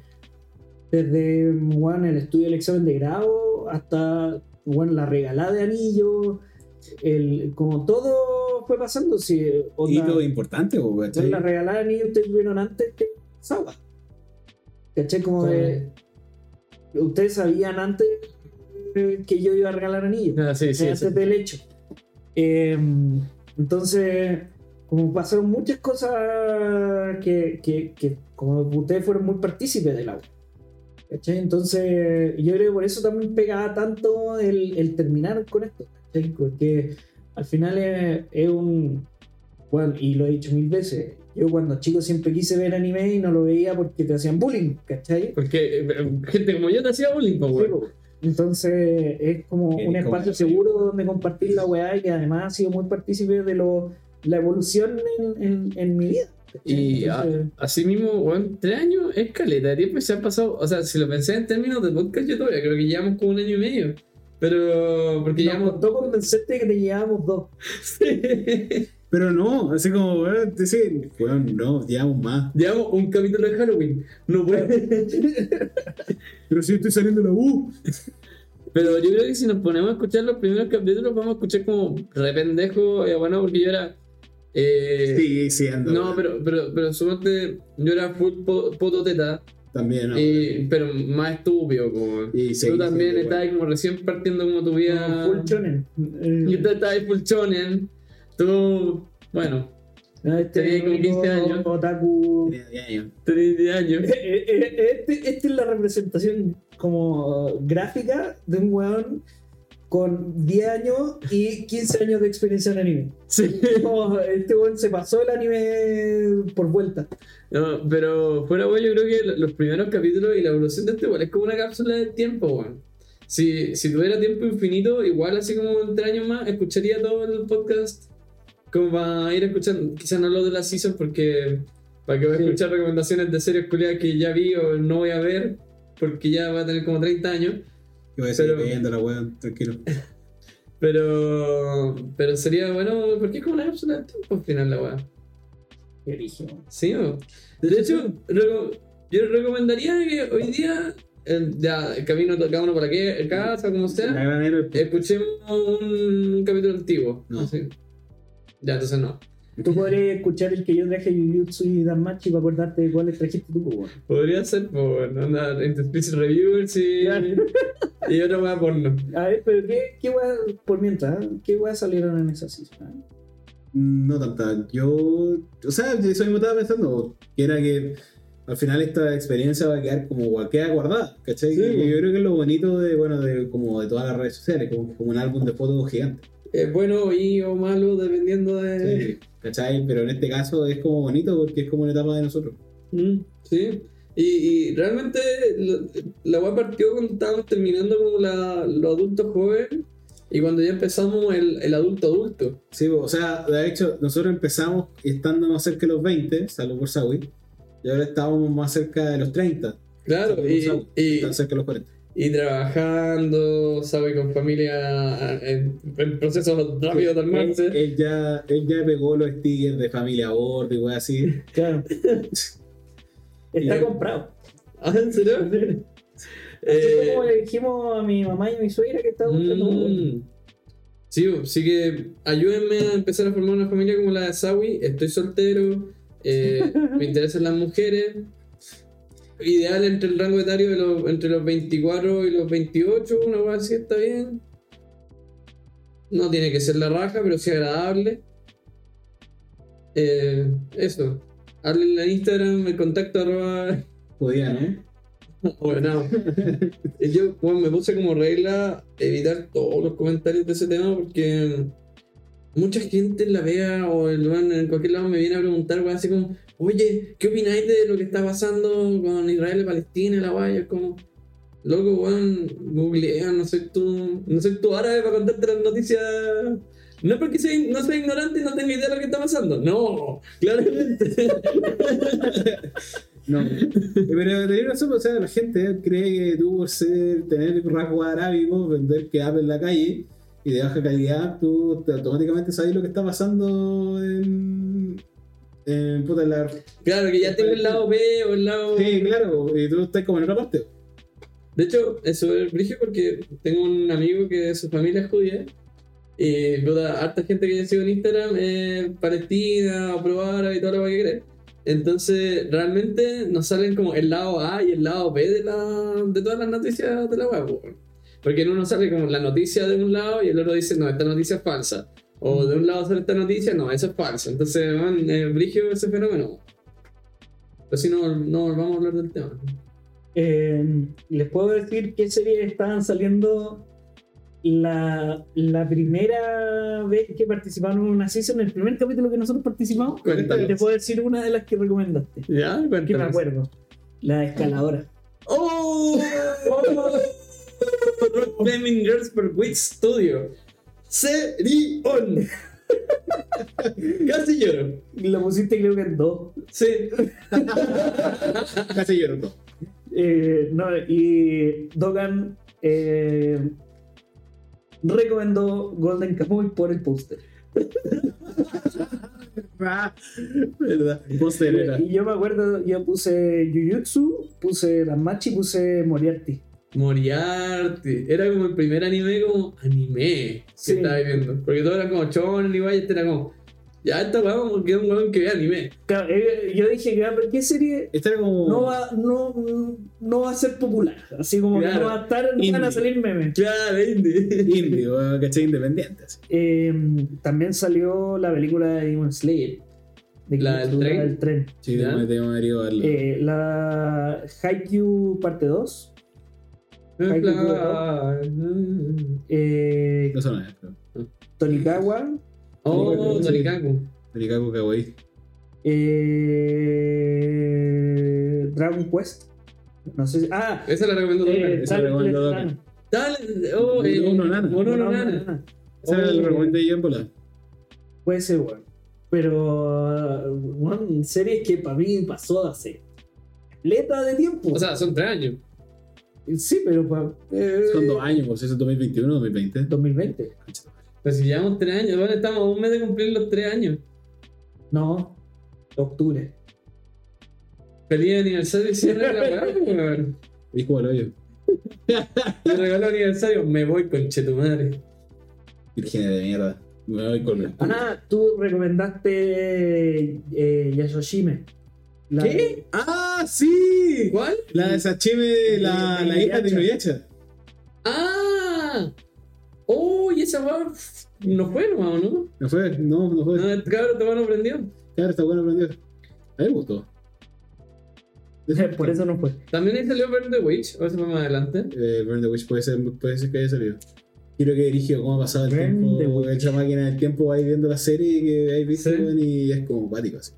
Speaker 3: desde weón, el estudio del examen de grado hasta weón, la regalada de anillo el, como todo fue pasando si
Speaker 1: Y
Speaker 3: onda,
Speaker 1: lo importante, po, ¿cachai?
Speaker 3: weón, la regalada de anillo ustedes vieron antes que Sawa ¿cachai? como de ustedes sabían antes eh, que yo iba a regalar anillo
Speaker 2: Ah, sí, sí,
Speaker 3: antes
Speaker 2: sí.
Speaker 3: del hecho. Eh, entonces, como pasaron muchas cosas que, que- que como ustedes fueron muy partícipes del agua. ¿Cachai? Entonces, yo creo que por eso también pegaba tanto el, el terminar con esto. ¿cachai? Porque al final es, es un... Bueno, y lo he dicho mil veces. Yo cuando chico siempre quise ver anime y no lo veía porque te hacían bullying, ¿cachai?
Speaker 2: Porque eh, gente como yo te hacía bullying, pues, po, weón.
Speaker 3: pues. Entonces es como
Speaker 1: Qué
Speaker 3: un
Speaker 1: rico,
Speaker 3: espacio
Speaker 1: güey.
Speaker 3: seguro donde compartir la weá y que además ha sido muy partícipe de lo, la evolución en, en- en mi vida.
Speaker 2: Y ah,
Speaker 3: Entonces,
Speaker 2: así mismo, weón, tres años es caleta de tiempo y se han pasado. O sea, si lo pensé en términos de podcast, yo todavía creo que llevamos como un año y medio. Pero, porque
Speaker 3: nos
Speaker 2: llevamos
Speaker 3: costó convencerte que te llevábamos dos.
Speaker 1: Pero no, así como, weón, decir, weón, no, llevamos más.
Speaker 2: llevamos un capítulo de Halloween. No puede.
Speaker 1: Pero si yo estoy saliendo de la U.
Speaker 2: Pero yo creo que si nos ponemos a escuchar los primeros capítulos, vamos a escuchar como rependejo. eh, bueno, porque yo era. eh,
Speaker 1: Sí, sí, ando.
Speaker 2: No,
Speaker 1: weón.
Speaker 2: pero, pero, pero suponte, yo era full po- poto teta,
Speaker 1: También, no.
Speaker 2: y- pero más estúpido, como.
Speaker 1: Y sí,
Speaker 2: Tú
Speaker 1: sí,
Speaker 2: eh, también
Speaker 1: sí,
Speaker 2: estabas como recién partiendo como tu vida.
Speaker 3: Full shonen. Eh,
Speaker 2: Y tú estabas full shonen. Tú, bueno,
Speaker 3: este
Speaker 2: tenía como 15 años.
Speaker 3: Otaku.
Speaker 1: weón. Ya, ya, ya.
Speaker 2: 30 años.
Speaker 3: Eh, eh, eh, Este, esta es la representación como gráfica de un weón con 10 años y 15 años de experiencia en anime.
Speaker 2: Sí.
Speaker 3: No, este weón se pasó el anime por vuelta.
Speaker 2: No, pero fuera, weón, yo creo que lo- los primeros capítulos y la evolución de este, weón, es como una cápsula del tiempo, weón. Si, si tuviera tiempo infinito, igual así como entre años más, escucharía todo el podcast. Como para ir escuchando, quizás no lo de la season, porque para que voy a
Speaker 3: Sí.
Speaker 2: escuchar recomendaciones de series culiadas que ya vi o no voy a ver, porque ya va a tener como 30 años.
Speaker 1: Yo voy a seguir
Speaker 2: Pero-
Speaker 1: leyendo la weón, tranquilo.
Speaker 2: Pero, pero sería bueno, porque es como una cápsula del tiempo al final, la weá. Sí, o- de hecho, reco- yo recomendaría que hoy día, el, ya, el camino de cada uno para que casa, como
Speaker 1: La
Speaker 2: sea,
Speaker 1: gran héroe.
Speaker 2: escuchemos un, capítulo antiguo.
Speaker 1: No.
Speaker 2: así. Ya, entonces no.
Speaker 3: Tú podrías escuchar el que yo traje Jujutsu y Danmachi para acordarte de cuáles trajiste tú, po, weón.
Speaker 2: Podría ser por andar entre Explicit Reviewers y, y otra weá porno.
Speaker 3: A ver, pero qué, qué weá, por mientras, ¿eh? ¿qué weá salieron en esa season? eh?
Speaker 1: No tanta. Yo. O sea, yo eso mismo estaba pensando. Que era que al final esta experiencia va a quedar como gua- queda guardada. ¿Cachai?
Speaker 2: Sí,
Speaker 1: Y
Speaker 2: bueno.
Speaker 1: yo creo que es lo bonito de, bueno, de como de todas las redes sociales, como, como un álbum de fotos gigante.
Speaker 2: Es bueno y o malo, dependiendo de.
Speaker 1: ¿Cachai? Pero en este caso es como bonito porque es como una etapa de nosotros.
Speaker 2: Mm, Sí. Y, y realmente la- la weá partió cuando estábamos terminando como la, los adultos jóvenes y cuando ya empezamos el, el adulto adulto.
Speaker 1: Sí, o sea, de hecho, nosotros empezamos estando más cerca de los 20, salvo por Sawi, y ahora estábamos más cerca de los 30,
Speaker 2: Claro, y, y,
Speaker 1: tan cerca de los 40.
Speaker 2: y trabajando, ¿sabes? Con familia en, en procesos rápidos de
Speaker 1: Él,
Speaker 2: armarse.
Speaker 1: él ya, él ya pegó los stickers de familia gorda y weas así.
Speaker 3: Claro. Está
Speaker 1: Y-
Speaker 3: comprado.
Speaker 2: Ah, ¿En serio?
Speaker 3: Así
Speaker 2: Eh,
Speaker 3: como le dijimos a mi mamá y a mi suegra que estaba buscando un weón.
Speaker 2: Mm. Sí, bo, sí que ayúdenme a empezar a formar una familia como la de Sawi. Estoy soltero, eh, me interesan las mujeres. Ideal entre el rango etario de los, entre los 24 y los 28, una cosa así está bien. No tiene que ser la raja, pero sí agradable. Eh, eso. Háblenle en Instagram, el contacto arroba
Speaker 1: Podían, ¿eh?
Speaker 2: Bueno, yo bueno, me puse como regla evitar todos los comentarios de ese tema porque mucha gente en la vea o el, bueno, en cualquier lado me viene a preguntar, weón, así como, oye, ¿qué opináis de lo que está pasando con Israel y Palestina? y La guay, es como, loco, weón, googlea, no soy tú, no soy tú árabe para contarte las noticias. No es porque soy, no soy ignorante y no tengo idea de lo que está pasando. No, claramente.
Speaker 1: No. Pero tenés razón, o sea, la gente cree que tú por ser, tener rasgos arábicos, vender que en la calle y de baja calidad, tú te- automáticamente sabes lo que está pasando en. en puta, en la.
Speaker 2: claro, que ya tengo el lado B o el lado...
Speaker 1: Sí, claro, y tú estás como en otra parte.
Speaker 2: De hecho, eso es brillo porque tengo un amigo que su familia es judía. Y puta, harta gente que yo sigo en Instagram es palestina o probar y todo lo que cree. Entonces, realmente nos salen como el lado A y el lado B de, la, de todas las noticias de la web. po. Porque en uno sale como la noticia de un lado y el otro dice, no, esta noticia es falsa. O de un lado sale esta noticia, no, eso es falso. Entonces, man, es brillo ese fenómeno. Pero si no, no volvamos a hablar del tema.
Speaker 3: Eh, les puedo decir qué series estaban saliendo la, la primera vez que participaron en una season, el primer capítulo que nosotros participamos.
Speaker 2: Cuéntanos.
Speaker 3: Te puedo decir una de las que recomendaste,
Speaker 2: ¿Ya?
Speaker 3: que me
Speaker 2: Cuéntanos.
Speaker 3: acuerdo. La escaladora.
Speaker 2: ¡Oh! Rock Climbing Girls per Wit Studio. Serión. Casi lloro.
Speaker 3: La pusiste creo que en dos.
Speaker 2: Sí.
Speaker 1: Casi lloro todo.
Speaker 3: Eh, no, y Dogan eh, recomendó Golden Kamuy por el póster.
Speaker 1: Ah, verdad. Posterera.
Speaker 3: Y yo me acuerdo, yo puse Jujutsu, puse Danmachi, puse Moriarty.
Speaker 2: Moriarty. Era como el primer anime como anime
Speaker 3: Sí.
Speaker 2: que estaba viendo. Porque todo era como chon y guay, este era como. Ya esta weá como que es un weón que ve anime.
Speaker 3: Claro, eh, yo dije, ya, pero ¿qué serie
Speaker 1: Esta era como.
Speaker 3: no ah, va, no, no va a ser popular? Así como que
Speaker 2: Claro.
Speaker 3: no va a estar, no van
Speaker 1: Indie.
Speaker 3: a salir memes.
Speaker 2: Claro, indie.
Speaker 1: Indio, ah, ¿cachai? Independiente. así.
Speaker 3: Eh, también salió la película de Demon Slayer. De
Speaker 2: ¿La del
Speaker 3: Kimetsu,
Speaker 2: tren?
Speaker 3: del tren.
Speaker 1: Sí,
Speaker 2: Ya.
Speaker 1: me tengo marido a verlo.
Speaker 3: Eh, la Haikyuu parte 2.
Speaker 2: En plan,
Speaker 3: eh,
Speaker 1: No son las. pero-
Speaker 3: Tonikawa,
Speaker 2: Oh, Tonikaku.
Speaker 1: Ricaco Kawaii.
Speaker 3: eh, Dragon Quest. No sé si. Ah,
Speaker 2: Esa la recomiendo también.
Speaker 3: eh,
Speaker 1: esa la
Speaker 3: Silent
Speaker 1: recomiendo
Speaker 3: Hill,
Speaker 1: Dokken.
Speaker 2: Dale, oh, eh,
Speaker 1: Mono Nana.
Speaker 2: Mono
Speaker 3: Mono
Speaker 2: Nana.
Speaker 3: Nana.
Speaker 1: Esa era
Speaker 3: Oh.
Speaker 1: la recomendé yo en bola.
Speaker 3: Puede ser, weón. Pero, weón, series que para mí pasó hace. Leta de tiempo.
Speaker 2: O sea, son tres años.
Speaker 3: sí, pero eh, para.
Speaker 1: Son dos años, pues eso es 2021, 2020.
Speaker 3: 2020.
Speaker 2: Pero si llevamos tres años, bueno, estamos a un mes de cumplir los tres años.
Speaker 3: No, octubre.
Speaker 2: Feliz aniversario y cierre de la weá, pues, weón.
Speaker 1: Dijo al hoyo.
Speaker 2: Te regalo aniversario, me voy con tu madre.
Speaker 1: Virgen de mierda. Me voy con el-
Speaker 3: Ah, tú recomendaste eh, Yashoshime. La-
Speaker 2: ¿Qué?
Speaker 1: ¡Ah, sí!
Speaker 2: ¿Cuál?
Speaker 1: La de Sashime, la, la hija de Inuyasha.
Speaker 2: ¡Ah! ¡Oh! Y esa weá pf, no fue, hermano, ¿no?
Speaker 1: ¿No fue? No, no fue.
Speaker 2: No, este cabrón, todavía no aprendió.
Speaker 1: Claro, está bueno aprendió. A mí me gustó.
Speaker 3: Por eso no fue.
Speaker 2: También ahí salió Burn the Witch, o eso fue más adelante.
Speaker 1: Eh, Burn the Witch puede ser, puede ser que haya salido. Quiero que dirigió cómo ha pasado el
Speaker 3: Burn the
Speaker 1: tiempo.
Speaker 3: Witch.
Speaker 1: Esa máquina del tiempo vais viendo la serie que hay visto
Speaker 2: Sí.
Speaker 1: weón, y es como pático así.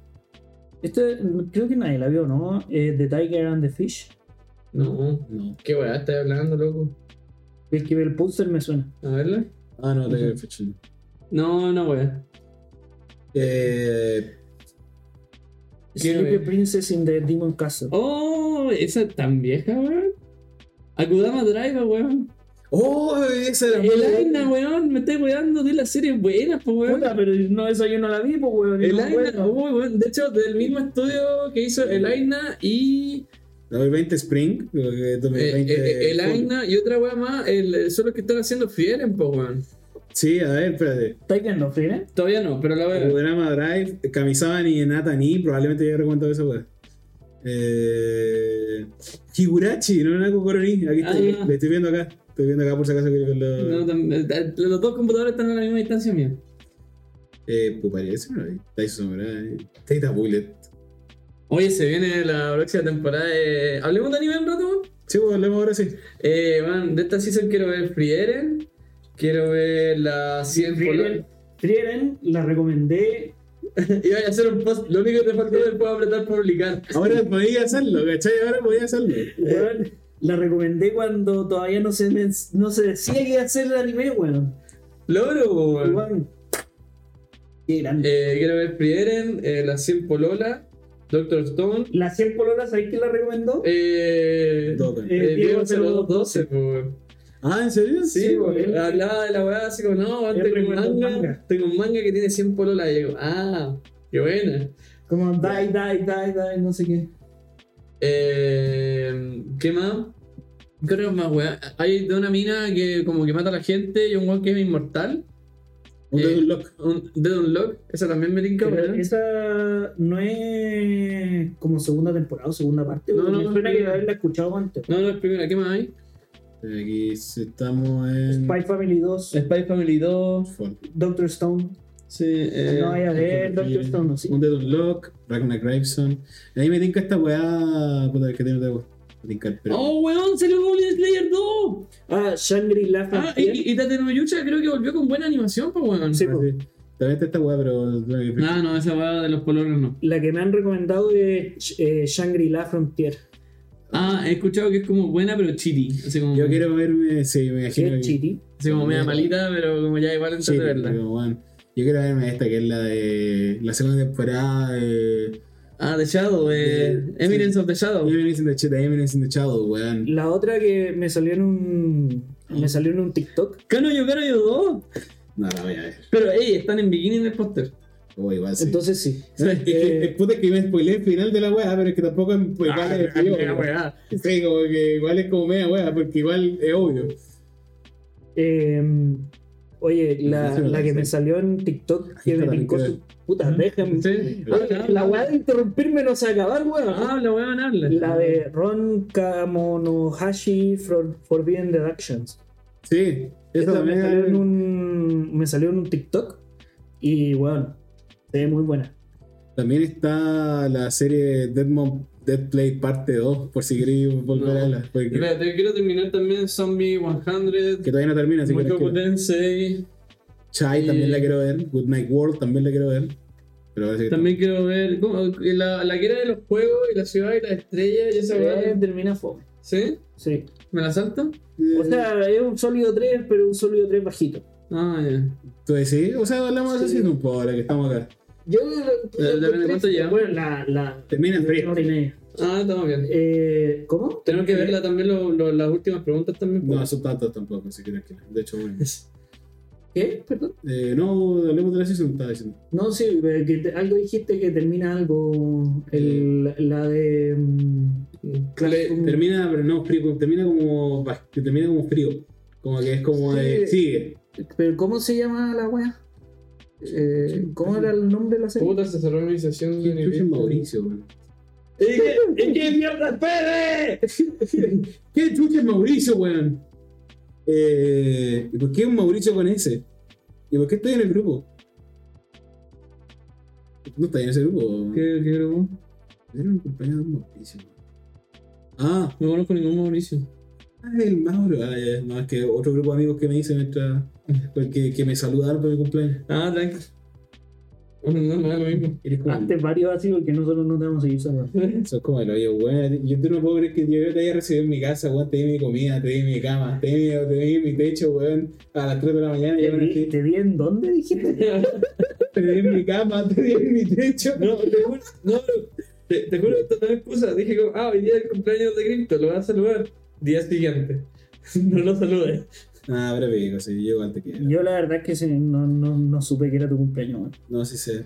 Speaker 3: Este creo que nadie la vio, ¿no? Eh, the Tiger and the Fish.
Speaker 2: No,
Speaker 1: No.
Speaker 2: qué weá, estás hablando, loco.
Speaker 3: El que ve el póster me suena.
Speaker 2: A verla.
Speaker 1: Ah, no, te
Speaker 3: Ujú.
Speaker 1: fecha, no.
Speaker 2: No, no, weá.
Speaker 1: Eh,
Speaker 2: Quiero
Speaker 3: Sleepy
Speaker 2: ver.
Speaker 3: Princess in the Demon Castle.
Speaker 2: Oh, esa tan vieja, weón. Akudama Drive, weón.
Speaker 1: Oh, esa era
Speaker 2: El
Speaker 1: buena.
Speaker 2: Aina, weón, me estoy weando de las series buenas, pues, weón.
Speaker 3: Puta, pero no, esa yo no la vi, pues, weón.
Speaker 2: el
Speaker 3: no
Speaker 2: Aina,
Speaker 3: puedo.
Speaker 2: uy, weón. De hecho, del mismo estudio que hizo el Aina y.
Speaker 1: La 2020 Spring. creo que
Speaker 2: eh,
Speaker 1: 2020
Speaker 2: eh, el
Speaker 1: Fall.
Speaker 2: Aina y otra weá más, el, eh, son los que están haciendo Fieren, pues, weón.
Speaker 1: Sí, a ver, espérate.
Speaker 3: Tiger no Frieren.
Speaker 2: Todavía no, pero la weá.
Speaker 1: Programa Drive, Kamisaban y Natani, probablemente yo recomendado esa weá. Eh, Higurachi, no era Kokoro ni. Aquí estoy,
Speaker 2: Ah.
Speaker 1: le estoy viendo acá. Estoy viendo acá por si acaso que lo.
Speaker 2: No, tam- eh, los dos computadores están a la misma distancia mía.
Speaker 1: Eh, pues parece, no lo vi. Taisa Samurai, Taita Bullet.
Speaker 2: Oye, se viene la próxima temporada de... ¿Hablemos de anime un rato, weón?
Speaker 1: Sí, pues hablemos ahora sí.
Speaker 2: Eh, man, de esta season quiero ver Frieren. Quiero ver la 100
Speaker 3: Frieren, Frieren la recomendé.
Speaker 2: Iba a hacer un post. Lo único que te faltó después apretar publicar.
Speaker 1: Ahora podía hacerlo, ¿cachai? Ahora podía hacerlo.
Speaker 2: Eh,
Speaker 3: weón, la recomendé cuando todavía no se, men- no se decía que iba a ser el anime, weón.
Speaker 2: Logro, weón.
Speaker 3: Weón. Qué grande.
Speaker 2: Eh, quiero ver Frieren, eh, la 100 Polola, Doctor Stone.
Speaker 3: La 100 polola, ¿sabéis quién la recomendó?
Speaker 2: Eh,
Speaker 1: Todo.
Speaker 3: Eh,
Speaker 2: eh, Diego
Speaker 3: Diego
Speaker 2: 0212, po, weón.
Speaker 1: Ah, ¿en serio?
Speaker 2: Sí,
Speaker 3: Sí,
Speaker 2: po,
Speaker 3: weón.
Speaker 2: Hablaba de la weá así como, no,
Speaker 3: Él
Speaker 2: tengo un
Speaker 3: recomendó un
Speaker 2: manga,
Speaker 3: manga.
Speaker 2: Tengo un manga que tiene 100 Polola. Y digo, ah, qué buena.
Speaker 3: Como die, die, die, die, no sé qué.
Speaker 2: Eh, ¿Qué más? ¿Qué otro más, weá? Hay de una mina que como que mata a la gente y un weón que es inmortal.
Speaker 1: Un
Speaker 2: Eh,
Speaker 1: Dead Lock.
Speaker 2: Un Dead Unlock. Esa también me tinca,
Speaker 3: Pero
Speaker 2: weón.
Speaker 3: esa no es como segunda temporada o segunda parte.
Speaker 2: No,
Speaker 3: No,
Speaker 2: no,
Speaker 3: me
Speaker 2: no,
Speaker 3: suena
Speaker 2: no.
Speaker 3: que haberla escuchado antes.
Speaker 2: No, no es primera. ¿Qué más hay?
Speaker 1: Aquí estamos
Speaker 2: Eh,
Speaker 1: en.
Speaker 3: Spy Family 2,
Speaker 2: Spy Family 2.
Speaker 1: Fall.
Speaker 3: Doctor Stone.
Speaker 2: Sí, eh,
Speaker 3: no vaya a ver
Speaker 1: Aquí
Speaker 3: Doctor Stone, no, sí.
Speaker 1: Un Dead Lock, Ragnar Graveson. Ahí me tinca esta weá. Puta, es que tiene otra weá. Me tinca el pelo.
Speaker 2: ¡Oh, weón! ¡Salió Goblin Slayer 2!
Speaker 3: Ah, Shangri-La
Speaker 2: Ah,
Speaker 3: Frontier.
Speaker 2: y, y Tate no Yucha creo que volvió con buena animación, pues, weón.
Speaker 3: Sí,
Speaker 1: Ah,
Speaker 3: po.
Speaker 1: sí. También está esta weá, pero.
Speaker 2: Ah, no, esa weá de los colores no.
Speaker 3: La que me han recomendado es eh, Shangri-La Frontier.
Speaker 2: Ah, he escuchado que es como buena, pero chiti. Así como,
Speaker 1: Yo quiero verme. Sí, me
Speaker 3: Que
Speaker 1: imagino.
Speaker 3: Ah. es
Speaker 1: que-
Speaker 3: chiti.
Speaker 2: así como media malita, pero como ya igual antes
Speaker 1: Sí,
Speaker 2: de verla.
Speaker 1: pero, weón, Yo quiero verme esta, que es la de. La segunda temporada de.
Speaker 2: Ah, The Shadow, eh,
Speaker 1: Eh,
Speaker 2: Eminence
Speaker 1: sí.
Speaker 2: of the
Speaker 3: Oh.
Speaker 2: Shadow.
Speaker 1: Eminence in the Shadow, Eminence in the Shadow, weón.
Speaker 3: La otra que me salió en un. Me salió en un TikTok.
Speaker 2: Cano yo, Cano yo 2.
Speaker 1: No, la voy a ver.
Speaker 2: Pero, ey, están en bikini en el póster.
Speaker 1: Oh, igual sí.
Speaker 3: Entonces sí.
Speaker 1: No, es que-
Speaker 3: eh,
Speaker 1: es puta que me spoilé el final de la weá, pero es que tampoco es pues, igual
Speaker 2: Ah,
Speaker 1: es
Speaker 2: la
Speaker 1: obvio,
Speaker 2: mega
Speaker 1: weón.
Speaker 2: weá.
Speaker 1: Sí, como que igual es como media weá, porque igual es obvio.
Speaker 3: Eh, oye,
Speaker 1: Sí,
Speaker 3: la,
Speaker 1: sí,
Speaker 3: la que
Speaker 1: sí.
Speaker 3: me salió en TikTok que me
Speaker 1: Está la
Speaker 3: picó
Speaker 1: que-
Speaker 3: su puta, déjame.
Speaker 2: Sí.
Speaker 1: Ah,
Speaker 3: Oye, La weá de interrumpirme no se va a acabar, weón.
Speaker 2: Habla, weón, habla.
Speaker 3: La de Ron Kamonohashi For- Forbidden Deductions.
Speaker 1: Sí, eso
Speaker 3: Esta me
Speaker 1: también.
Speaker 3: salió, en un, me salió en un TikTok y bueno, se ve muy buena.
Speaker 1: También está la serie Deadmon Dead Play parte 2, por si queréis volver
Speaker 2: No.
Speaker 1: a verla. porque-
Speaker 2: Espérate, yo quiero terminar también Zombie 100.
Speaker 1: que todavía no termina, así que la
Speaker 2: Mucho
Speaker 1: quiero.
Speaker 2: Potensei.
Speaker 1: Chai
Speaker 2: Y-
Speaker 1: también la quiero ver. Good Night World también la quiero ver. Pero parece que
Speaker 2: También quiero ver ¿cómo? la, la que era de los juegos y la ciudad y las estrellas y esa
Speaker 3: Eh,
Speaker 2: weá.
Speaker 3: termina fome.
Speaker 2: ¿Sí?
Speaker 3: Sí.
Speaker 2: ¿Me la salto?
Speaker 3: O sea, es un sólido 3, pero un sólido 3 bajito.
Speaker 2: Ah, ya.
Speaker 1: ¿Tú decís? O sea, hablamos así un poco pues, ahora que estamos acá.
Speaker 3: Yo
Speaker 2: Eh, depende de cuánto llevamos.
Speaker 3: Bueno, la, la
Speaker 1: Termina
Speaker 3: una hora y
Speaker 1: frío.
Speaker 3: media.
Speaker 2: Ah, estamos bien.
Speaker 3: Eh, ¿Cómo?
Speaker 2: Tenemos que verla también lo- lo- las últimas preguntas también.
Speaker 1: No,
Speaker 2: pues.
Speaker 1: son tantos tampoco, así que tranquilo. De hecho, bueno.
Speaker 3: ¿Qué? Perdón.
Speaker 1: Eh, no, hablemos de la season, estaba diciendo.
Speaker 3: No, sí, eh, que te- algo dijiste que termina algo. el- la de. mm, Classroom-
Speaker 1: Termina, pero no, frío, termina como. bah, que termina como frío. Como que es como
Speaker 3: Sí.
Speaker 1: de. Sigue.
Speaker 3: Pero ¿cómo se llama la wea? Eh, ¿Cómo era el nombre de la serie?
Speaker 2: Puta, se cerró mi sesión de
Speaker 1: ¿Qué es Mauricio, weón?
Speaker 2: ¿En qué mierda espere?
Speaker 1: ¿Qué chucha es Mauricio, weón? Eh, ¿Y por qué un Mauricio con ese? ¿Y por qué estoy en el grupo? No está en ese grupo. weón.
Speaker 2: ¿Qué, qué grupo?
Speaker 1: Era un compañero de un Mauricio. Ah,
Speaker 2: No conozco ningún Mauricio.
Speaker 1: ah, el Mauro. Ah, ya, no, es que otro grupo de amigos que me hice mientras. porque- que me saludaron por mi cumpleaños.
Speaker 2: Ah, tranqui. No, no es lo mismo.
Speaker 1: Eres como.
Speaker 3: Antes varios así porque nosotros no te vamos a seguir saludando.
Speaker 1: Sos como el hoyo, weón. Yo tú no puedo creer que yo te haya recibido en mi casa, weón. Te di mi comida, te di mi cama, te di mi, te di mi techo, weón. A las 3 de la mañana, yo me
Speaker 3: ¿Te,
Speaker 1: estoy-
Speaker 3: Eh, te vi en dónde dijiste?
Speaker 1: te di mi cama, te di mi techo.
Speaker 2: No, te juro, no, te, te juro que esto no es excusa. Dije como, ah, hoy día es el cumpleaños de Crypto, lo voy a saludar. Día siguiente. No lo saludes.
Speaker 1: Ah, pero pico, si yo antes que.
Speaker 3: Yo la verdad es que sí, no, no, no supe que era tu cumpleaños. weón.
Speaker 1: No, sí sé.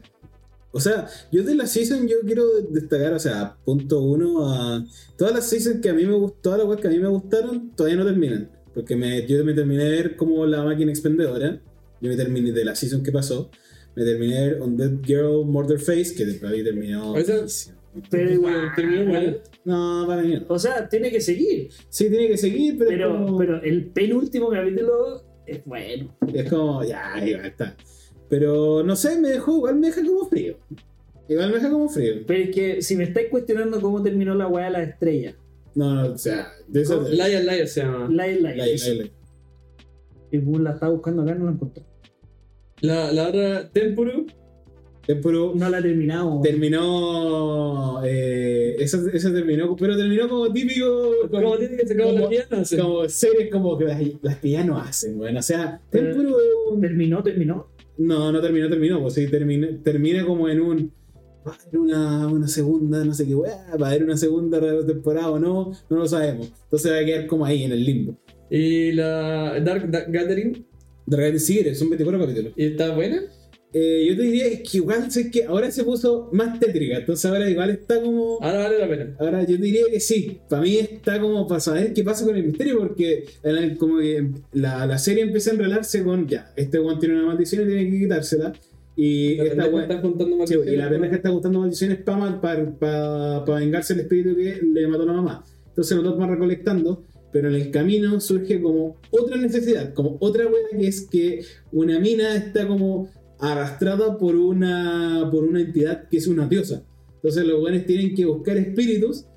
Speaker 1: O sea, yo de la season yo quiero destacar, o sea, punto uno a. Todas las seasons que a mí me gustaron, todas las weas que a mí me gustaron, todavía no terminan. Porque me, yo me terminé de ver como la máquina expendedora. Yo me terminé de la season que pasó. Me terminé de ver On Dead Girl Murder Face, que después había terminado.
Speaker 2: Esa-
Speaker 3: Pero igual.
Speaker 2: Bueno, terminó bueno.
Speaker 1: No, para mí no.
Speaker 3: O sea, tiene que seguir.
Speaker 1: Sí, tiene que seguir, pero, es,
Speaker 3: Pero,
Speaker 1: como,
Speaker 3: pero el penúltimo capítulo es bueno.
Speaker 1: es como, ya, ahí va, está. Pero no sé, me dejó, igual me deja como frío. Igual me deja como frío.
Speaker 3: Pero es que si me estáis cuestionando cómo terminó la weá de la estrella,
Speaker 1: No, no, o sea, de eso.
Speaker 2: Liar Liar se llama.
Speaker 3: la es la
Speaker 1: Liar, liar, liar.
Speaker 3: El Google la estaba buscando acá, no la encontró.
Speaker 2: La, la otra, Tempuru.
Speaker 1: Es puro-
Speaker 3: No la terminamos.
Speaker 1: Terminó. Eh, esa, esa terminó. Pero terminó como típico.
Speaker 2: ¿Cómo tiene que sacar
Speaker 1: como-
Speaker 2: la pierna? Sí.
Speaker 1: como series como que las, las que ya no hacen, weón. O sea,
Speaker 3: Pero-
Speaker 1: Tempuru es un-
Speaker 3: Terminó, terminó.
Speaker 1: No, no terminó, terminó. Pues sí, termina, termina como en un. Va a haber una, una segunda, no sé qué weá. Va a haber una segunda re- temporada o no, no lo sabemos. Entonces va a quedar como ahí en el limbo.
Speaker 2: Y la Dark, Dark Gathering.
Speaker 1: Dragon sigue, son 24 capítulos.
Speaker 2: ¿Y está buena?
Speaker 1: Eh, yo te diría es que igual sé que ahora se puso más tétrica, entonces ahora igual está como.
Speaker 2: Ahora vale la pena.
Speaker 1: Ahora yo diría que sí, para mí está como para saber qué pasa con el misterio, porque el- como que la, la serie empieza a enredarse con ya, este weón tiene una maldición y tiene que quitársela. Y
Speaker 2: La
Speaker 1: esta
Speaker 2: pendeja
Speaker 1: weón-
Speaker 2: está juntando más
Speaker 1: Sí, y la pendeja está gustando maldiciones para vengarse el espíritu que le mató a la mamá. Entonces los dos van recolectando, pero en el camino surge como otra necesidad, como otra hueá que es que una mina está como arrastrada por una, por una entidad que es una diosa. Entonces los buenos tienen que buscar espíritus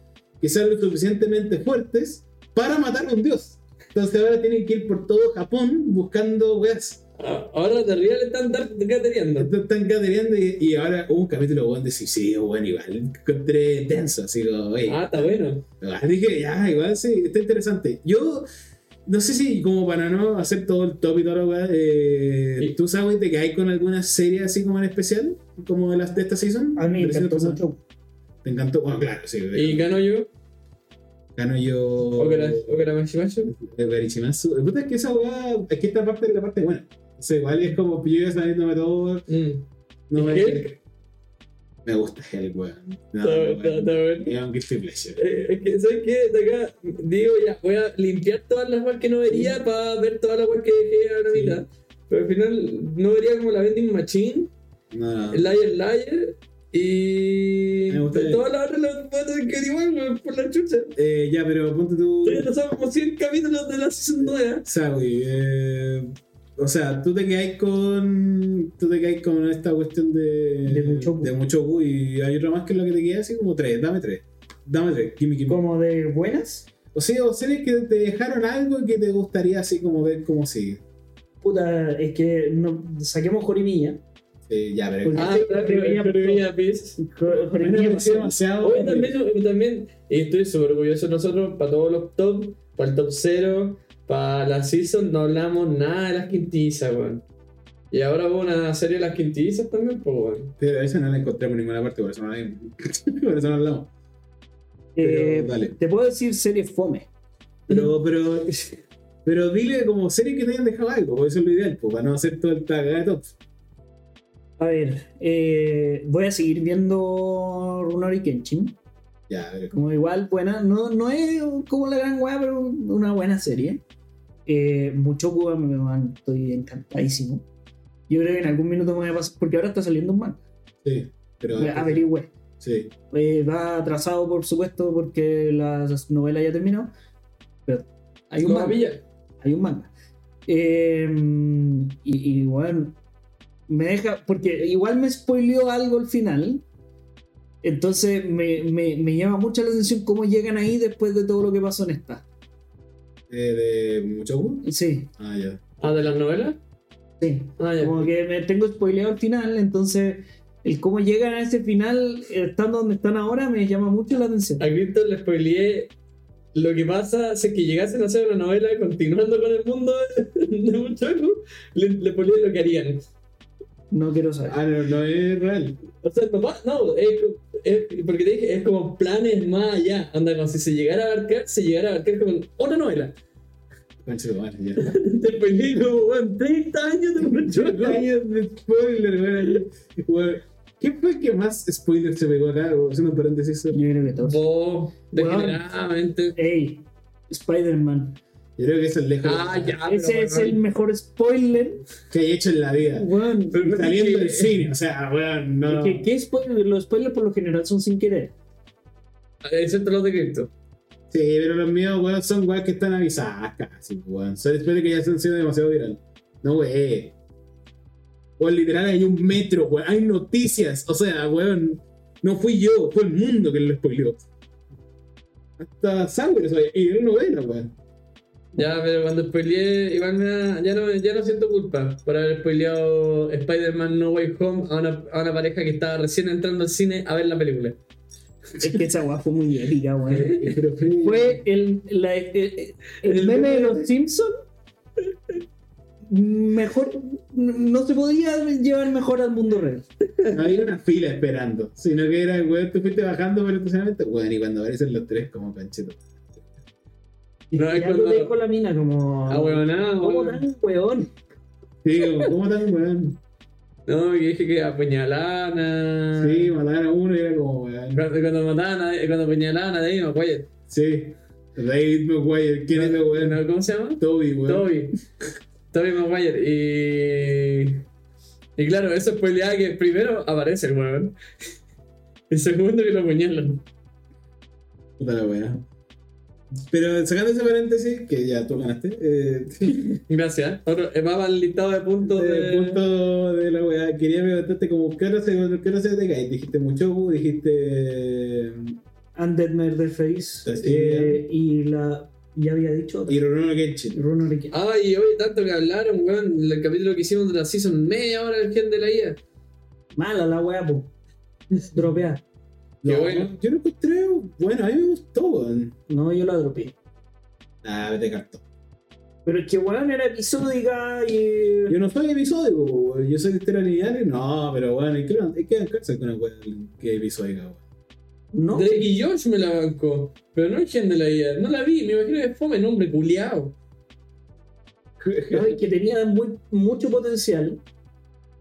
Speaker 1: que sean lo suficientemente fuertes para matar a un dios. Entonces ahora tienen que ir por todo Japón buscando weas
Speaker 2: Ah, Ahora de real están Dark Gathering.
Speaker 1: entonces están catereando y, y ahora hubo un capítulo bueno de suicidio, bueno, igual encontré tenso, así como, oye,
Speaker 2: Ah, está bueno.
Speaker 1: igual dije, ya, igual sí, está interesante. Yo, no sé si como para no hacer todo el top y todo lo weá, eh,
Speaker 2: Sí.
Speaker 1: ¿tú sabes de que hay con alguna serie así como en especial? Como de, las, de esta season.
Speaker 3: A mí me
Speaker 1: De la season
Speaker 3: encantó
Speaker 1: pasada.
Speaker 3: mucho.
Speaker 1: Te encantó, bueno, claro, sí.
Speaker 2: Y gano yo.
Speaker 1: Gano yo...
Speaker 2: Okera Okera Mashimacho.
Speaker 1: de Berichimasu. El puta es que esa weá, es que esta parte es la parte buena. O sea, igual es como, yo ya sabiéndome todo,
Speaker 2: Mm.
Speaker 1: No me,
Speaker 2: ¿Y Hulk?
Speaker 1: me gusta Hulk, weón. No,
Speaker 2: Está
Speaker 1: no,
Speaker 2: está-
Speaker 1: weón.
Speaker 2: está bueno.
Speaker 1: Es un guilty pleasure.
Speaker 2: Eh, es que, ¿sabes qué? De acá digo ya, voy a limpiar todas las weas que no vería para ver todas las weas que dejé a la
Speaker 1: Sí.
Speaker 2: mitad. Pero al final no vería como la vending machine,
Speaker 1: No, no.
Speaker 2: el liar liar y.
Speaker 1: Me gusta
Speaker 2: de
Speaker 1: el-
Speaker 2: todas las otras las voy a tener que igual, weón, por la chucha.
Speaker 1: Eh, ya, pero ponte tú.
Speaker 2: Estoy atrasado como 100 capítulos de la season 9.
Speaker 1: Sawi, eh, o sea, tú te quedas con. Tú te quedas con esta cuestión de.
Speaker 3: De Muchoku.
Speaker 1: de Muchoku y hay otra más que es la que te queda así como tres. Dame tres. Dame tres. Kimi, Kimi.
Speaker 3: Como de buenas.
Speaker 1: O sea, o series que te dejaron algo que te gustaría así como ver cómo sigue.
Speaker 3: Puta, es que no, saquemos Jorimilla.
Speaker 1: Eh, ya, pero.
Speaker 3: Ah,
Speaker 2: Ah, pero
Speaker 3: pero-
Speaker 2: pero Peace.
Speaker 3: Jo-
Speaker 1: Bueno, me
Speaker 3: Jorimilla
Speaker 1: pareció
Speaker 3: pasó.
Speaker 1: demasiado.
Speaker 2: Hoy también, también y estoy súper orgulloso de nosotros para todos los top, para el top 0, para la season no hablamos nada de las quintizas, weón. Y ahora hubo una serie de las quintizas también, pues weón.
Speaker 1: Pero esa no la encontré por ninguna parte, por eso no la vimos. por eso no hablamos.
Speaker 3: Eh,
Speaker 1: Pero dale.
Speaker 3: Te puedo decir series fome.
Speaker 2: Mm.
Speaker 1: Pero, pero, pero dile como series que te hayan dejado algo, porque eso es lo ideal, pues, para no hacer todo el tagada de top.
Speaker 3: A ver, eh, voy a seguir viendo Runori Kenshin.
Speaker 1: Ya, a ver.
Speaker 3: Como igual, buena. No, no es como la gran weá, pero una buena serie. Eh, mucho Cuba, me man, estoy encantadísimo. Yo creo que en algún minuto me voy a pasar, porque ahora está saliendo un manga.
Speaker 1: Sí, pero.
Speaker 3: Averigüe.
Speaker 1: Sí,
Speaker 3: Eh, va atrasado, por supuesto, porque la novela ya terminó. Pero hay un
Speaker 2: Como
Speaker 3: manga.
Speaker 2: pilla.
Speaker 3: Hay un manga. Eh, y, y bueno, me deja. Porque igual me spoileó algo al final. Entonces me, me- me llama mucho la atención cómo llegan ahí después de todo lo que pasó en esta.
Speaker 1: eh, de Muchoku.
Speaker 3: Sí,
Speaker 1: Ah, ya.
Speaker 2: Ah, de las novelas.
Speaker 3: sí.
Speaker 2: Ah, ya.
Speaker 3: Como que me tengo spoileado al final, entonces el cómo llegan a ese final, eh, estando donde están ahora, me llama mucho la atención.
Speaker 2: A Cristo le spoileé. Lo que pasa es que llegasen a hacer una novela continuando con el mundo de Muchoku, le, le spoileé lo que harían.
Speaker 3: No quiero saber.
Speaker 1: Ah, no, no es real.
Speaker 2: O sea, no, va- no es, es- porque te dije, es como planes más allá. Anda, como si se llegara a abarcar, se llegara a abarcar con otra novela.
Speaker 1: Conchito, vale, ya.
Speaker 2: Te perdí como, weón, 30 años de Muchoku.
Speaker 1: años de spoiler, weón. Weón, ¿Qué fue el que más spoiler se pegó acá? O sea, un paréntesis.
Speaker 3: Yo creo que todos.
Speaker 2: Vos, degeneradamente.
Speaker 3: Ey, Spider-Man.
Speaker 1: Yo creo que es el lejos
Speaker 2: Ah, ya,
Speaker 3: Ese
Speaker 2: pero,
Speaker 3: es
Speaker 2: weón.
Speaker 3: el mejor spoiler.
Speaker 1: que hay hecho en la vida.
Speaker 3: Weón,
Speaker 2: Pero-
Speaker 1: Saliendo
Speaker 2: es que-
Speaker 1: del cine, o sea, weón, no.
Speaker 3: ¿qué, qué spoiler? Los spoilers por lo general son sin querer.
Speaker 2: Excepto los de Cristo.
Speaker 1: Sí, pero los míos, weón, son weas que están avisadas casi, weón. Son espero que ya se han sido demasiado viral. No, wey. Weón, literal, hay un metro, weón. Hay noticias. O sea, weón. No fui yo, fue el mundo que lo spoileó. Hasta sangre, sabía. Y era novela, weón.
Speaker 2: Ya, pero cuando spoileé, igual me da- ya, no, ya no siento culpa por haber spoileado Spider-Man No Way Home a una, a una pareja que estaba recién entrando al cine a ver la película.
Speaker 3: Es que esa weá fue muy épica, weón.
Speaker 1: Pero fue-
Speaker 3: Fue el, la- el, el
Speaker 2: El
Speaker 3: meme
Speaker 2: meme.
Speaker 3: de los Simpsons. Mejor. No se podía llevar mejor al mundo real.
Speaker 1: No había una fila esperando, sino que era, weón, tú fuiste bajando por el estacionamiento, weón, y cuando aparecen los tres como panchetos.
Speaker 2: No, es
Speaker 3: Y ya lo
Speaker 2: cuando-
Speaker 3: leí con la mina como.
Speaker 2: A huevonada,
Speaker 3: ¿Cómo tan weón?
Speaker 1: Sí, como, ¿cómo tan, weón?
Speaker 2: No, que dije que apuñalaban a.
Speaker 1: Sí, mataron a uno y era como, weón.
Speaker 2: Cuando, cuando mataban a. Cuando apuñalaban a David McGuire.
Speaker 1: Sí, David McGuire, ¿quién es ese weón?
Speaker 2: No, ¿Cómo se llama?
Speaker 1: Toby, weón.
Speaker 2: Toby. Toby Maguire. Y. Y claro, eso spoileaba que primero aparece el weón. Y segundo que lo apuñalan.
Speaker 1: Puta la weón. Pero sacando ese paréntesis, que ya tú ganaste, eh,
Speaker 2: Gracias. Otro, eh, va para el listado de puntos de.
Speaker 1: el punto de la weá, quería preguntarte como, ¿qué hora se, qué hora se te cae? Dijiste eh, Muchoku, dijiste...
Speaker 3: Undead Murder Face.
Speaker 1: Así
Speaker 3: eh, y la. Ya había dicho.
Speaker 1: Y Rurouni Kenshin.
Speaker 3: Runo Ricky.
Speaker 2: Ay, hoy tanto que hablaron, weón. El capítulo que hicimos de la season media hora del gen de la IA.
Speaker 3: Mala la weá, po. Dropeada.
Speaker 2: Qué
Speaker 1: No,
Speaker 2: bueno.
Speaker 1: Yo lo encontré, bueno, a mí me gustó, weón.
Speaker 3: No, yo la dropeé.
Speaker 1: Ah, vete cartón.
Speaker 3: Pero es que weón era episódica y.
Speaker 1: Yo no soy episódico, weón. yo soy estera lineal, y no, pero bueno, hay que, hay que bancarse con una weá que episódica, weón.
Speaker 3: No.
Speaker 2: Drake y Josh me la bancó. Pero no el gen de la IA. No la vi, me imagino que es fome, no, hombre, culiao.
Speaker 3: ¿no? Y que tenía muy, mucho potencial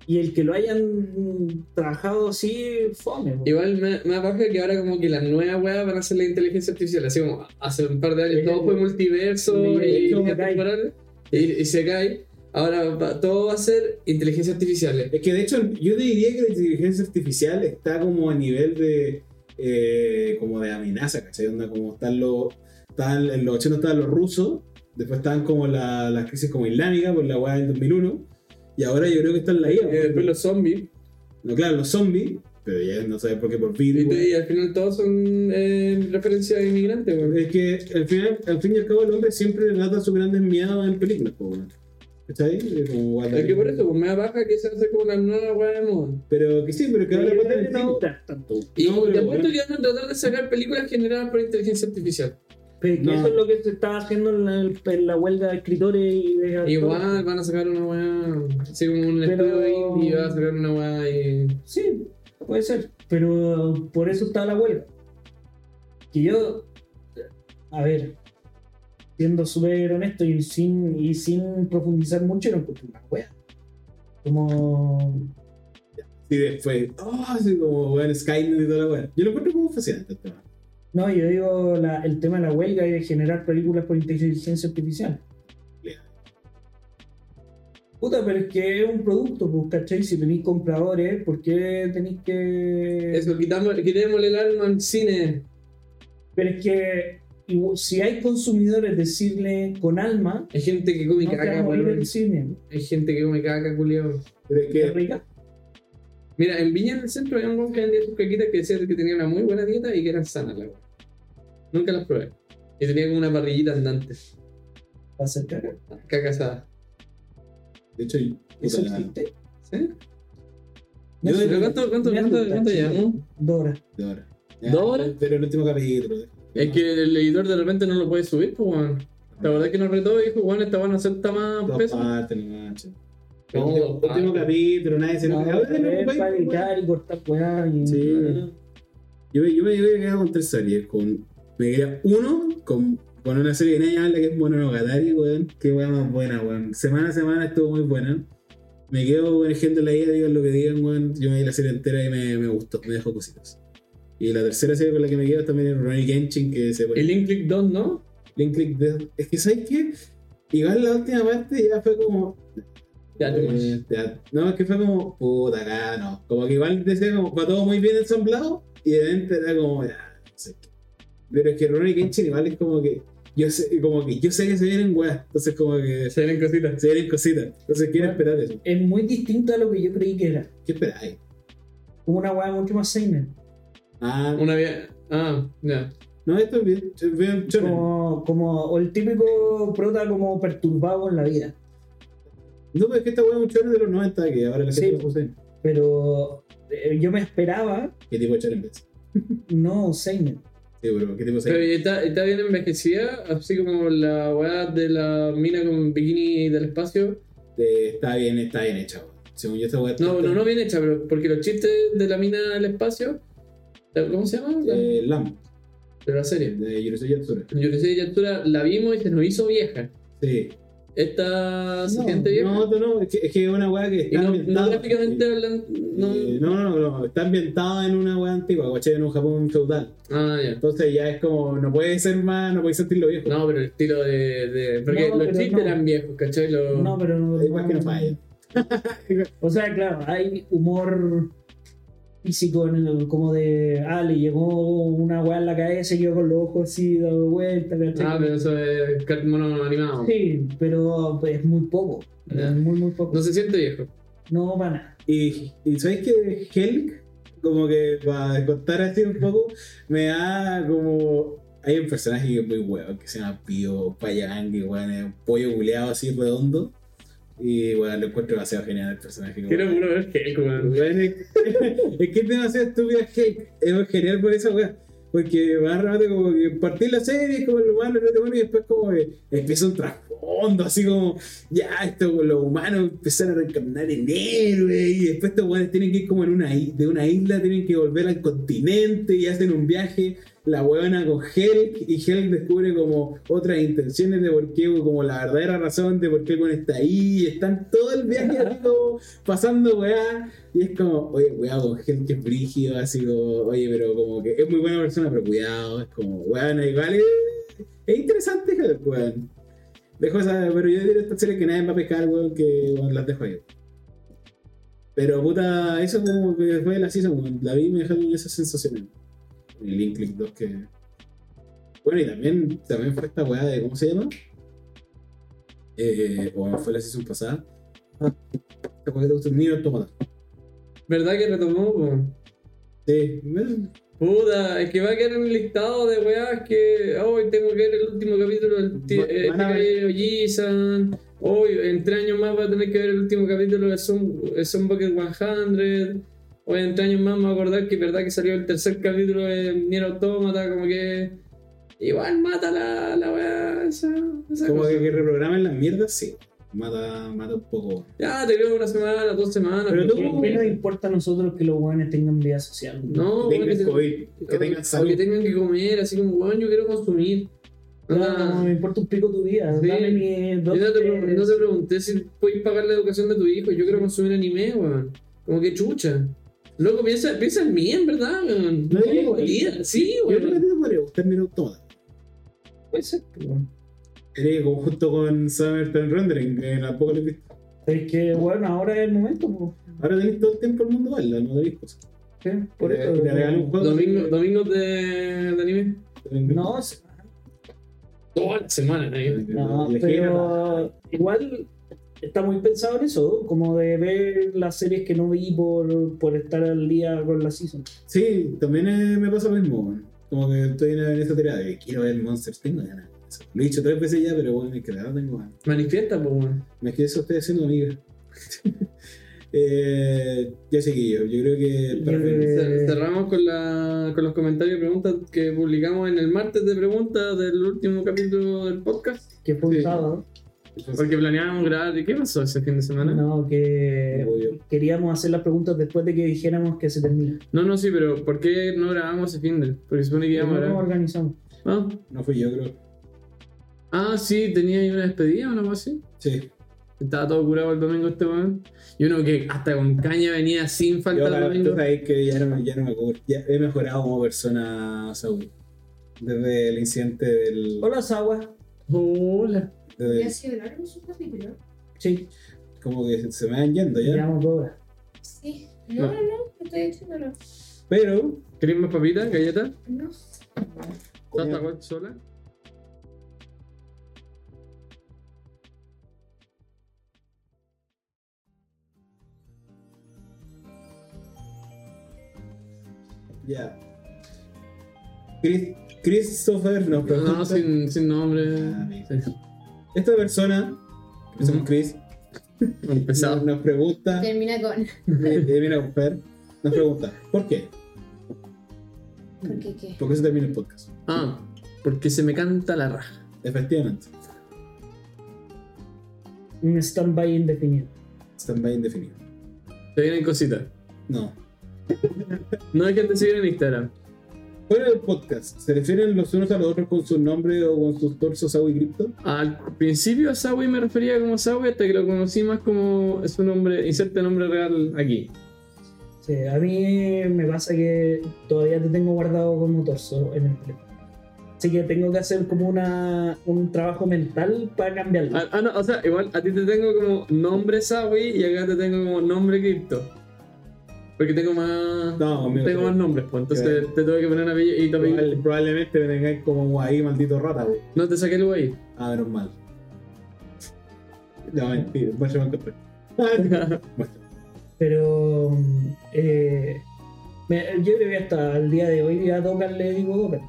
Speaker 3: y el que lo hayan trabajado así, fome. po.
Speaker 2: Igual me, me apaga que ahora como que las nuevas weas van a ser la inteligencia artificial, así como hace un par de años
Speaker 3: Sí.
Speaker 2: todo fue multiverso
Speaker 3: Sí,
Speaker 2: y,
Speaker 3: como
Speaker 2: líneas
Speaker 3: cae.
Speaker 2: temporales, y, y se cae, ahora va- todo va a ser inteligencia artificial.
Speaker 1: Es que de hecho, yo diría que la inteligencia artificial está como a nivel de. eh, como de amenaza, ¿cachai? Onda, como están los. Están, en los 80 estaban los rusos, después estaban como la, las crisis como islámica por la weá del 2001, y ahora yo creo que están la IA.
Speaker 2: Y
Speaker 1: weón.
Speaker 2: Eh, después los zombies,
Speaker 1: No, claro, los zombies, pero ya no sabes por qué, por
Speaker 2: y,
Speaker 1: virus.
Speaker 2: te-
Speaker 1: weón.
Speaker 2: y al final todos son eh, referencias de inmigrantes, weón.
Speaker 1: Es que al, final, al fin y al cabo el hombre siempre relata sus grandes miedos en películas, po, weón. ¿Cachai? Eh, Como guarda-
Speaker 2: Es que por eso, pues me apaga que se va a hacer como la nueva wea de moda.
Speaker 1: Pero que sí, pero que
Speaker 3: Pero
Speaker 1: ahora
Speaker 3: yo
Speaker 1: le
Speaker 3: Eh, no
Speaker 1: cuentan
Speaker 3: le
Speaker 1: el tipo.
Speaker 3: gusta tanto.
Speaker 2: Y
Speaker 1: No, pero
Speaker 2: te apuesto
Speaker 1: bueno.
Speaker 2: que van a tratar de sacar películas generadas por inteligencia artificial.
Speaker 3: Pero es que
Speaker 1: No.
Speaker 3: Eso es lo que se está haciendo en la, en la huelga de escritores y de actores.
Speaker 2: Igual van a sacar una wea, así como un
Speaker 3: Pero-
Speaker 2: estudio indie, va a sacar una wea y...
Speaker 3: Sí, puede ser, pero por eso está la huelga. Que yo, a ver, siendo súper honesto y sin, y sin profundizar mucho, no encuentro una wea. Como
Speaker 1: Y después, oh, así como, weón, Skynet y toda la weá. Yo lo encuentro como fascinante el tema.
Speaker 3: No, yo digo la- el tema de la huelga y de generar películas por inteligencia artificial.
Speaker 1: Ya.
Speaker 3: Puta, pero es que es un producto, pues, ¿cachai? Si tenéis compradores, ¿por qué tenéis que...?
Speaker 2: Eso, quitamos, quitémosle el alma al cine.
Speaker 3: Pero es que igu- si hay consumidores de cine con alma,
Speaker 2: Hay gente que come
Speaker 3: no te van
Speaker 2: caca,
Speaker 3: a morir
Speaker 2: weón.
Speaker 3: del cine.
Speaker 2: Hay gente que come caca, culiao.
Speaker 1: Pero es
Speaker 3: Qué
Speaker 1: que,
Speaker 3: rica.
Speaker 2: Mira, en Viña en el centro había un weón que vendía sus caquitas que decía que tenía una muy buena dieta y que eran sanas, la weón. Nunca las probé. Y tenía como una parrillita andante.
Speaker 3: Va a ser caca.
Speaker 2: Caca asada.
Speaker 1: de hecho,
Speaker 3: ¿Eso
Speaker 1: puta,
Speaker 3: existe?
Speaker 2: ¿Sí?
Speaker 1: Yo
Speaker 2: ¿Pero
Speaker 1: de-
Speaker 2: ¿Cuánto, cuánto,
Speaker 3: Me
Speaker 2: cuánto,
Speaker 3: asusta,
Speaker 2: cuánto
Speaker 3: sí.
Speaker 2: llevamos?
Speaker 3: Dos horas.
Speaker 1: de ahora.
Speaker 2: ¿Dos horas?
Speaker 1: Pero el último capítulo.
Speaker 2: Es que el editor de repente no lo puede subir, pues, weón. La verdad es que nos retó y dijo, weón, esta weón acepta más
Speaker 1: Dos
Speaker 2: peso.
Speaker 1: partes, ni macho.
Speaker 2: No,
Speaker 1: último,
Speaker 2: ah.
Speaker 1: último capítulo, nadie se
Speaker 3: No,
Speaker 1: enoja. Ahora no
Speaker 3: es
Speaker 1: ocupáis,
Speaker 3: para
Speaker 1: weón.
Speaker 3: editar Ah, y cortar weá y...
Speaker 1: Sí. Yo, me- yo me llegué a quedar con tres series. Con, me quería uno con, con una serie que nadie habla que es Mononogatari, weón. Qué weón más buena, weón. Semana a semana estuvo muy buena. Me quedo con el gente de la idea, digan lo que digan, weón. Yo me vi la serie entera y me, me gustó, me dejó cositas. Y la tercera serie con la que me quedo también es Ronnie Genshin, que se
Speaker 2: El Link Click 2, ¿no?
Speaker 1: Link Click Death. Es que, ¿sabes qué? Igual la última parte ya fue como,
Speaker 2: Ya, tú, weón.
Speaker 1: eh, ya. No, es que fue como, puta, acá no. Como que igual decía, como, va todo muy bien ensamblado y de repente era como, ya, no sé qué. Pero es que Ronnie Kenshin igual es como que yo sé, como que yo sé que se vienen weas, entonces como que
Speaker 2: Se vienen cositas.
Speaker 1: se vienen cositas, entonces quiero
Speaker 3: Bueno.
Speaker 1: esperar eso.
Speaker 3: Es muy distinto a lo que yo creí que era.
Speaker 1: ¿Qué esperáis?
Speaker 3: Como una weá mucho más seinen.
Speaker 1: Ah,
Speaker 2: Una vez. Ah, ya.
Speaker 1: no, esto es bien, es bien shonen.
Speaker 3: Como, como o el típico prota como perturbado en la vida.
Speaker 1: No, pero es que esta wea es un shonen de los 90 que ahora la gente
Speaker 3: Sí,
Speaker 1: lo
Speaker 3: pues.
Speaker 1: usa.
Speaker 3: Pero eh, yo me esperaba,
Speaker 1: ¿Qué tipo de shonen ves?
Speaker 3: no seinen.
Speaker 1: Sí, pero ¿qué tipo de
Speaker 2: Pero
Speaker 1: shonen?
Speaker 2: ¿y está, está bien envejecida, así como la weá de la mina con bikini del espacio.
Speaker 1: Eh, Está bien, está bien hecha, weón. Según yo esta wea está-
Speaker 2: No, no, no bien hecha, pero porque los chistes de la mina del espacio. ¿Cómo se llama? La-
Speaker 1: Eh, Lam,
Speaker 2: de la serie.
Speaker 1: de Yurusei Yatsura.
Speaker 2: Yurusei Yatsura la vimos y se nos hizo vieja.
Speaker 1: Sí.
Speaker 2: Esta se
Speaker 3: No,
Speaker 2: siente vieja.
Speaker 1: No, no, no, es que es que es una weá que
Speaker 2: y
Speaker 1: está
Speaker 2: no, no
Speaker 1: ambientada-
Speaker 2: gráficamente hablando. No.
Speaker 1: Eh, no, no, no, no, está ambientada en una weá antigua, ¿cachai? En un Japón feudal.
Speaker 2: Ah, ya.
Speaker 1: Entonces ya es como, no puede ser más, no puede sentirlo viejo.
Speaker 2: No, pero el estilo de. de- porque
Speaker 3: No,
Speaker 2: los
Speaker 3: pero
Speaker 2: chistes
Speaker 3: no.
Speaker 2: eran viejos, ¿cachai? Los- Ah,
Speaker 3: No, pero no.
Speaker 1: Igual que no falla.
Speaker 3: O sea, claro, hay humor físico en el- como de. Ah, le llegó una weá en la cabeza y quedó con los ojos así, dado vuelta, ¿cachai?
Speaker 2: Ah, pero eso es car- mono animado.
Speaker 3: Sí, pero es muy poco.
Speaker 2: Ya.
Speaker 3: Es muy, muy poco.
Speaker 2: No se siente viejo.
Speaker 3: No para nada.
Speaker 1: Y, y sabéis que Helk, como que para contar así un poco, me da como. Hay un personaje que es muy huevo, que se llama Pío Payang, que weón, es un pollo buleado así redondo. Y bueno, lo encuentro demasiado genial el personaje.
Speaker 2: Quiero
Speaker 1: weón.
Speaker 2: puro ver que weón.
Speaker 1: Weón, es, es que es demasiado estúpida Helk. Es genial por esa weá. Porque va realmente como que partí la serie, es como lo malo, lo bueno, y después como que empieza un trasfondo, así como, ya, esto, los humanos empezaron a reencarnar en héroes, y después estos weones tienen que ir como en una, i- de una isla, tienen que volver al continente, y hacen un viaje, la huevona con Helk, y Helk descubre como otras intenciones de por qué, como la verdadera razón de por qué con está ahí, y están todo el viaje así como pasando weá, y es como, oye, cuidado con gente que es brígido, así como, oye, pero como que es muy buena persona, pero cuidado, es como, weón, igual es, es interesante, joder, weón. Dejo esa, pero yo diré esta serie que nadie va a pescar, weón, que weón, las dejo ahí. Pero puta, eso como que fue la season, weón. La vi y me dejaron esas sensaciones. El Inclick 2 que. Bueno, y también, también fue esta weá de, ¿cómo se llama? Eh, o fue la season pasada. ¿Te acuerdas de gusta? Nier Automata.
Speaker 2: ¿Verdad que retomó? po?
Speaker 1: Sí, bueno,
Speaker 2: Puta, es que va a quedar en el listado de weas que hoy tengo que ver el último capítulo del ti-
Speaker 1: Va-
Speaker 2: eh,
Speaker 1: van a ver.
Speaker 2: Este Ojisan. Hoy, en tres años más, va a tener que ver el último capítulo de Sun, Sun Bucket 100. Hoy, en tres años más, me voy a acordar que es verdad que salió el tercer capítulo de Nier Automata. Como que. Igual mata la, la wea esa. esa
Speaker 1: como
Speaker 2: cosa.
Speaker 1: que, que reprogramen las mierdas, sí. Mata, mata un poco.
Speaker 2: Ya, te veo una semana, dos semanas.
Speaker 1: Pero
Speaker 2: ¿por
Speaker 1: tú,
Speaker 2: qué?
Speaker 3: ¿Qué, qué nos importa a nosotros que los weones tengan vida social?
Speaker 1: que
Speaker 2: No, weón,
Speaker 1: tengan
Speaker 2: que te-
Speaker 1: COVID, que tengan
Speaker 2: o- o que
Speaker 1: salud.
Speaker 2: tengan que comer, así como, weón, yo quiero consumir. Ah.
Speaker 3: Claro,
Speaker 2: Onda,
Speaker 3: no me importa un pico tu vida.
Speaker 2: Sí.
Speaker 3: Dame mi.
Speaker 2: Yo no te, pre- no te pregunté si podéis pagar la educación de tu hijo. Yo quiero consumir anime, weón. Como que chucha. Loco, piensa, piensa en mí, en verdad, weón.
Speaker 1: No, yo-
Speaker 2: Como día. Sí,
Speaker 1: Yo creo que a
Speaker 2: weón.
Speaker 1: ti te podría gustar Nier Automata.
Speaker 3: Puede ser, weón.
Speaker 1: Sería como junto con Summertime Rendering, en Apocalypse.
Speaker 3: Es que, bueno, ahora es el momento, po.
Speaker 1: Ahora tenéis todo el tiempo el mundo para verla, no tenéis cosas.
Speaker 3: Sí, Por
Speaker 1: Te-
Speaker 2: Eh,
Speaker 3: eso.
Speaker 1: te regalan un juego.
Speaker 2: Domingo, domingos de, de anime.
Speaker 3: No, es-
Speaker 2: Toda la semana, ¿eh?
Speaker 3: no,
Speaker 1: Le genera-
Speaker 3: pero igual está muy pensado en eso, como de ver las series que no vi por, por estar al día con la season.
Speaker 1: Sí, también eh, me pasa lo mismo, weón. Como que estoy en en esa tirada de quiero ver Monsters, tengo ganas. Lo he dicho tres veces ya, pero bueno, es que de verdad tengo ganas.
Speaker 2: Manifiesta, pues, weón.
Speaker 1: Me quedé eso estoy haciendo amiga. eh, ya seguí yo, yo creo que.
Speaker 3: Yo
Speaker 1: perfecto.
Speaker 3: creo
Speaker 2: Cer-
Speaker 3: Eh.
Speaker 2: Cerramos con, la, con los comentarios y preguntas que publicamos en el martes de preguntas del último capítulo del podcast.
Speaker 3: Que fue un
Speaker 1: Sí.
Speaker 3: sábado.
Speaker 2: Porque planeábamos grabar. ¿Y qué pasó ese fin de semana?
Speaker 3: No, que
Speaker 1: Muy bien.
Speaker 3: queríamos hacer las preguntas después de que dijéramos que se termina.
Speaker 2: No, no, sí, pero ¿por qué no grabamos ese fin de? Porque supone que íbamos a
Speaker 3: Pero no
Speaker 2: grabar.
Speaker 3: organizamos.
Speaker 2: Ah.
Speaker 1: No fui yo, creo.
Speaker 2: Ah, sí, tenía ahí una despedida o algo así.
Speaker 1: Sí.
Speaker 2: Estaba todo curado el domingo este weón. Y uno que hasta con caña venía sin
Speaker 1: Yo
Speaker 2: falta el
Speaker 1: la
Speaker 2: domingo.
Speaker 1: verdad es que ya no, me- ya no me cubro. Ya he mejorado como persona, Saúl. Desde el incidente del.
Speaker 3: Hola, Sawa.
Speaker 2: Hola.
Speaker 1: desde-
Speaker 4: Ya ha sido largo su capítulo.
Speaker 3: Sí,
Speaker 1: como que se, se me van yendo ya.
Speaker 3: llevamos dos horas.
Speaker 4: Sí. No, no, no, no estoy echándolo.
Speaker 1: Pero.
Speaker 2: ¿Querés más papitas, galletas?
Speaker 4: No.
Speaker 2: ¿Tata sola?
Speaker 1: Ya. Chris- Christopher nos pregunta.
Speaker 2: No, sin, sin nombre.
Speaker 1: Ah, bien.
Speaker 2: Sí.
Speaker 1: Esta persona, que somos Chris, nos,
Speaker 2: Empezado.
Speaker 1: nos pregunta.
Speaker 4: Termina con.
Speaker 1: eh, eh, mira, Fer, nos pregunta, ¿por qué?
Speaker 4: ¿Por qué qué?
Speaker 1: ¿Por qué se termina el podcast?
Speaker 2: Ah, porque se me canta la raja.
Speaker 1: Efectivamente,
Speaker 7: Un stand-by indefinido.
Speaker 1: stand-by indefinido.
Speaker 2: Se vienen cositas.
Speaker 1: No.
Speaker 2: No hay que te seguir en Instagram.
Speaker 1: Fuera del podcast, ¿se refieren los unos a los otros con su nombre o con sus torsos agua y cripto?
Speaker 2: Al principio a Sawi me refería como Sawi hasta que lo conocí más como su nombre, inserte nombre real aquí.
Speaker 7: Sí, a mí me pasa que todavía te tengo guardado como torso en el teléfono. Así que tengo que hacer como una, un trabajo mental para cambiarlo.
Speaker 2: Ah, ah, no, o sea, igual a ti te tengo como nombre Sawi y acá te tengo como nombre cripto. Porque tengo más.
Speaker 1: No, amigo,
Speaker 2: tengo
Speaker 1: pero-
Speaker 2: más nombres, pues. Entonces te tuve que poner una apellido y tu apellido-
Speaker 1: Probable- probablemente me tengáis como ahí, maldito rata, güey.
Speaker 2: No te saqué el guay.
Speaker 1: Ah, menos mal. No, mentira, bueno, yo me encontré. Ah,
Speaker 7: Pero mm, eh, me- yo creo que hasta el día de hoy a Dogan le digo Dogan.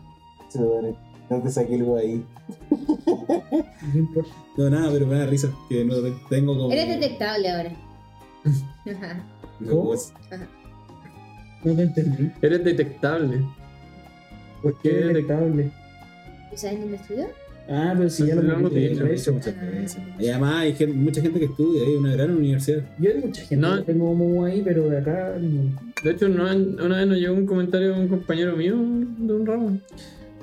Speaker 1: No te saqué el ahí.
Speaker 7: No importa.
Speaker 1: No, nada, pero me da risa que no te- tengo como.
Speaker 4: Eres detectable ahora. Ajá.
Speaker 1: No, pues,
Speaker 7: No te entendí.
Speaker 2: Eres detectable.
Speaker 7: ¿Por
Speaker 2: qué?
Speaker 7: qué detectable?
Speaker 4: ¿Y sabes dónde estudió?
Speaker 7: Ah, pero si ya lo
Speaker 2: Lo hemos
Speaker 7: repetí,
Speaker 2: dicho.
Speaker 1: lo he dicho muchas veces. Y además hay gen- mucha gente que estudia, hay una gran universidad.
Speaker 7: Yo hay mucha gente
Speaker 2: No.
Speaker 7: que tengo como ahí, pero de acá ni-
Speaker 2: De hecho, una, una vez nos llegó un comentario de un compañero mío de un ramo.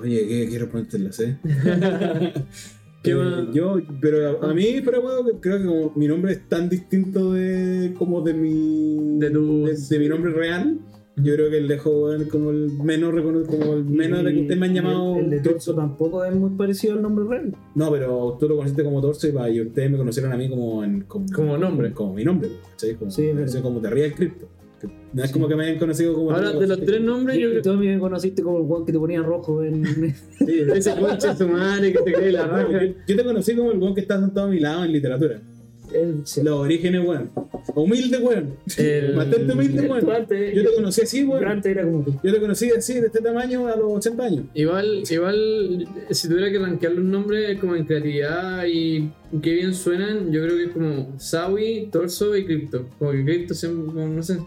Speaker 1: Oye, ¿qué quiero ponerte la C?
Speaker 2: ¿Qué
Speaker 1: Eh,
Speaker 2: más?
Speaker 1: yo, pero a, a mí, pero bueno, creo que como mi nombre es tan distinto de como de mi
Speaker 2: De tu-
Speaker 1: de, de mi nombre real. Yo creo que el dejo weón, como el menos recono- como el menos de que ustedes me han
Speaker 7: y
Speaker 1: llamado
Speaker 7: El, el de torso
Speaker 1: torso.
Speaker 7: tampoco es muy parecido al nombre real.
Speaker 1: No, pero tú lo conociste como torso y, pa, y ustedes me conocieron a mí como en- como,
Speaker 2: Como nombre.
Speaker 1: como mi nombre, ¿cachai? Como,
Speaker 7: Sí,
Speaker 1: me
Speaker 7: es verdad.
Speaker 1: conocieron como Terriel Crypto. Que No es como que me hayan conocido como
Speaker 2: Ahora, de los tres nombres, yo
Speaker 7: Y
Speaker 2: creo
Speaker 7: tú me conociste como el guan que te ponía rojo en.
Speaker 1: Sí,
Speaker 2: ese concha de su madre que te cree la
Speaker 1: No,
Speaker 2: raja.
Speaker 1: yo, yo te conocí como el weón que está sentado a mi lado en literatura.
Speaker 7: el- sí.
Speaker 1: Los orígenes, weón. Humilde, weón.
Speaker 2: El-
Speaker 1: Bastante humilde,
Speaker 7: Tú
Speaker 1: weón.
Speaker 7: antes,
Speaker 1: Yo te conocí así,
Speaker 7: yo
Speaker 1: weón.
Speaker 7: antes era como tú.
Speaker 1: Yo te conocí así, de este tamaño, a los 80 años.
Speaker 2: Igual, igual, si tuviera que rankearle un nombre como en creatividad y qué bien suenan, yo creo que es como Sawi, Torso y Crypto. Como que Crypto siempre, como no sé.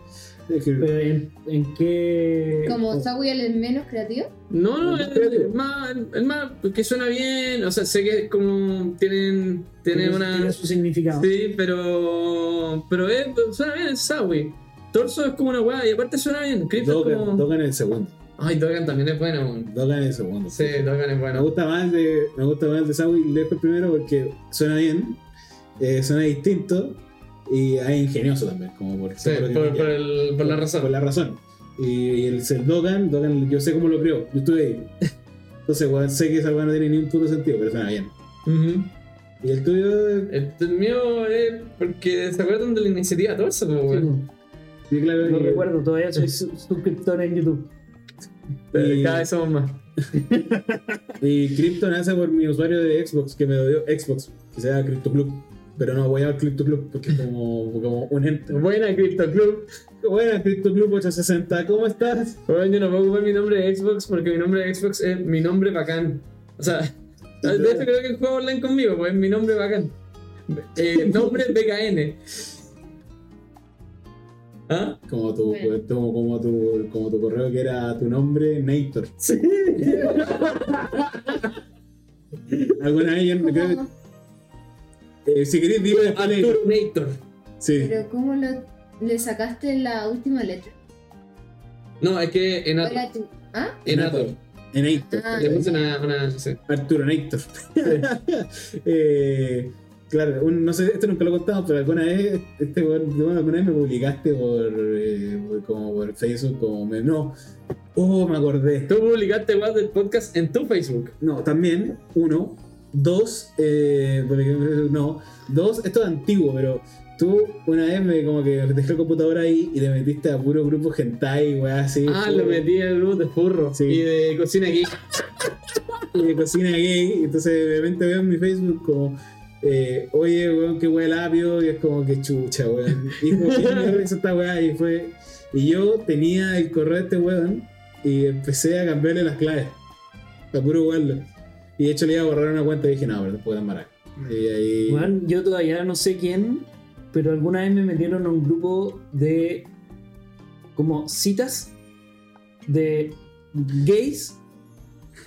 Speaker 1: Es que-
Speaker 7: Pero en, en qué.
Speaker 4: Como
Speaker 3: pues.
Speaker 4: Sawi el menos creativo.
Speaker 2: No, no,
Speaker 1: Más
Speaker 2: es,
Speaker 1: creativo.
Speaker 2: es más, es más, que suena bien. O sea, sé que es como tienen, tienen
Speaker 7: tiene,
Speaker 2: una.
Speaker 7: tiene su significado.
Speaker 2: Sí, pero. Pero es, suena bien, es Sawi. Torso es como una weá y aparte suena bien. Crypto es
Speaker 1: Dogan,
Speaker 2: como.
Speaker 1: Dogan en el segundo.
Speaker 2: Ay, Dogan también es bueno, weón.
Speaker 1: Dogan en el segundo.
Speaker 2: Sí, Dogan es
Speaker 1: Me
Speaker 2: bueno.
Speaker 1: gusta más el de, me gusta más el de Sawi lejos primero porque suena bien, eh, suena distinto y es ingenioso también, como por,
Speaker 2: Sí,
Speaker 1: todo lo que me
Speaker 2: por, por
Speaker 1: llama.
Speaker 2: el- por la razón.
Speaker 1: Por la razón. Y, y el, el Dogan, Dogan, yo sé cómo lo creó, yo estuve ahí. Entonces, weón, sé que esa weá no tiene ni un puto sentido, pero suena bien.
Speaker 2: Ujú.
Speaker 1: Y el tuyo, eh,
Speaker 2: El el mío es porque se acuerdan de la iniciativa Torso, pues,
Speaker 7: Sí,
Speaker 2: weón.
Speaker 1: sí, claro,
Speaker 7: No
Speaker 1: y-
Speaker 7: recuerdo, todavía soy su- suscriptor en YouTube.
Speaker 2: Pero
Speaker 1: y-
Speaker 2: Eh, Cada vez somos más.
Speaker 1: Y Crypto nace por mi usuario de Xbox, que me lo dio Xbox, que se llama Crypto Club. Pero no, voy a llamar Crypto Club porque es como, como un ente.
Speaker 2: Buena Crypto Club.
Speaker 1: Buenas, Crypto Club 860, ¿cómo estás?
Speaker 2: Bueno, yo no puedo ocupar mi nombre de Xbox porque mi nombre de Xbox es mi nombre bacán. O sea, de hecho creo que juega online conmigo, pues es mi nombre bacán. Eh, nombre BKN. ¿Ah?
Speaker 1: Como tu,
Speaker 4: Bueno.
Speaker 1: como, como tu, como tu correo que era tu nombre, Nator.
Speaker 2: Sí.
Speaker 1: Alguna vez yo
Speaker 4: ¿Cómo?
Speaker 1: creo que- eh, Si querés, dime después Nator.
Speaker 2: Arturator.
Speaker 1: Sí.
Speaker 4: Pero ¿cómo lo, le sacaste la última letra?
Speaker 2: No, es que en Ator.
Speaker 4: Era tu- ¿Ah?
Speaker 2: En Ator.
Speaker 1: En Nator.
Speaker 4: Ah.
Speaker 2: Le puse una. una sí.
Speaker 1: Arturo Nator. Eh, claro, un- no sé, esto nunca lo he contado, pero alguna vez, este, weón, bueno, alguna vez me publicaste por, eh, por- como por Facebook, como me, no, oh, me acordé.
Speaker 2: Tú publicaste weas del podcast en tu Facebook.
Speaker 1: No, también, uno, dos, eh, porque- no, dos, esto es antiguo, pero tú una vez me como que dejé el computador ahí y te metiste a puro grupo hentai, weá, así.
Speaker 2: Ah, lo
Speaker 1: puro-
Speaker 2: metí al grupo de furro.
Speaker 1: Sí.
Speaker 2: Y de cocina aquí.
Speaker 1: y de cocina gay. y Entonces de repente veo en mi Facebook como, eh, oye, weón, qué weá labio. Y es como que chucha, weón. Y como que mierda hizo esta weá. Y fue. Y yo tenía el correo de este weón y empecé a cambiarle las claves. A puro jugarlo. Y de hecho le iba a borrar una cuenta y dije, no, pero tampoco tan barato. Y ahí.
Speaker 3: Weón, yo todavía no sé quién, pero alguna vez me metieron a un grupo de como citas de gays,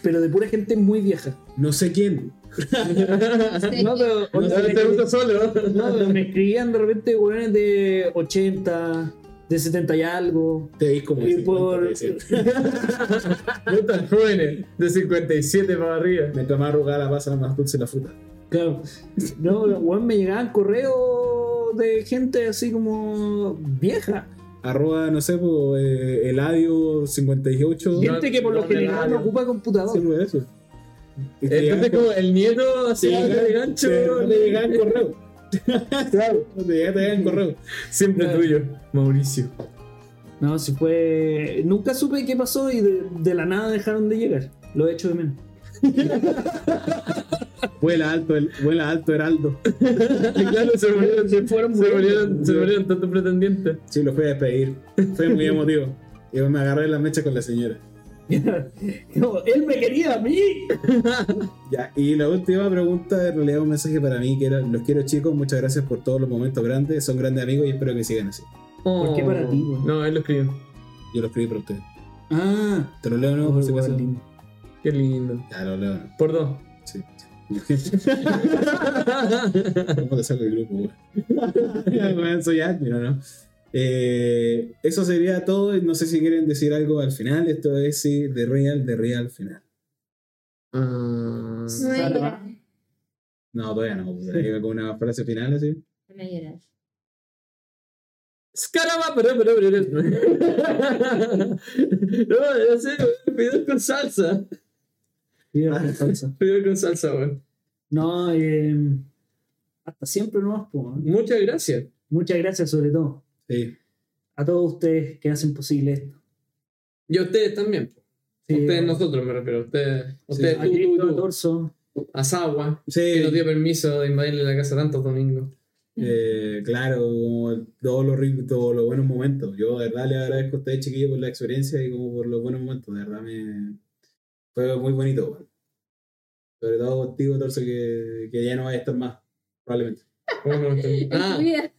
Speaker 3: pero de pura gente muy vieja.
Speaker 1: No sé quién.
Speaker 3: no, pero,
Speaker 2: Ahora te gusta solo.
Speaker 3: no, pero me escribían de repente weones de 80, de 70 y algo.
Speaker 1: Te veis como. de
Speaker 3: Y
Speaker 1: 50,
Speaker 3: por-
Speaker 1: te decía.
Speaker 2: Gustan jóvenes, de 57 para arriba.
Speaker 1: Mientras más arrugada la pasa, más dulce la fruta.
Speaker 3: Claro. No, pero, weón, me llegaban correos de gente así como vieja.
Speaker 1: Arroba, no sé, po, eh, Eladio 58.
Speaker 2: Ya.
Speaker 3: Gente que por lo
Speaker 2: No, no,
Speaker 3: general no
Speaker 2: no.
Speaker 3: ocupa computador.
Speaker 1: Sí, po, eso. Y
Speaker 3: Este,
Speaker 1: te
Speaker 2: Entonces,
Speaker 1: llegan
Speaker 2: Este como el nieto
Speaker 1: te
Speaker 2: así
Speaker 1: llegan-
Speaker 2: de gancho,
Speaker 1: te-
Speaker 2: weón.
Speaker 1: no te llegan correo. Claro. Te llegan te llegan correo.
Speaker 2: Siempre
Speaker 3: Claro.
Speaker 2: tuyo, Mauricio.
Speaker 3: No, si fue. Nunca supe qué pasó y de, de la nada dejaron de llegar. Lo he hecho de menos.
Speaker 1: Vuela alto, el- vuela alto, Heraldo.
Speaker 2: claro, se murieron, se
Speaker 3: fueron
Speaker 2: murieron, se murieron tantos pretendientes.
Speaker 1: Sí, lo fui a despedir. Fue muy emotivo. Y me agarré la mecha con la señora.
Speaker 3: No, él me quería a mí.
Speaker 1: Ya, y la última pregunta, en realidad un mensaje para mí, que era, los quiero chicos, muchas gracias por todos los momentos grandes, son grandes amigos y espero que sigan así.
Speaker 3: qué para ti, weón?
Speaker 2: Oh. No, él lo escribió.
Speaker 1: Yo lo escribí para ustedes.
Speaker 3: Ah,
Speaker 1: Te lo leo, ¿no?
Speaker 3: no,
Speaker 1: Por si acaso.
Speaker 3: lindo.
Speaker 2: Qué lindo.
Speaker 1: Ya, lo leo, ¿no?
Speaker 2: Por dos.
Speaker 1: Sí. ¿Cómo te saco el grupo, güey? Ya, güey, Soy admin, ¿o ¿no? Eh, eso sería todo. y No sé si quieren decir algo al final. Esto es sí, The Real, The Real final.
Speaker 2: Ah,
Speaker 4: No hay llorar.
Speaker 1: No, todavía no. pues, ahí va Con una frase final así.
Speaker 4: No hay llorar.
Speaker 2: Scaraba, pero, pero, pero. No, ya sé, video con salsa.
Speaker 3: Mira, qué falsa.
Speaker 2: Video con salsa, weón.
Speaker 3: No, eh, hasta siempre nomás, po, ¿eh?
Speaker 2: Muchas gracias.
Speaker 3: Muchas gracias, sobre todo,
Speaker 1: Sí.
Speaker 3: a todos ustedes que hacen posible esto.
Speaker 2: Y a ustedes también.
Speaker 3: Sí,
Speaker 2: ustedes, nosotros me refiero. Ustedes, ustedes
Speaker 3: a
Speaker 2: tú, tú,
Speaker 3: Cristo,
Speaker 2: tú.
Speaker 3: Torso.
Speaker 2: A Sawa, que
Speaker 1: Sí.
Speaker 2: nos dio permiso de invadirle la casa tantos domingos.
Speaker 1: Eh, claro, como todos los ricos, todos los buenos momentos. Yo de verdad les agradezco a ustedes, chiquillos, por la experiencia y como por los buenos momentos. De verdad me fue muy bonito. weón. Sobre todo contigo, Torso, que, que ya no vaya a estar más, probablemente.
Speaker 2: ¿Cómo no te-
Speaker 4: En tu
Speaker 2: Ah,
Speaker 4: vida.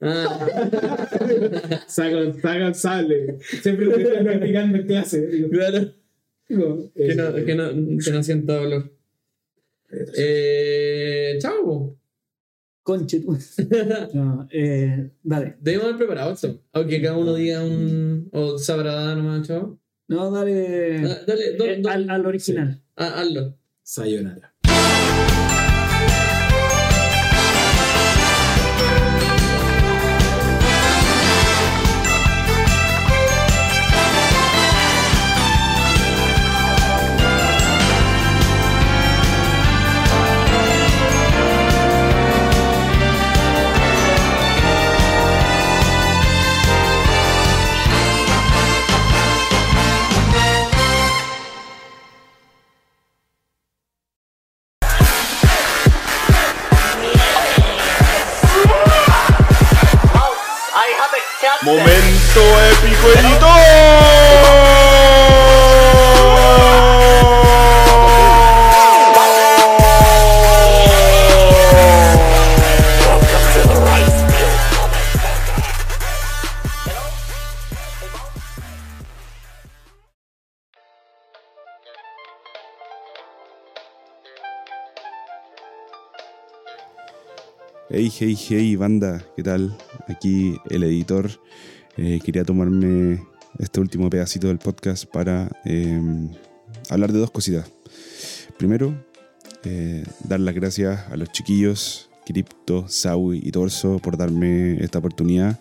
Speaker 2: ah,
Speaker 1: Saca, saca el sable. Siempre lo que estoy practicando en clase. Digo,
Speaker 2: claro.
Speaker 1: digo,
Speaker 2: Que
Speaker 1: eh,
Speaker 2: no, que no, que no sienta dolor. Eh, chao. po.
Speaker 3: Conche, tú. No, eh, dale.
Speaker 2: Debemos haber preparado esto. Aunque cada uno diga un. O sabrá dar nomás, chao.
Speaker 3: No,
Speaker 2: Ah,
Speaker 3: dale.
Speaker 2: Dale, do-
Speaker 3: eh,
Speaker 2: do-
Speaker 3: al, al original.
Speaker 2: ah, hazlo.
Speaker 1: Sayonara.
Speaker 8: Momento épico editor.
Speaker 9: Hey, hey, hey, banda, ¿qué tal? Aquí el editor. Eh, quería tomarme este último pedacito del podcast para eh, hablar de dos cositas. Primero, eh, dar las gracias a los chiquillos, Cripto, Sawi y Torso, por darme esta oportunidad.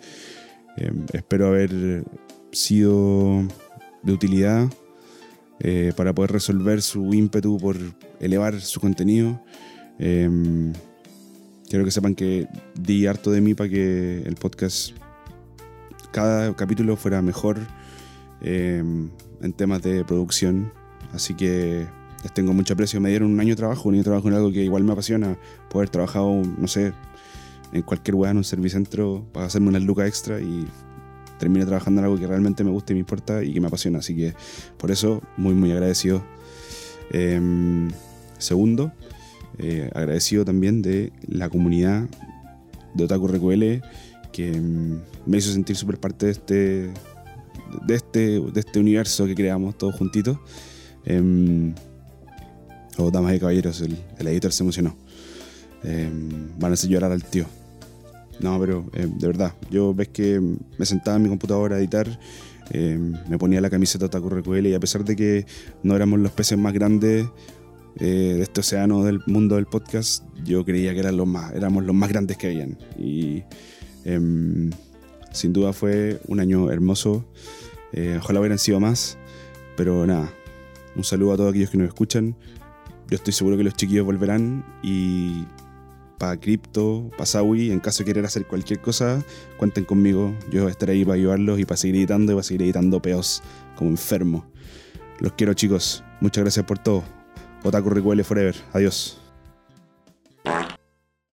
Speaker 9: Eh, espero haber sido de utilidad eh, para poder resolver su ímpetu por elevar su contenido. Em, Quiero que sepan que di harto de mí para que el podcast, cada capítulo fuera mejor eh, en temas de producción. Así que les tengo mucho aprecio. Me dieron un año de trabajo, un año de trabajo en algo que igual me apasiona. Poder trabajar, no sé, en cualquier weá, en un servicentro, para hacerme unas lucas extra y termine trabajando en algo que realmente me gusta y me importa y que me apasiona. Así que por eso, muy, muy agradecido. Em, segundo, eh, agradecido también de la comunidad de Otaku RQL que mm, me hizo sentir súper parte de este, de, este, de este universo que creamos todos juntitos. Em, o damas y caballeros, el, el editor se emocionó. Em, van a hacer llorar al tío. No, pero eh, de verdad, yo ves que me sentaba en mi computadora a editar, eh, me ponía la camiseta Otaku RQL y a pesar de que no éramos los peces más grandes eh, de este océano del mundo del podcast, yo creía que eran los más, éramos los más grandes que habían. Y em, sin duda fue un año hermoso, Eh, ojalá hubieran sido más, pero nada, un saludo a todos aquellos que nos escuchan. Yo estoy seguro que los chiquillos volverán y para Crypto, para Sawi, en caso de querer hacer cualquier cosa, cuenten conmigo. Yo estaré ahí para ayudarlos y para seguir editando y para seguir editando peos como enfermo. Los quiero chicos. Muchas gracias por todo. Otaku Recuele Forever. Adiós.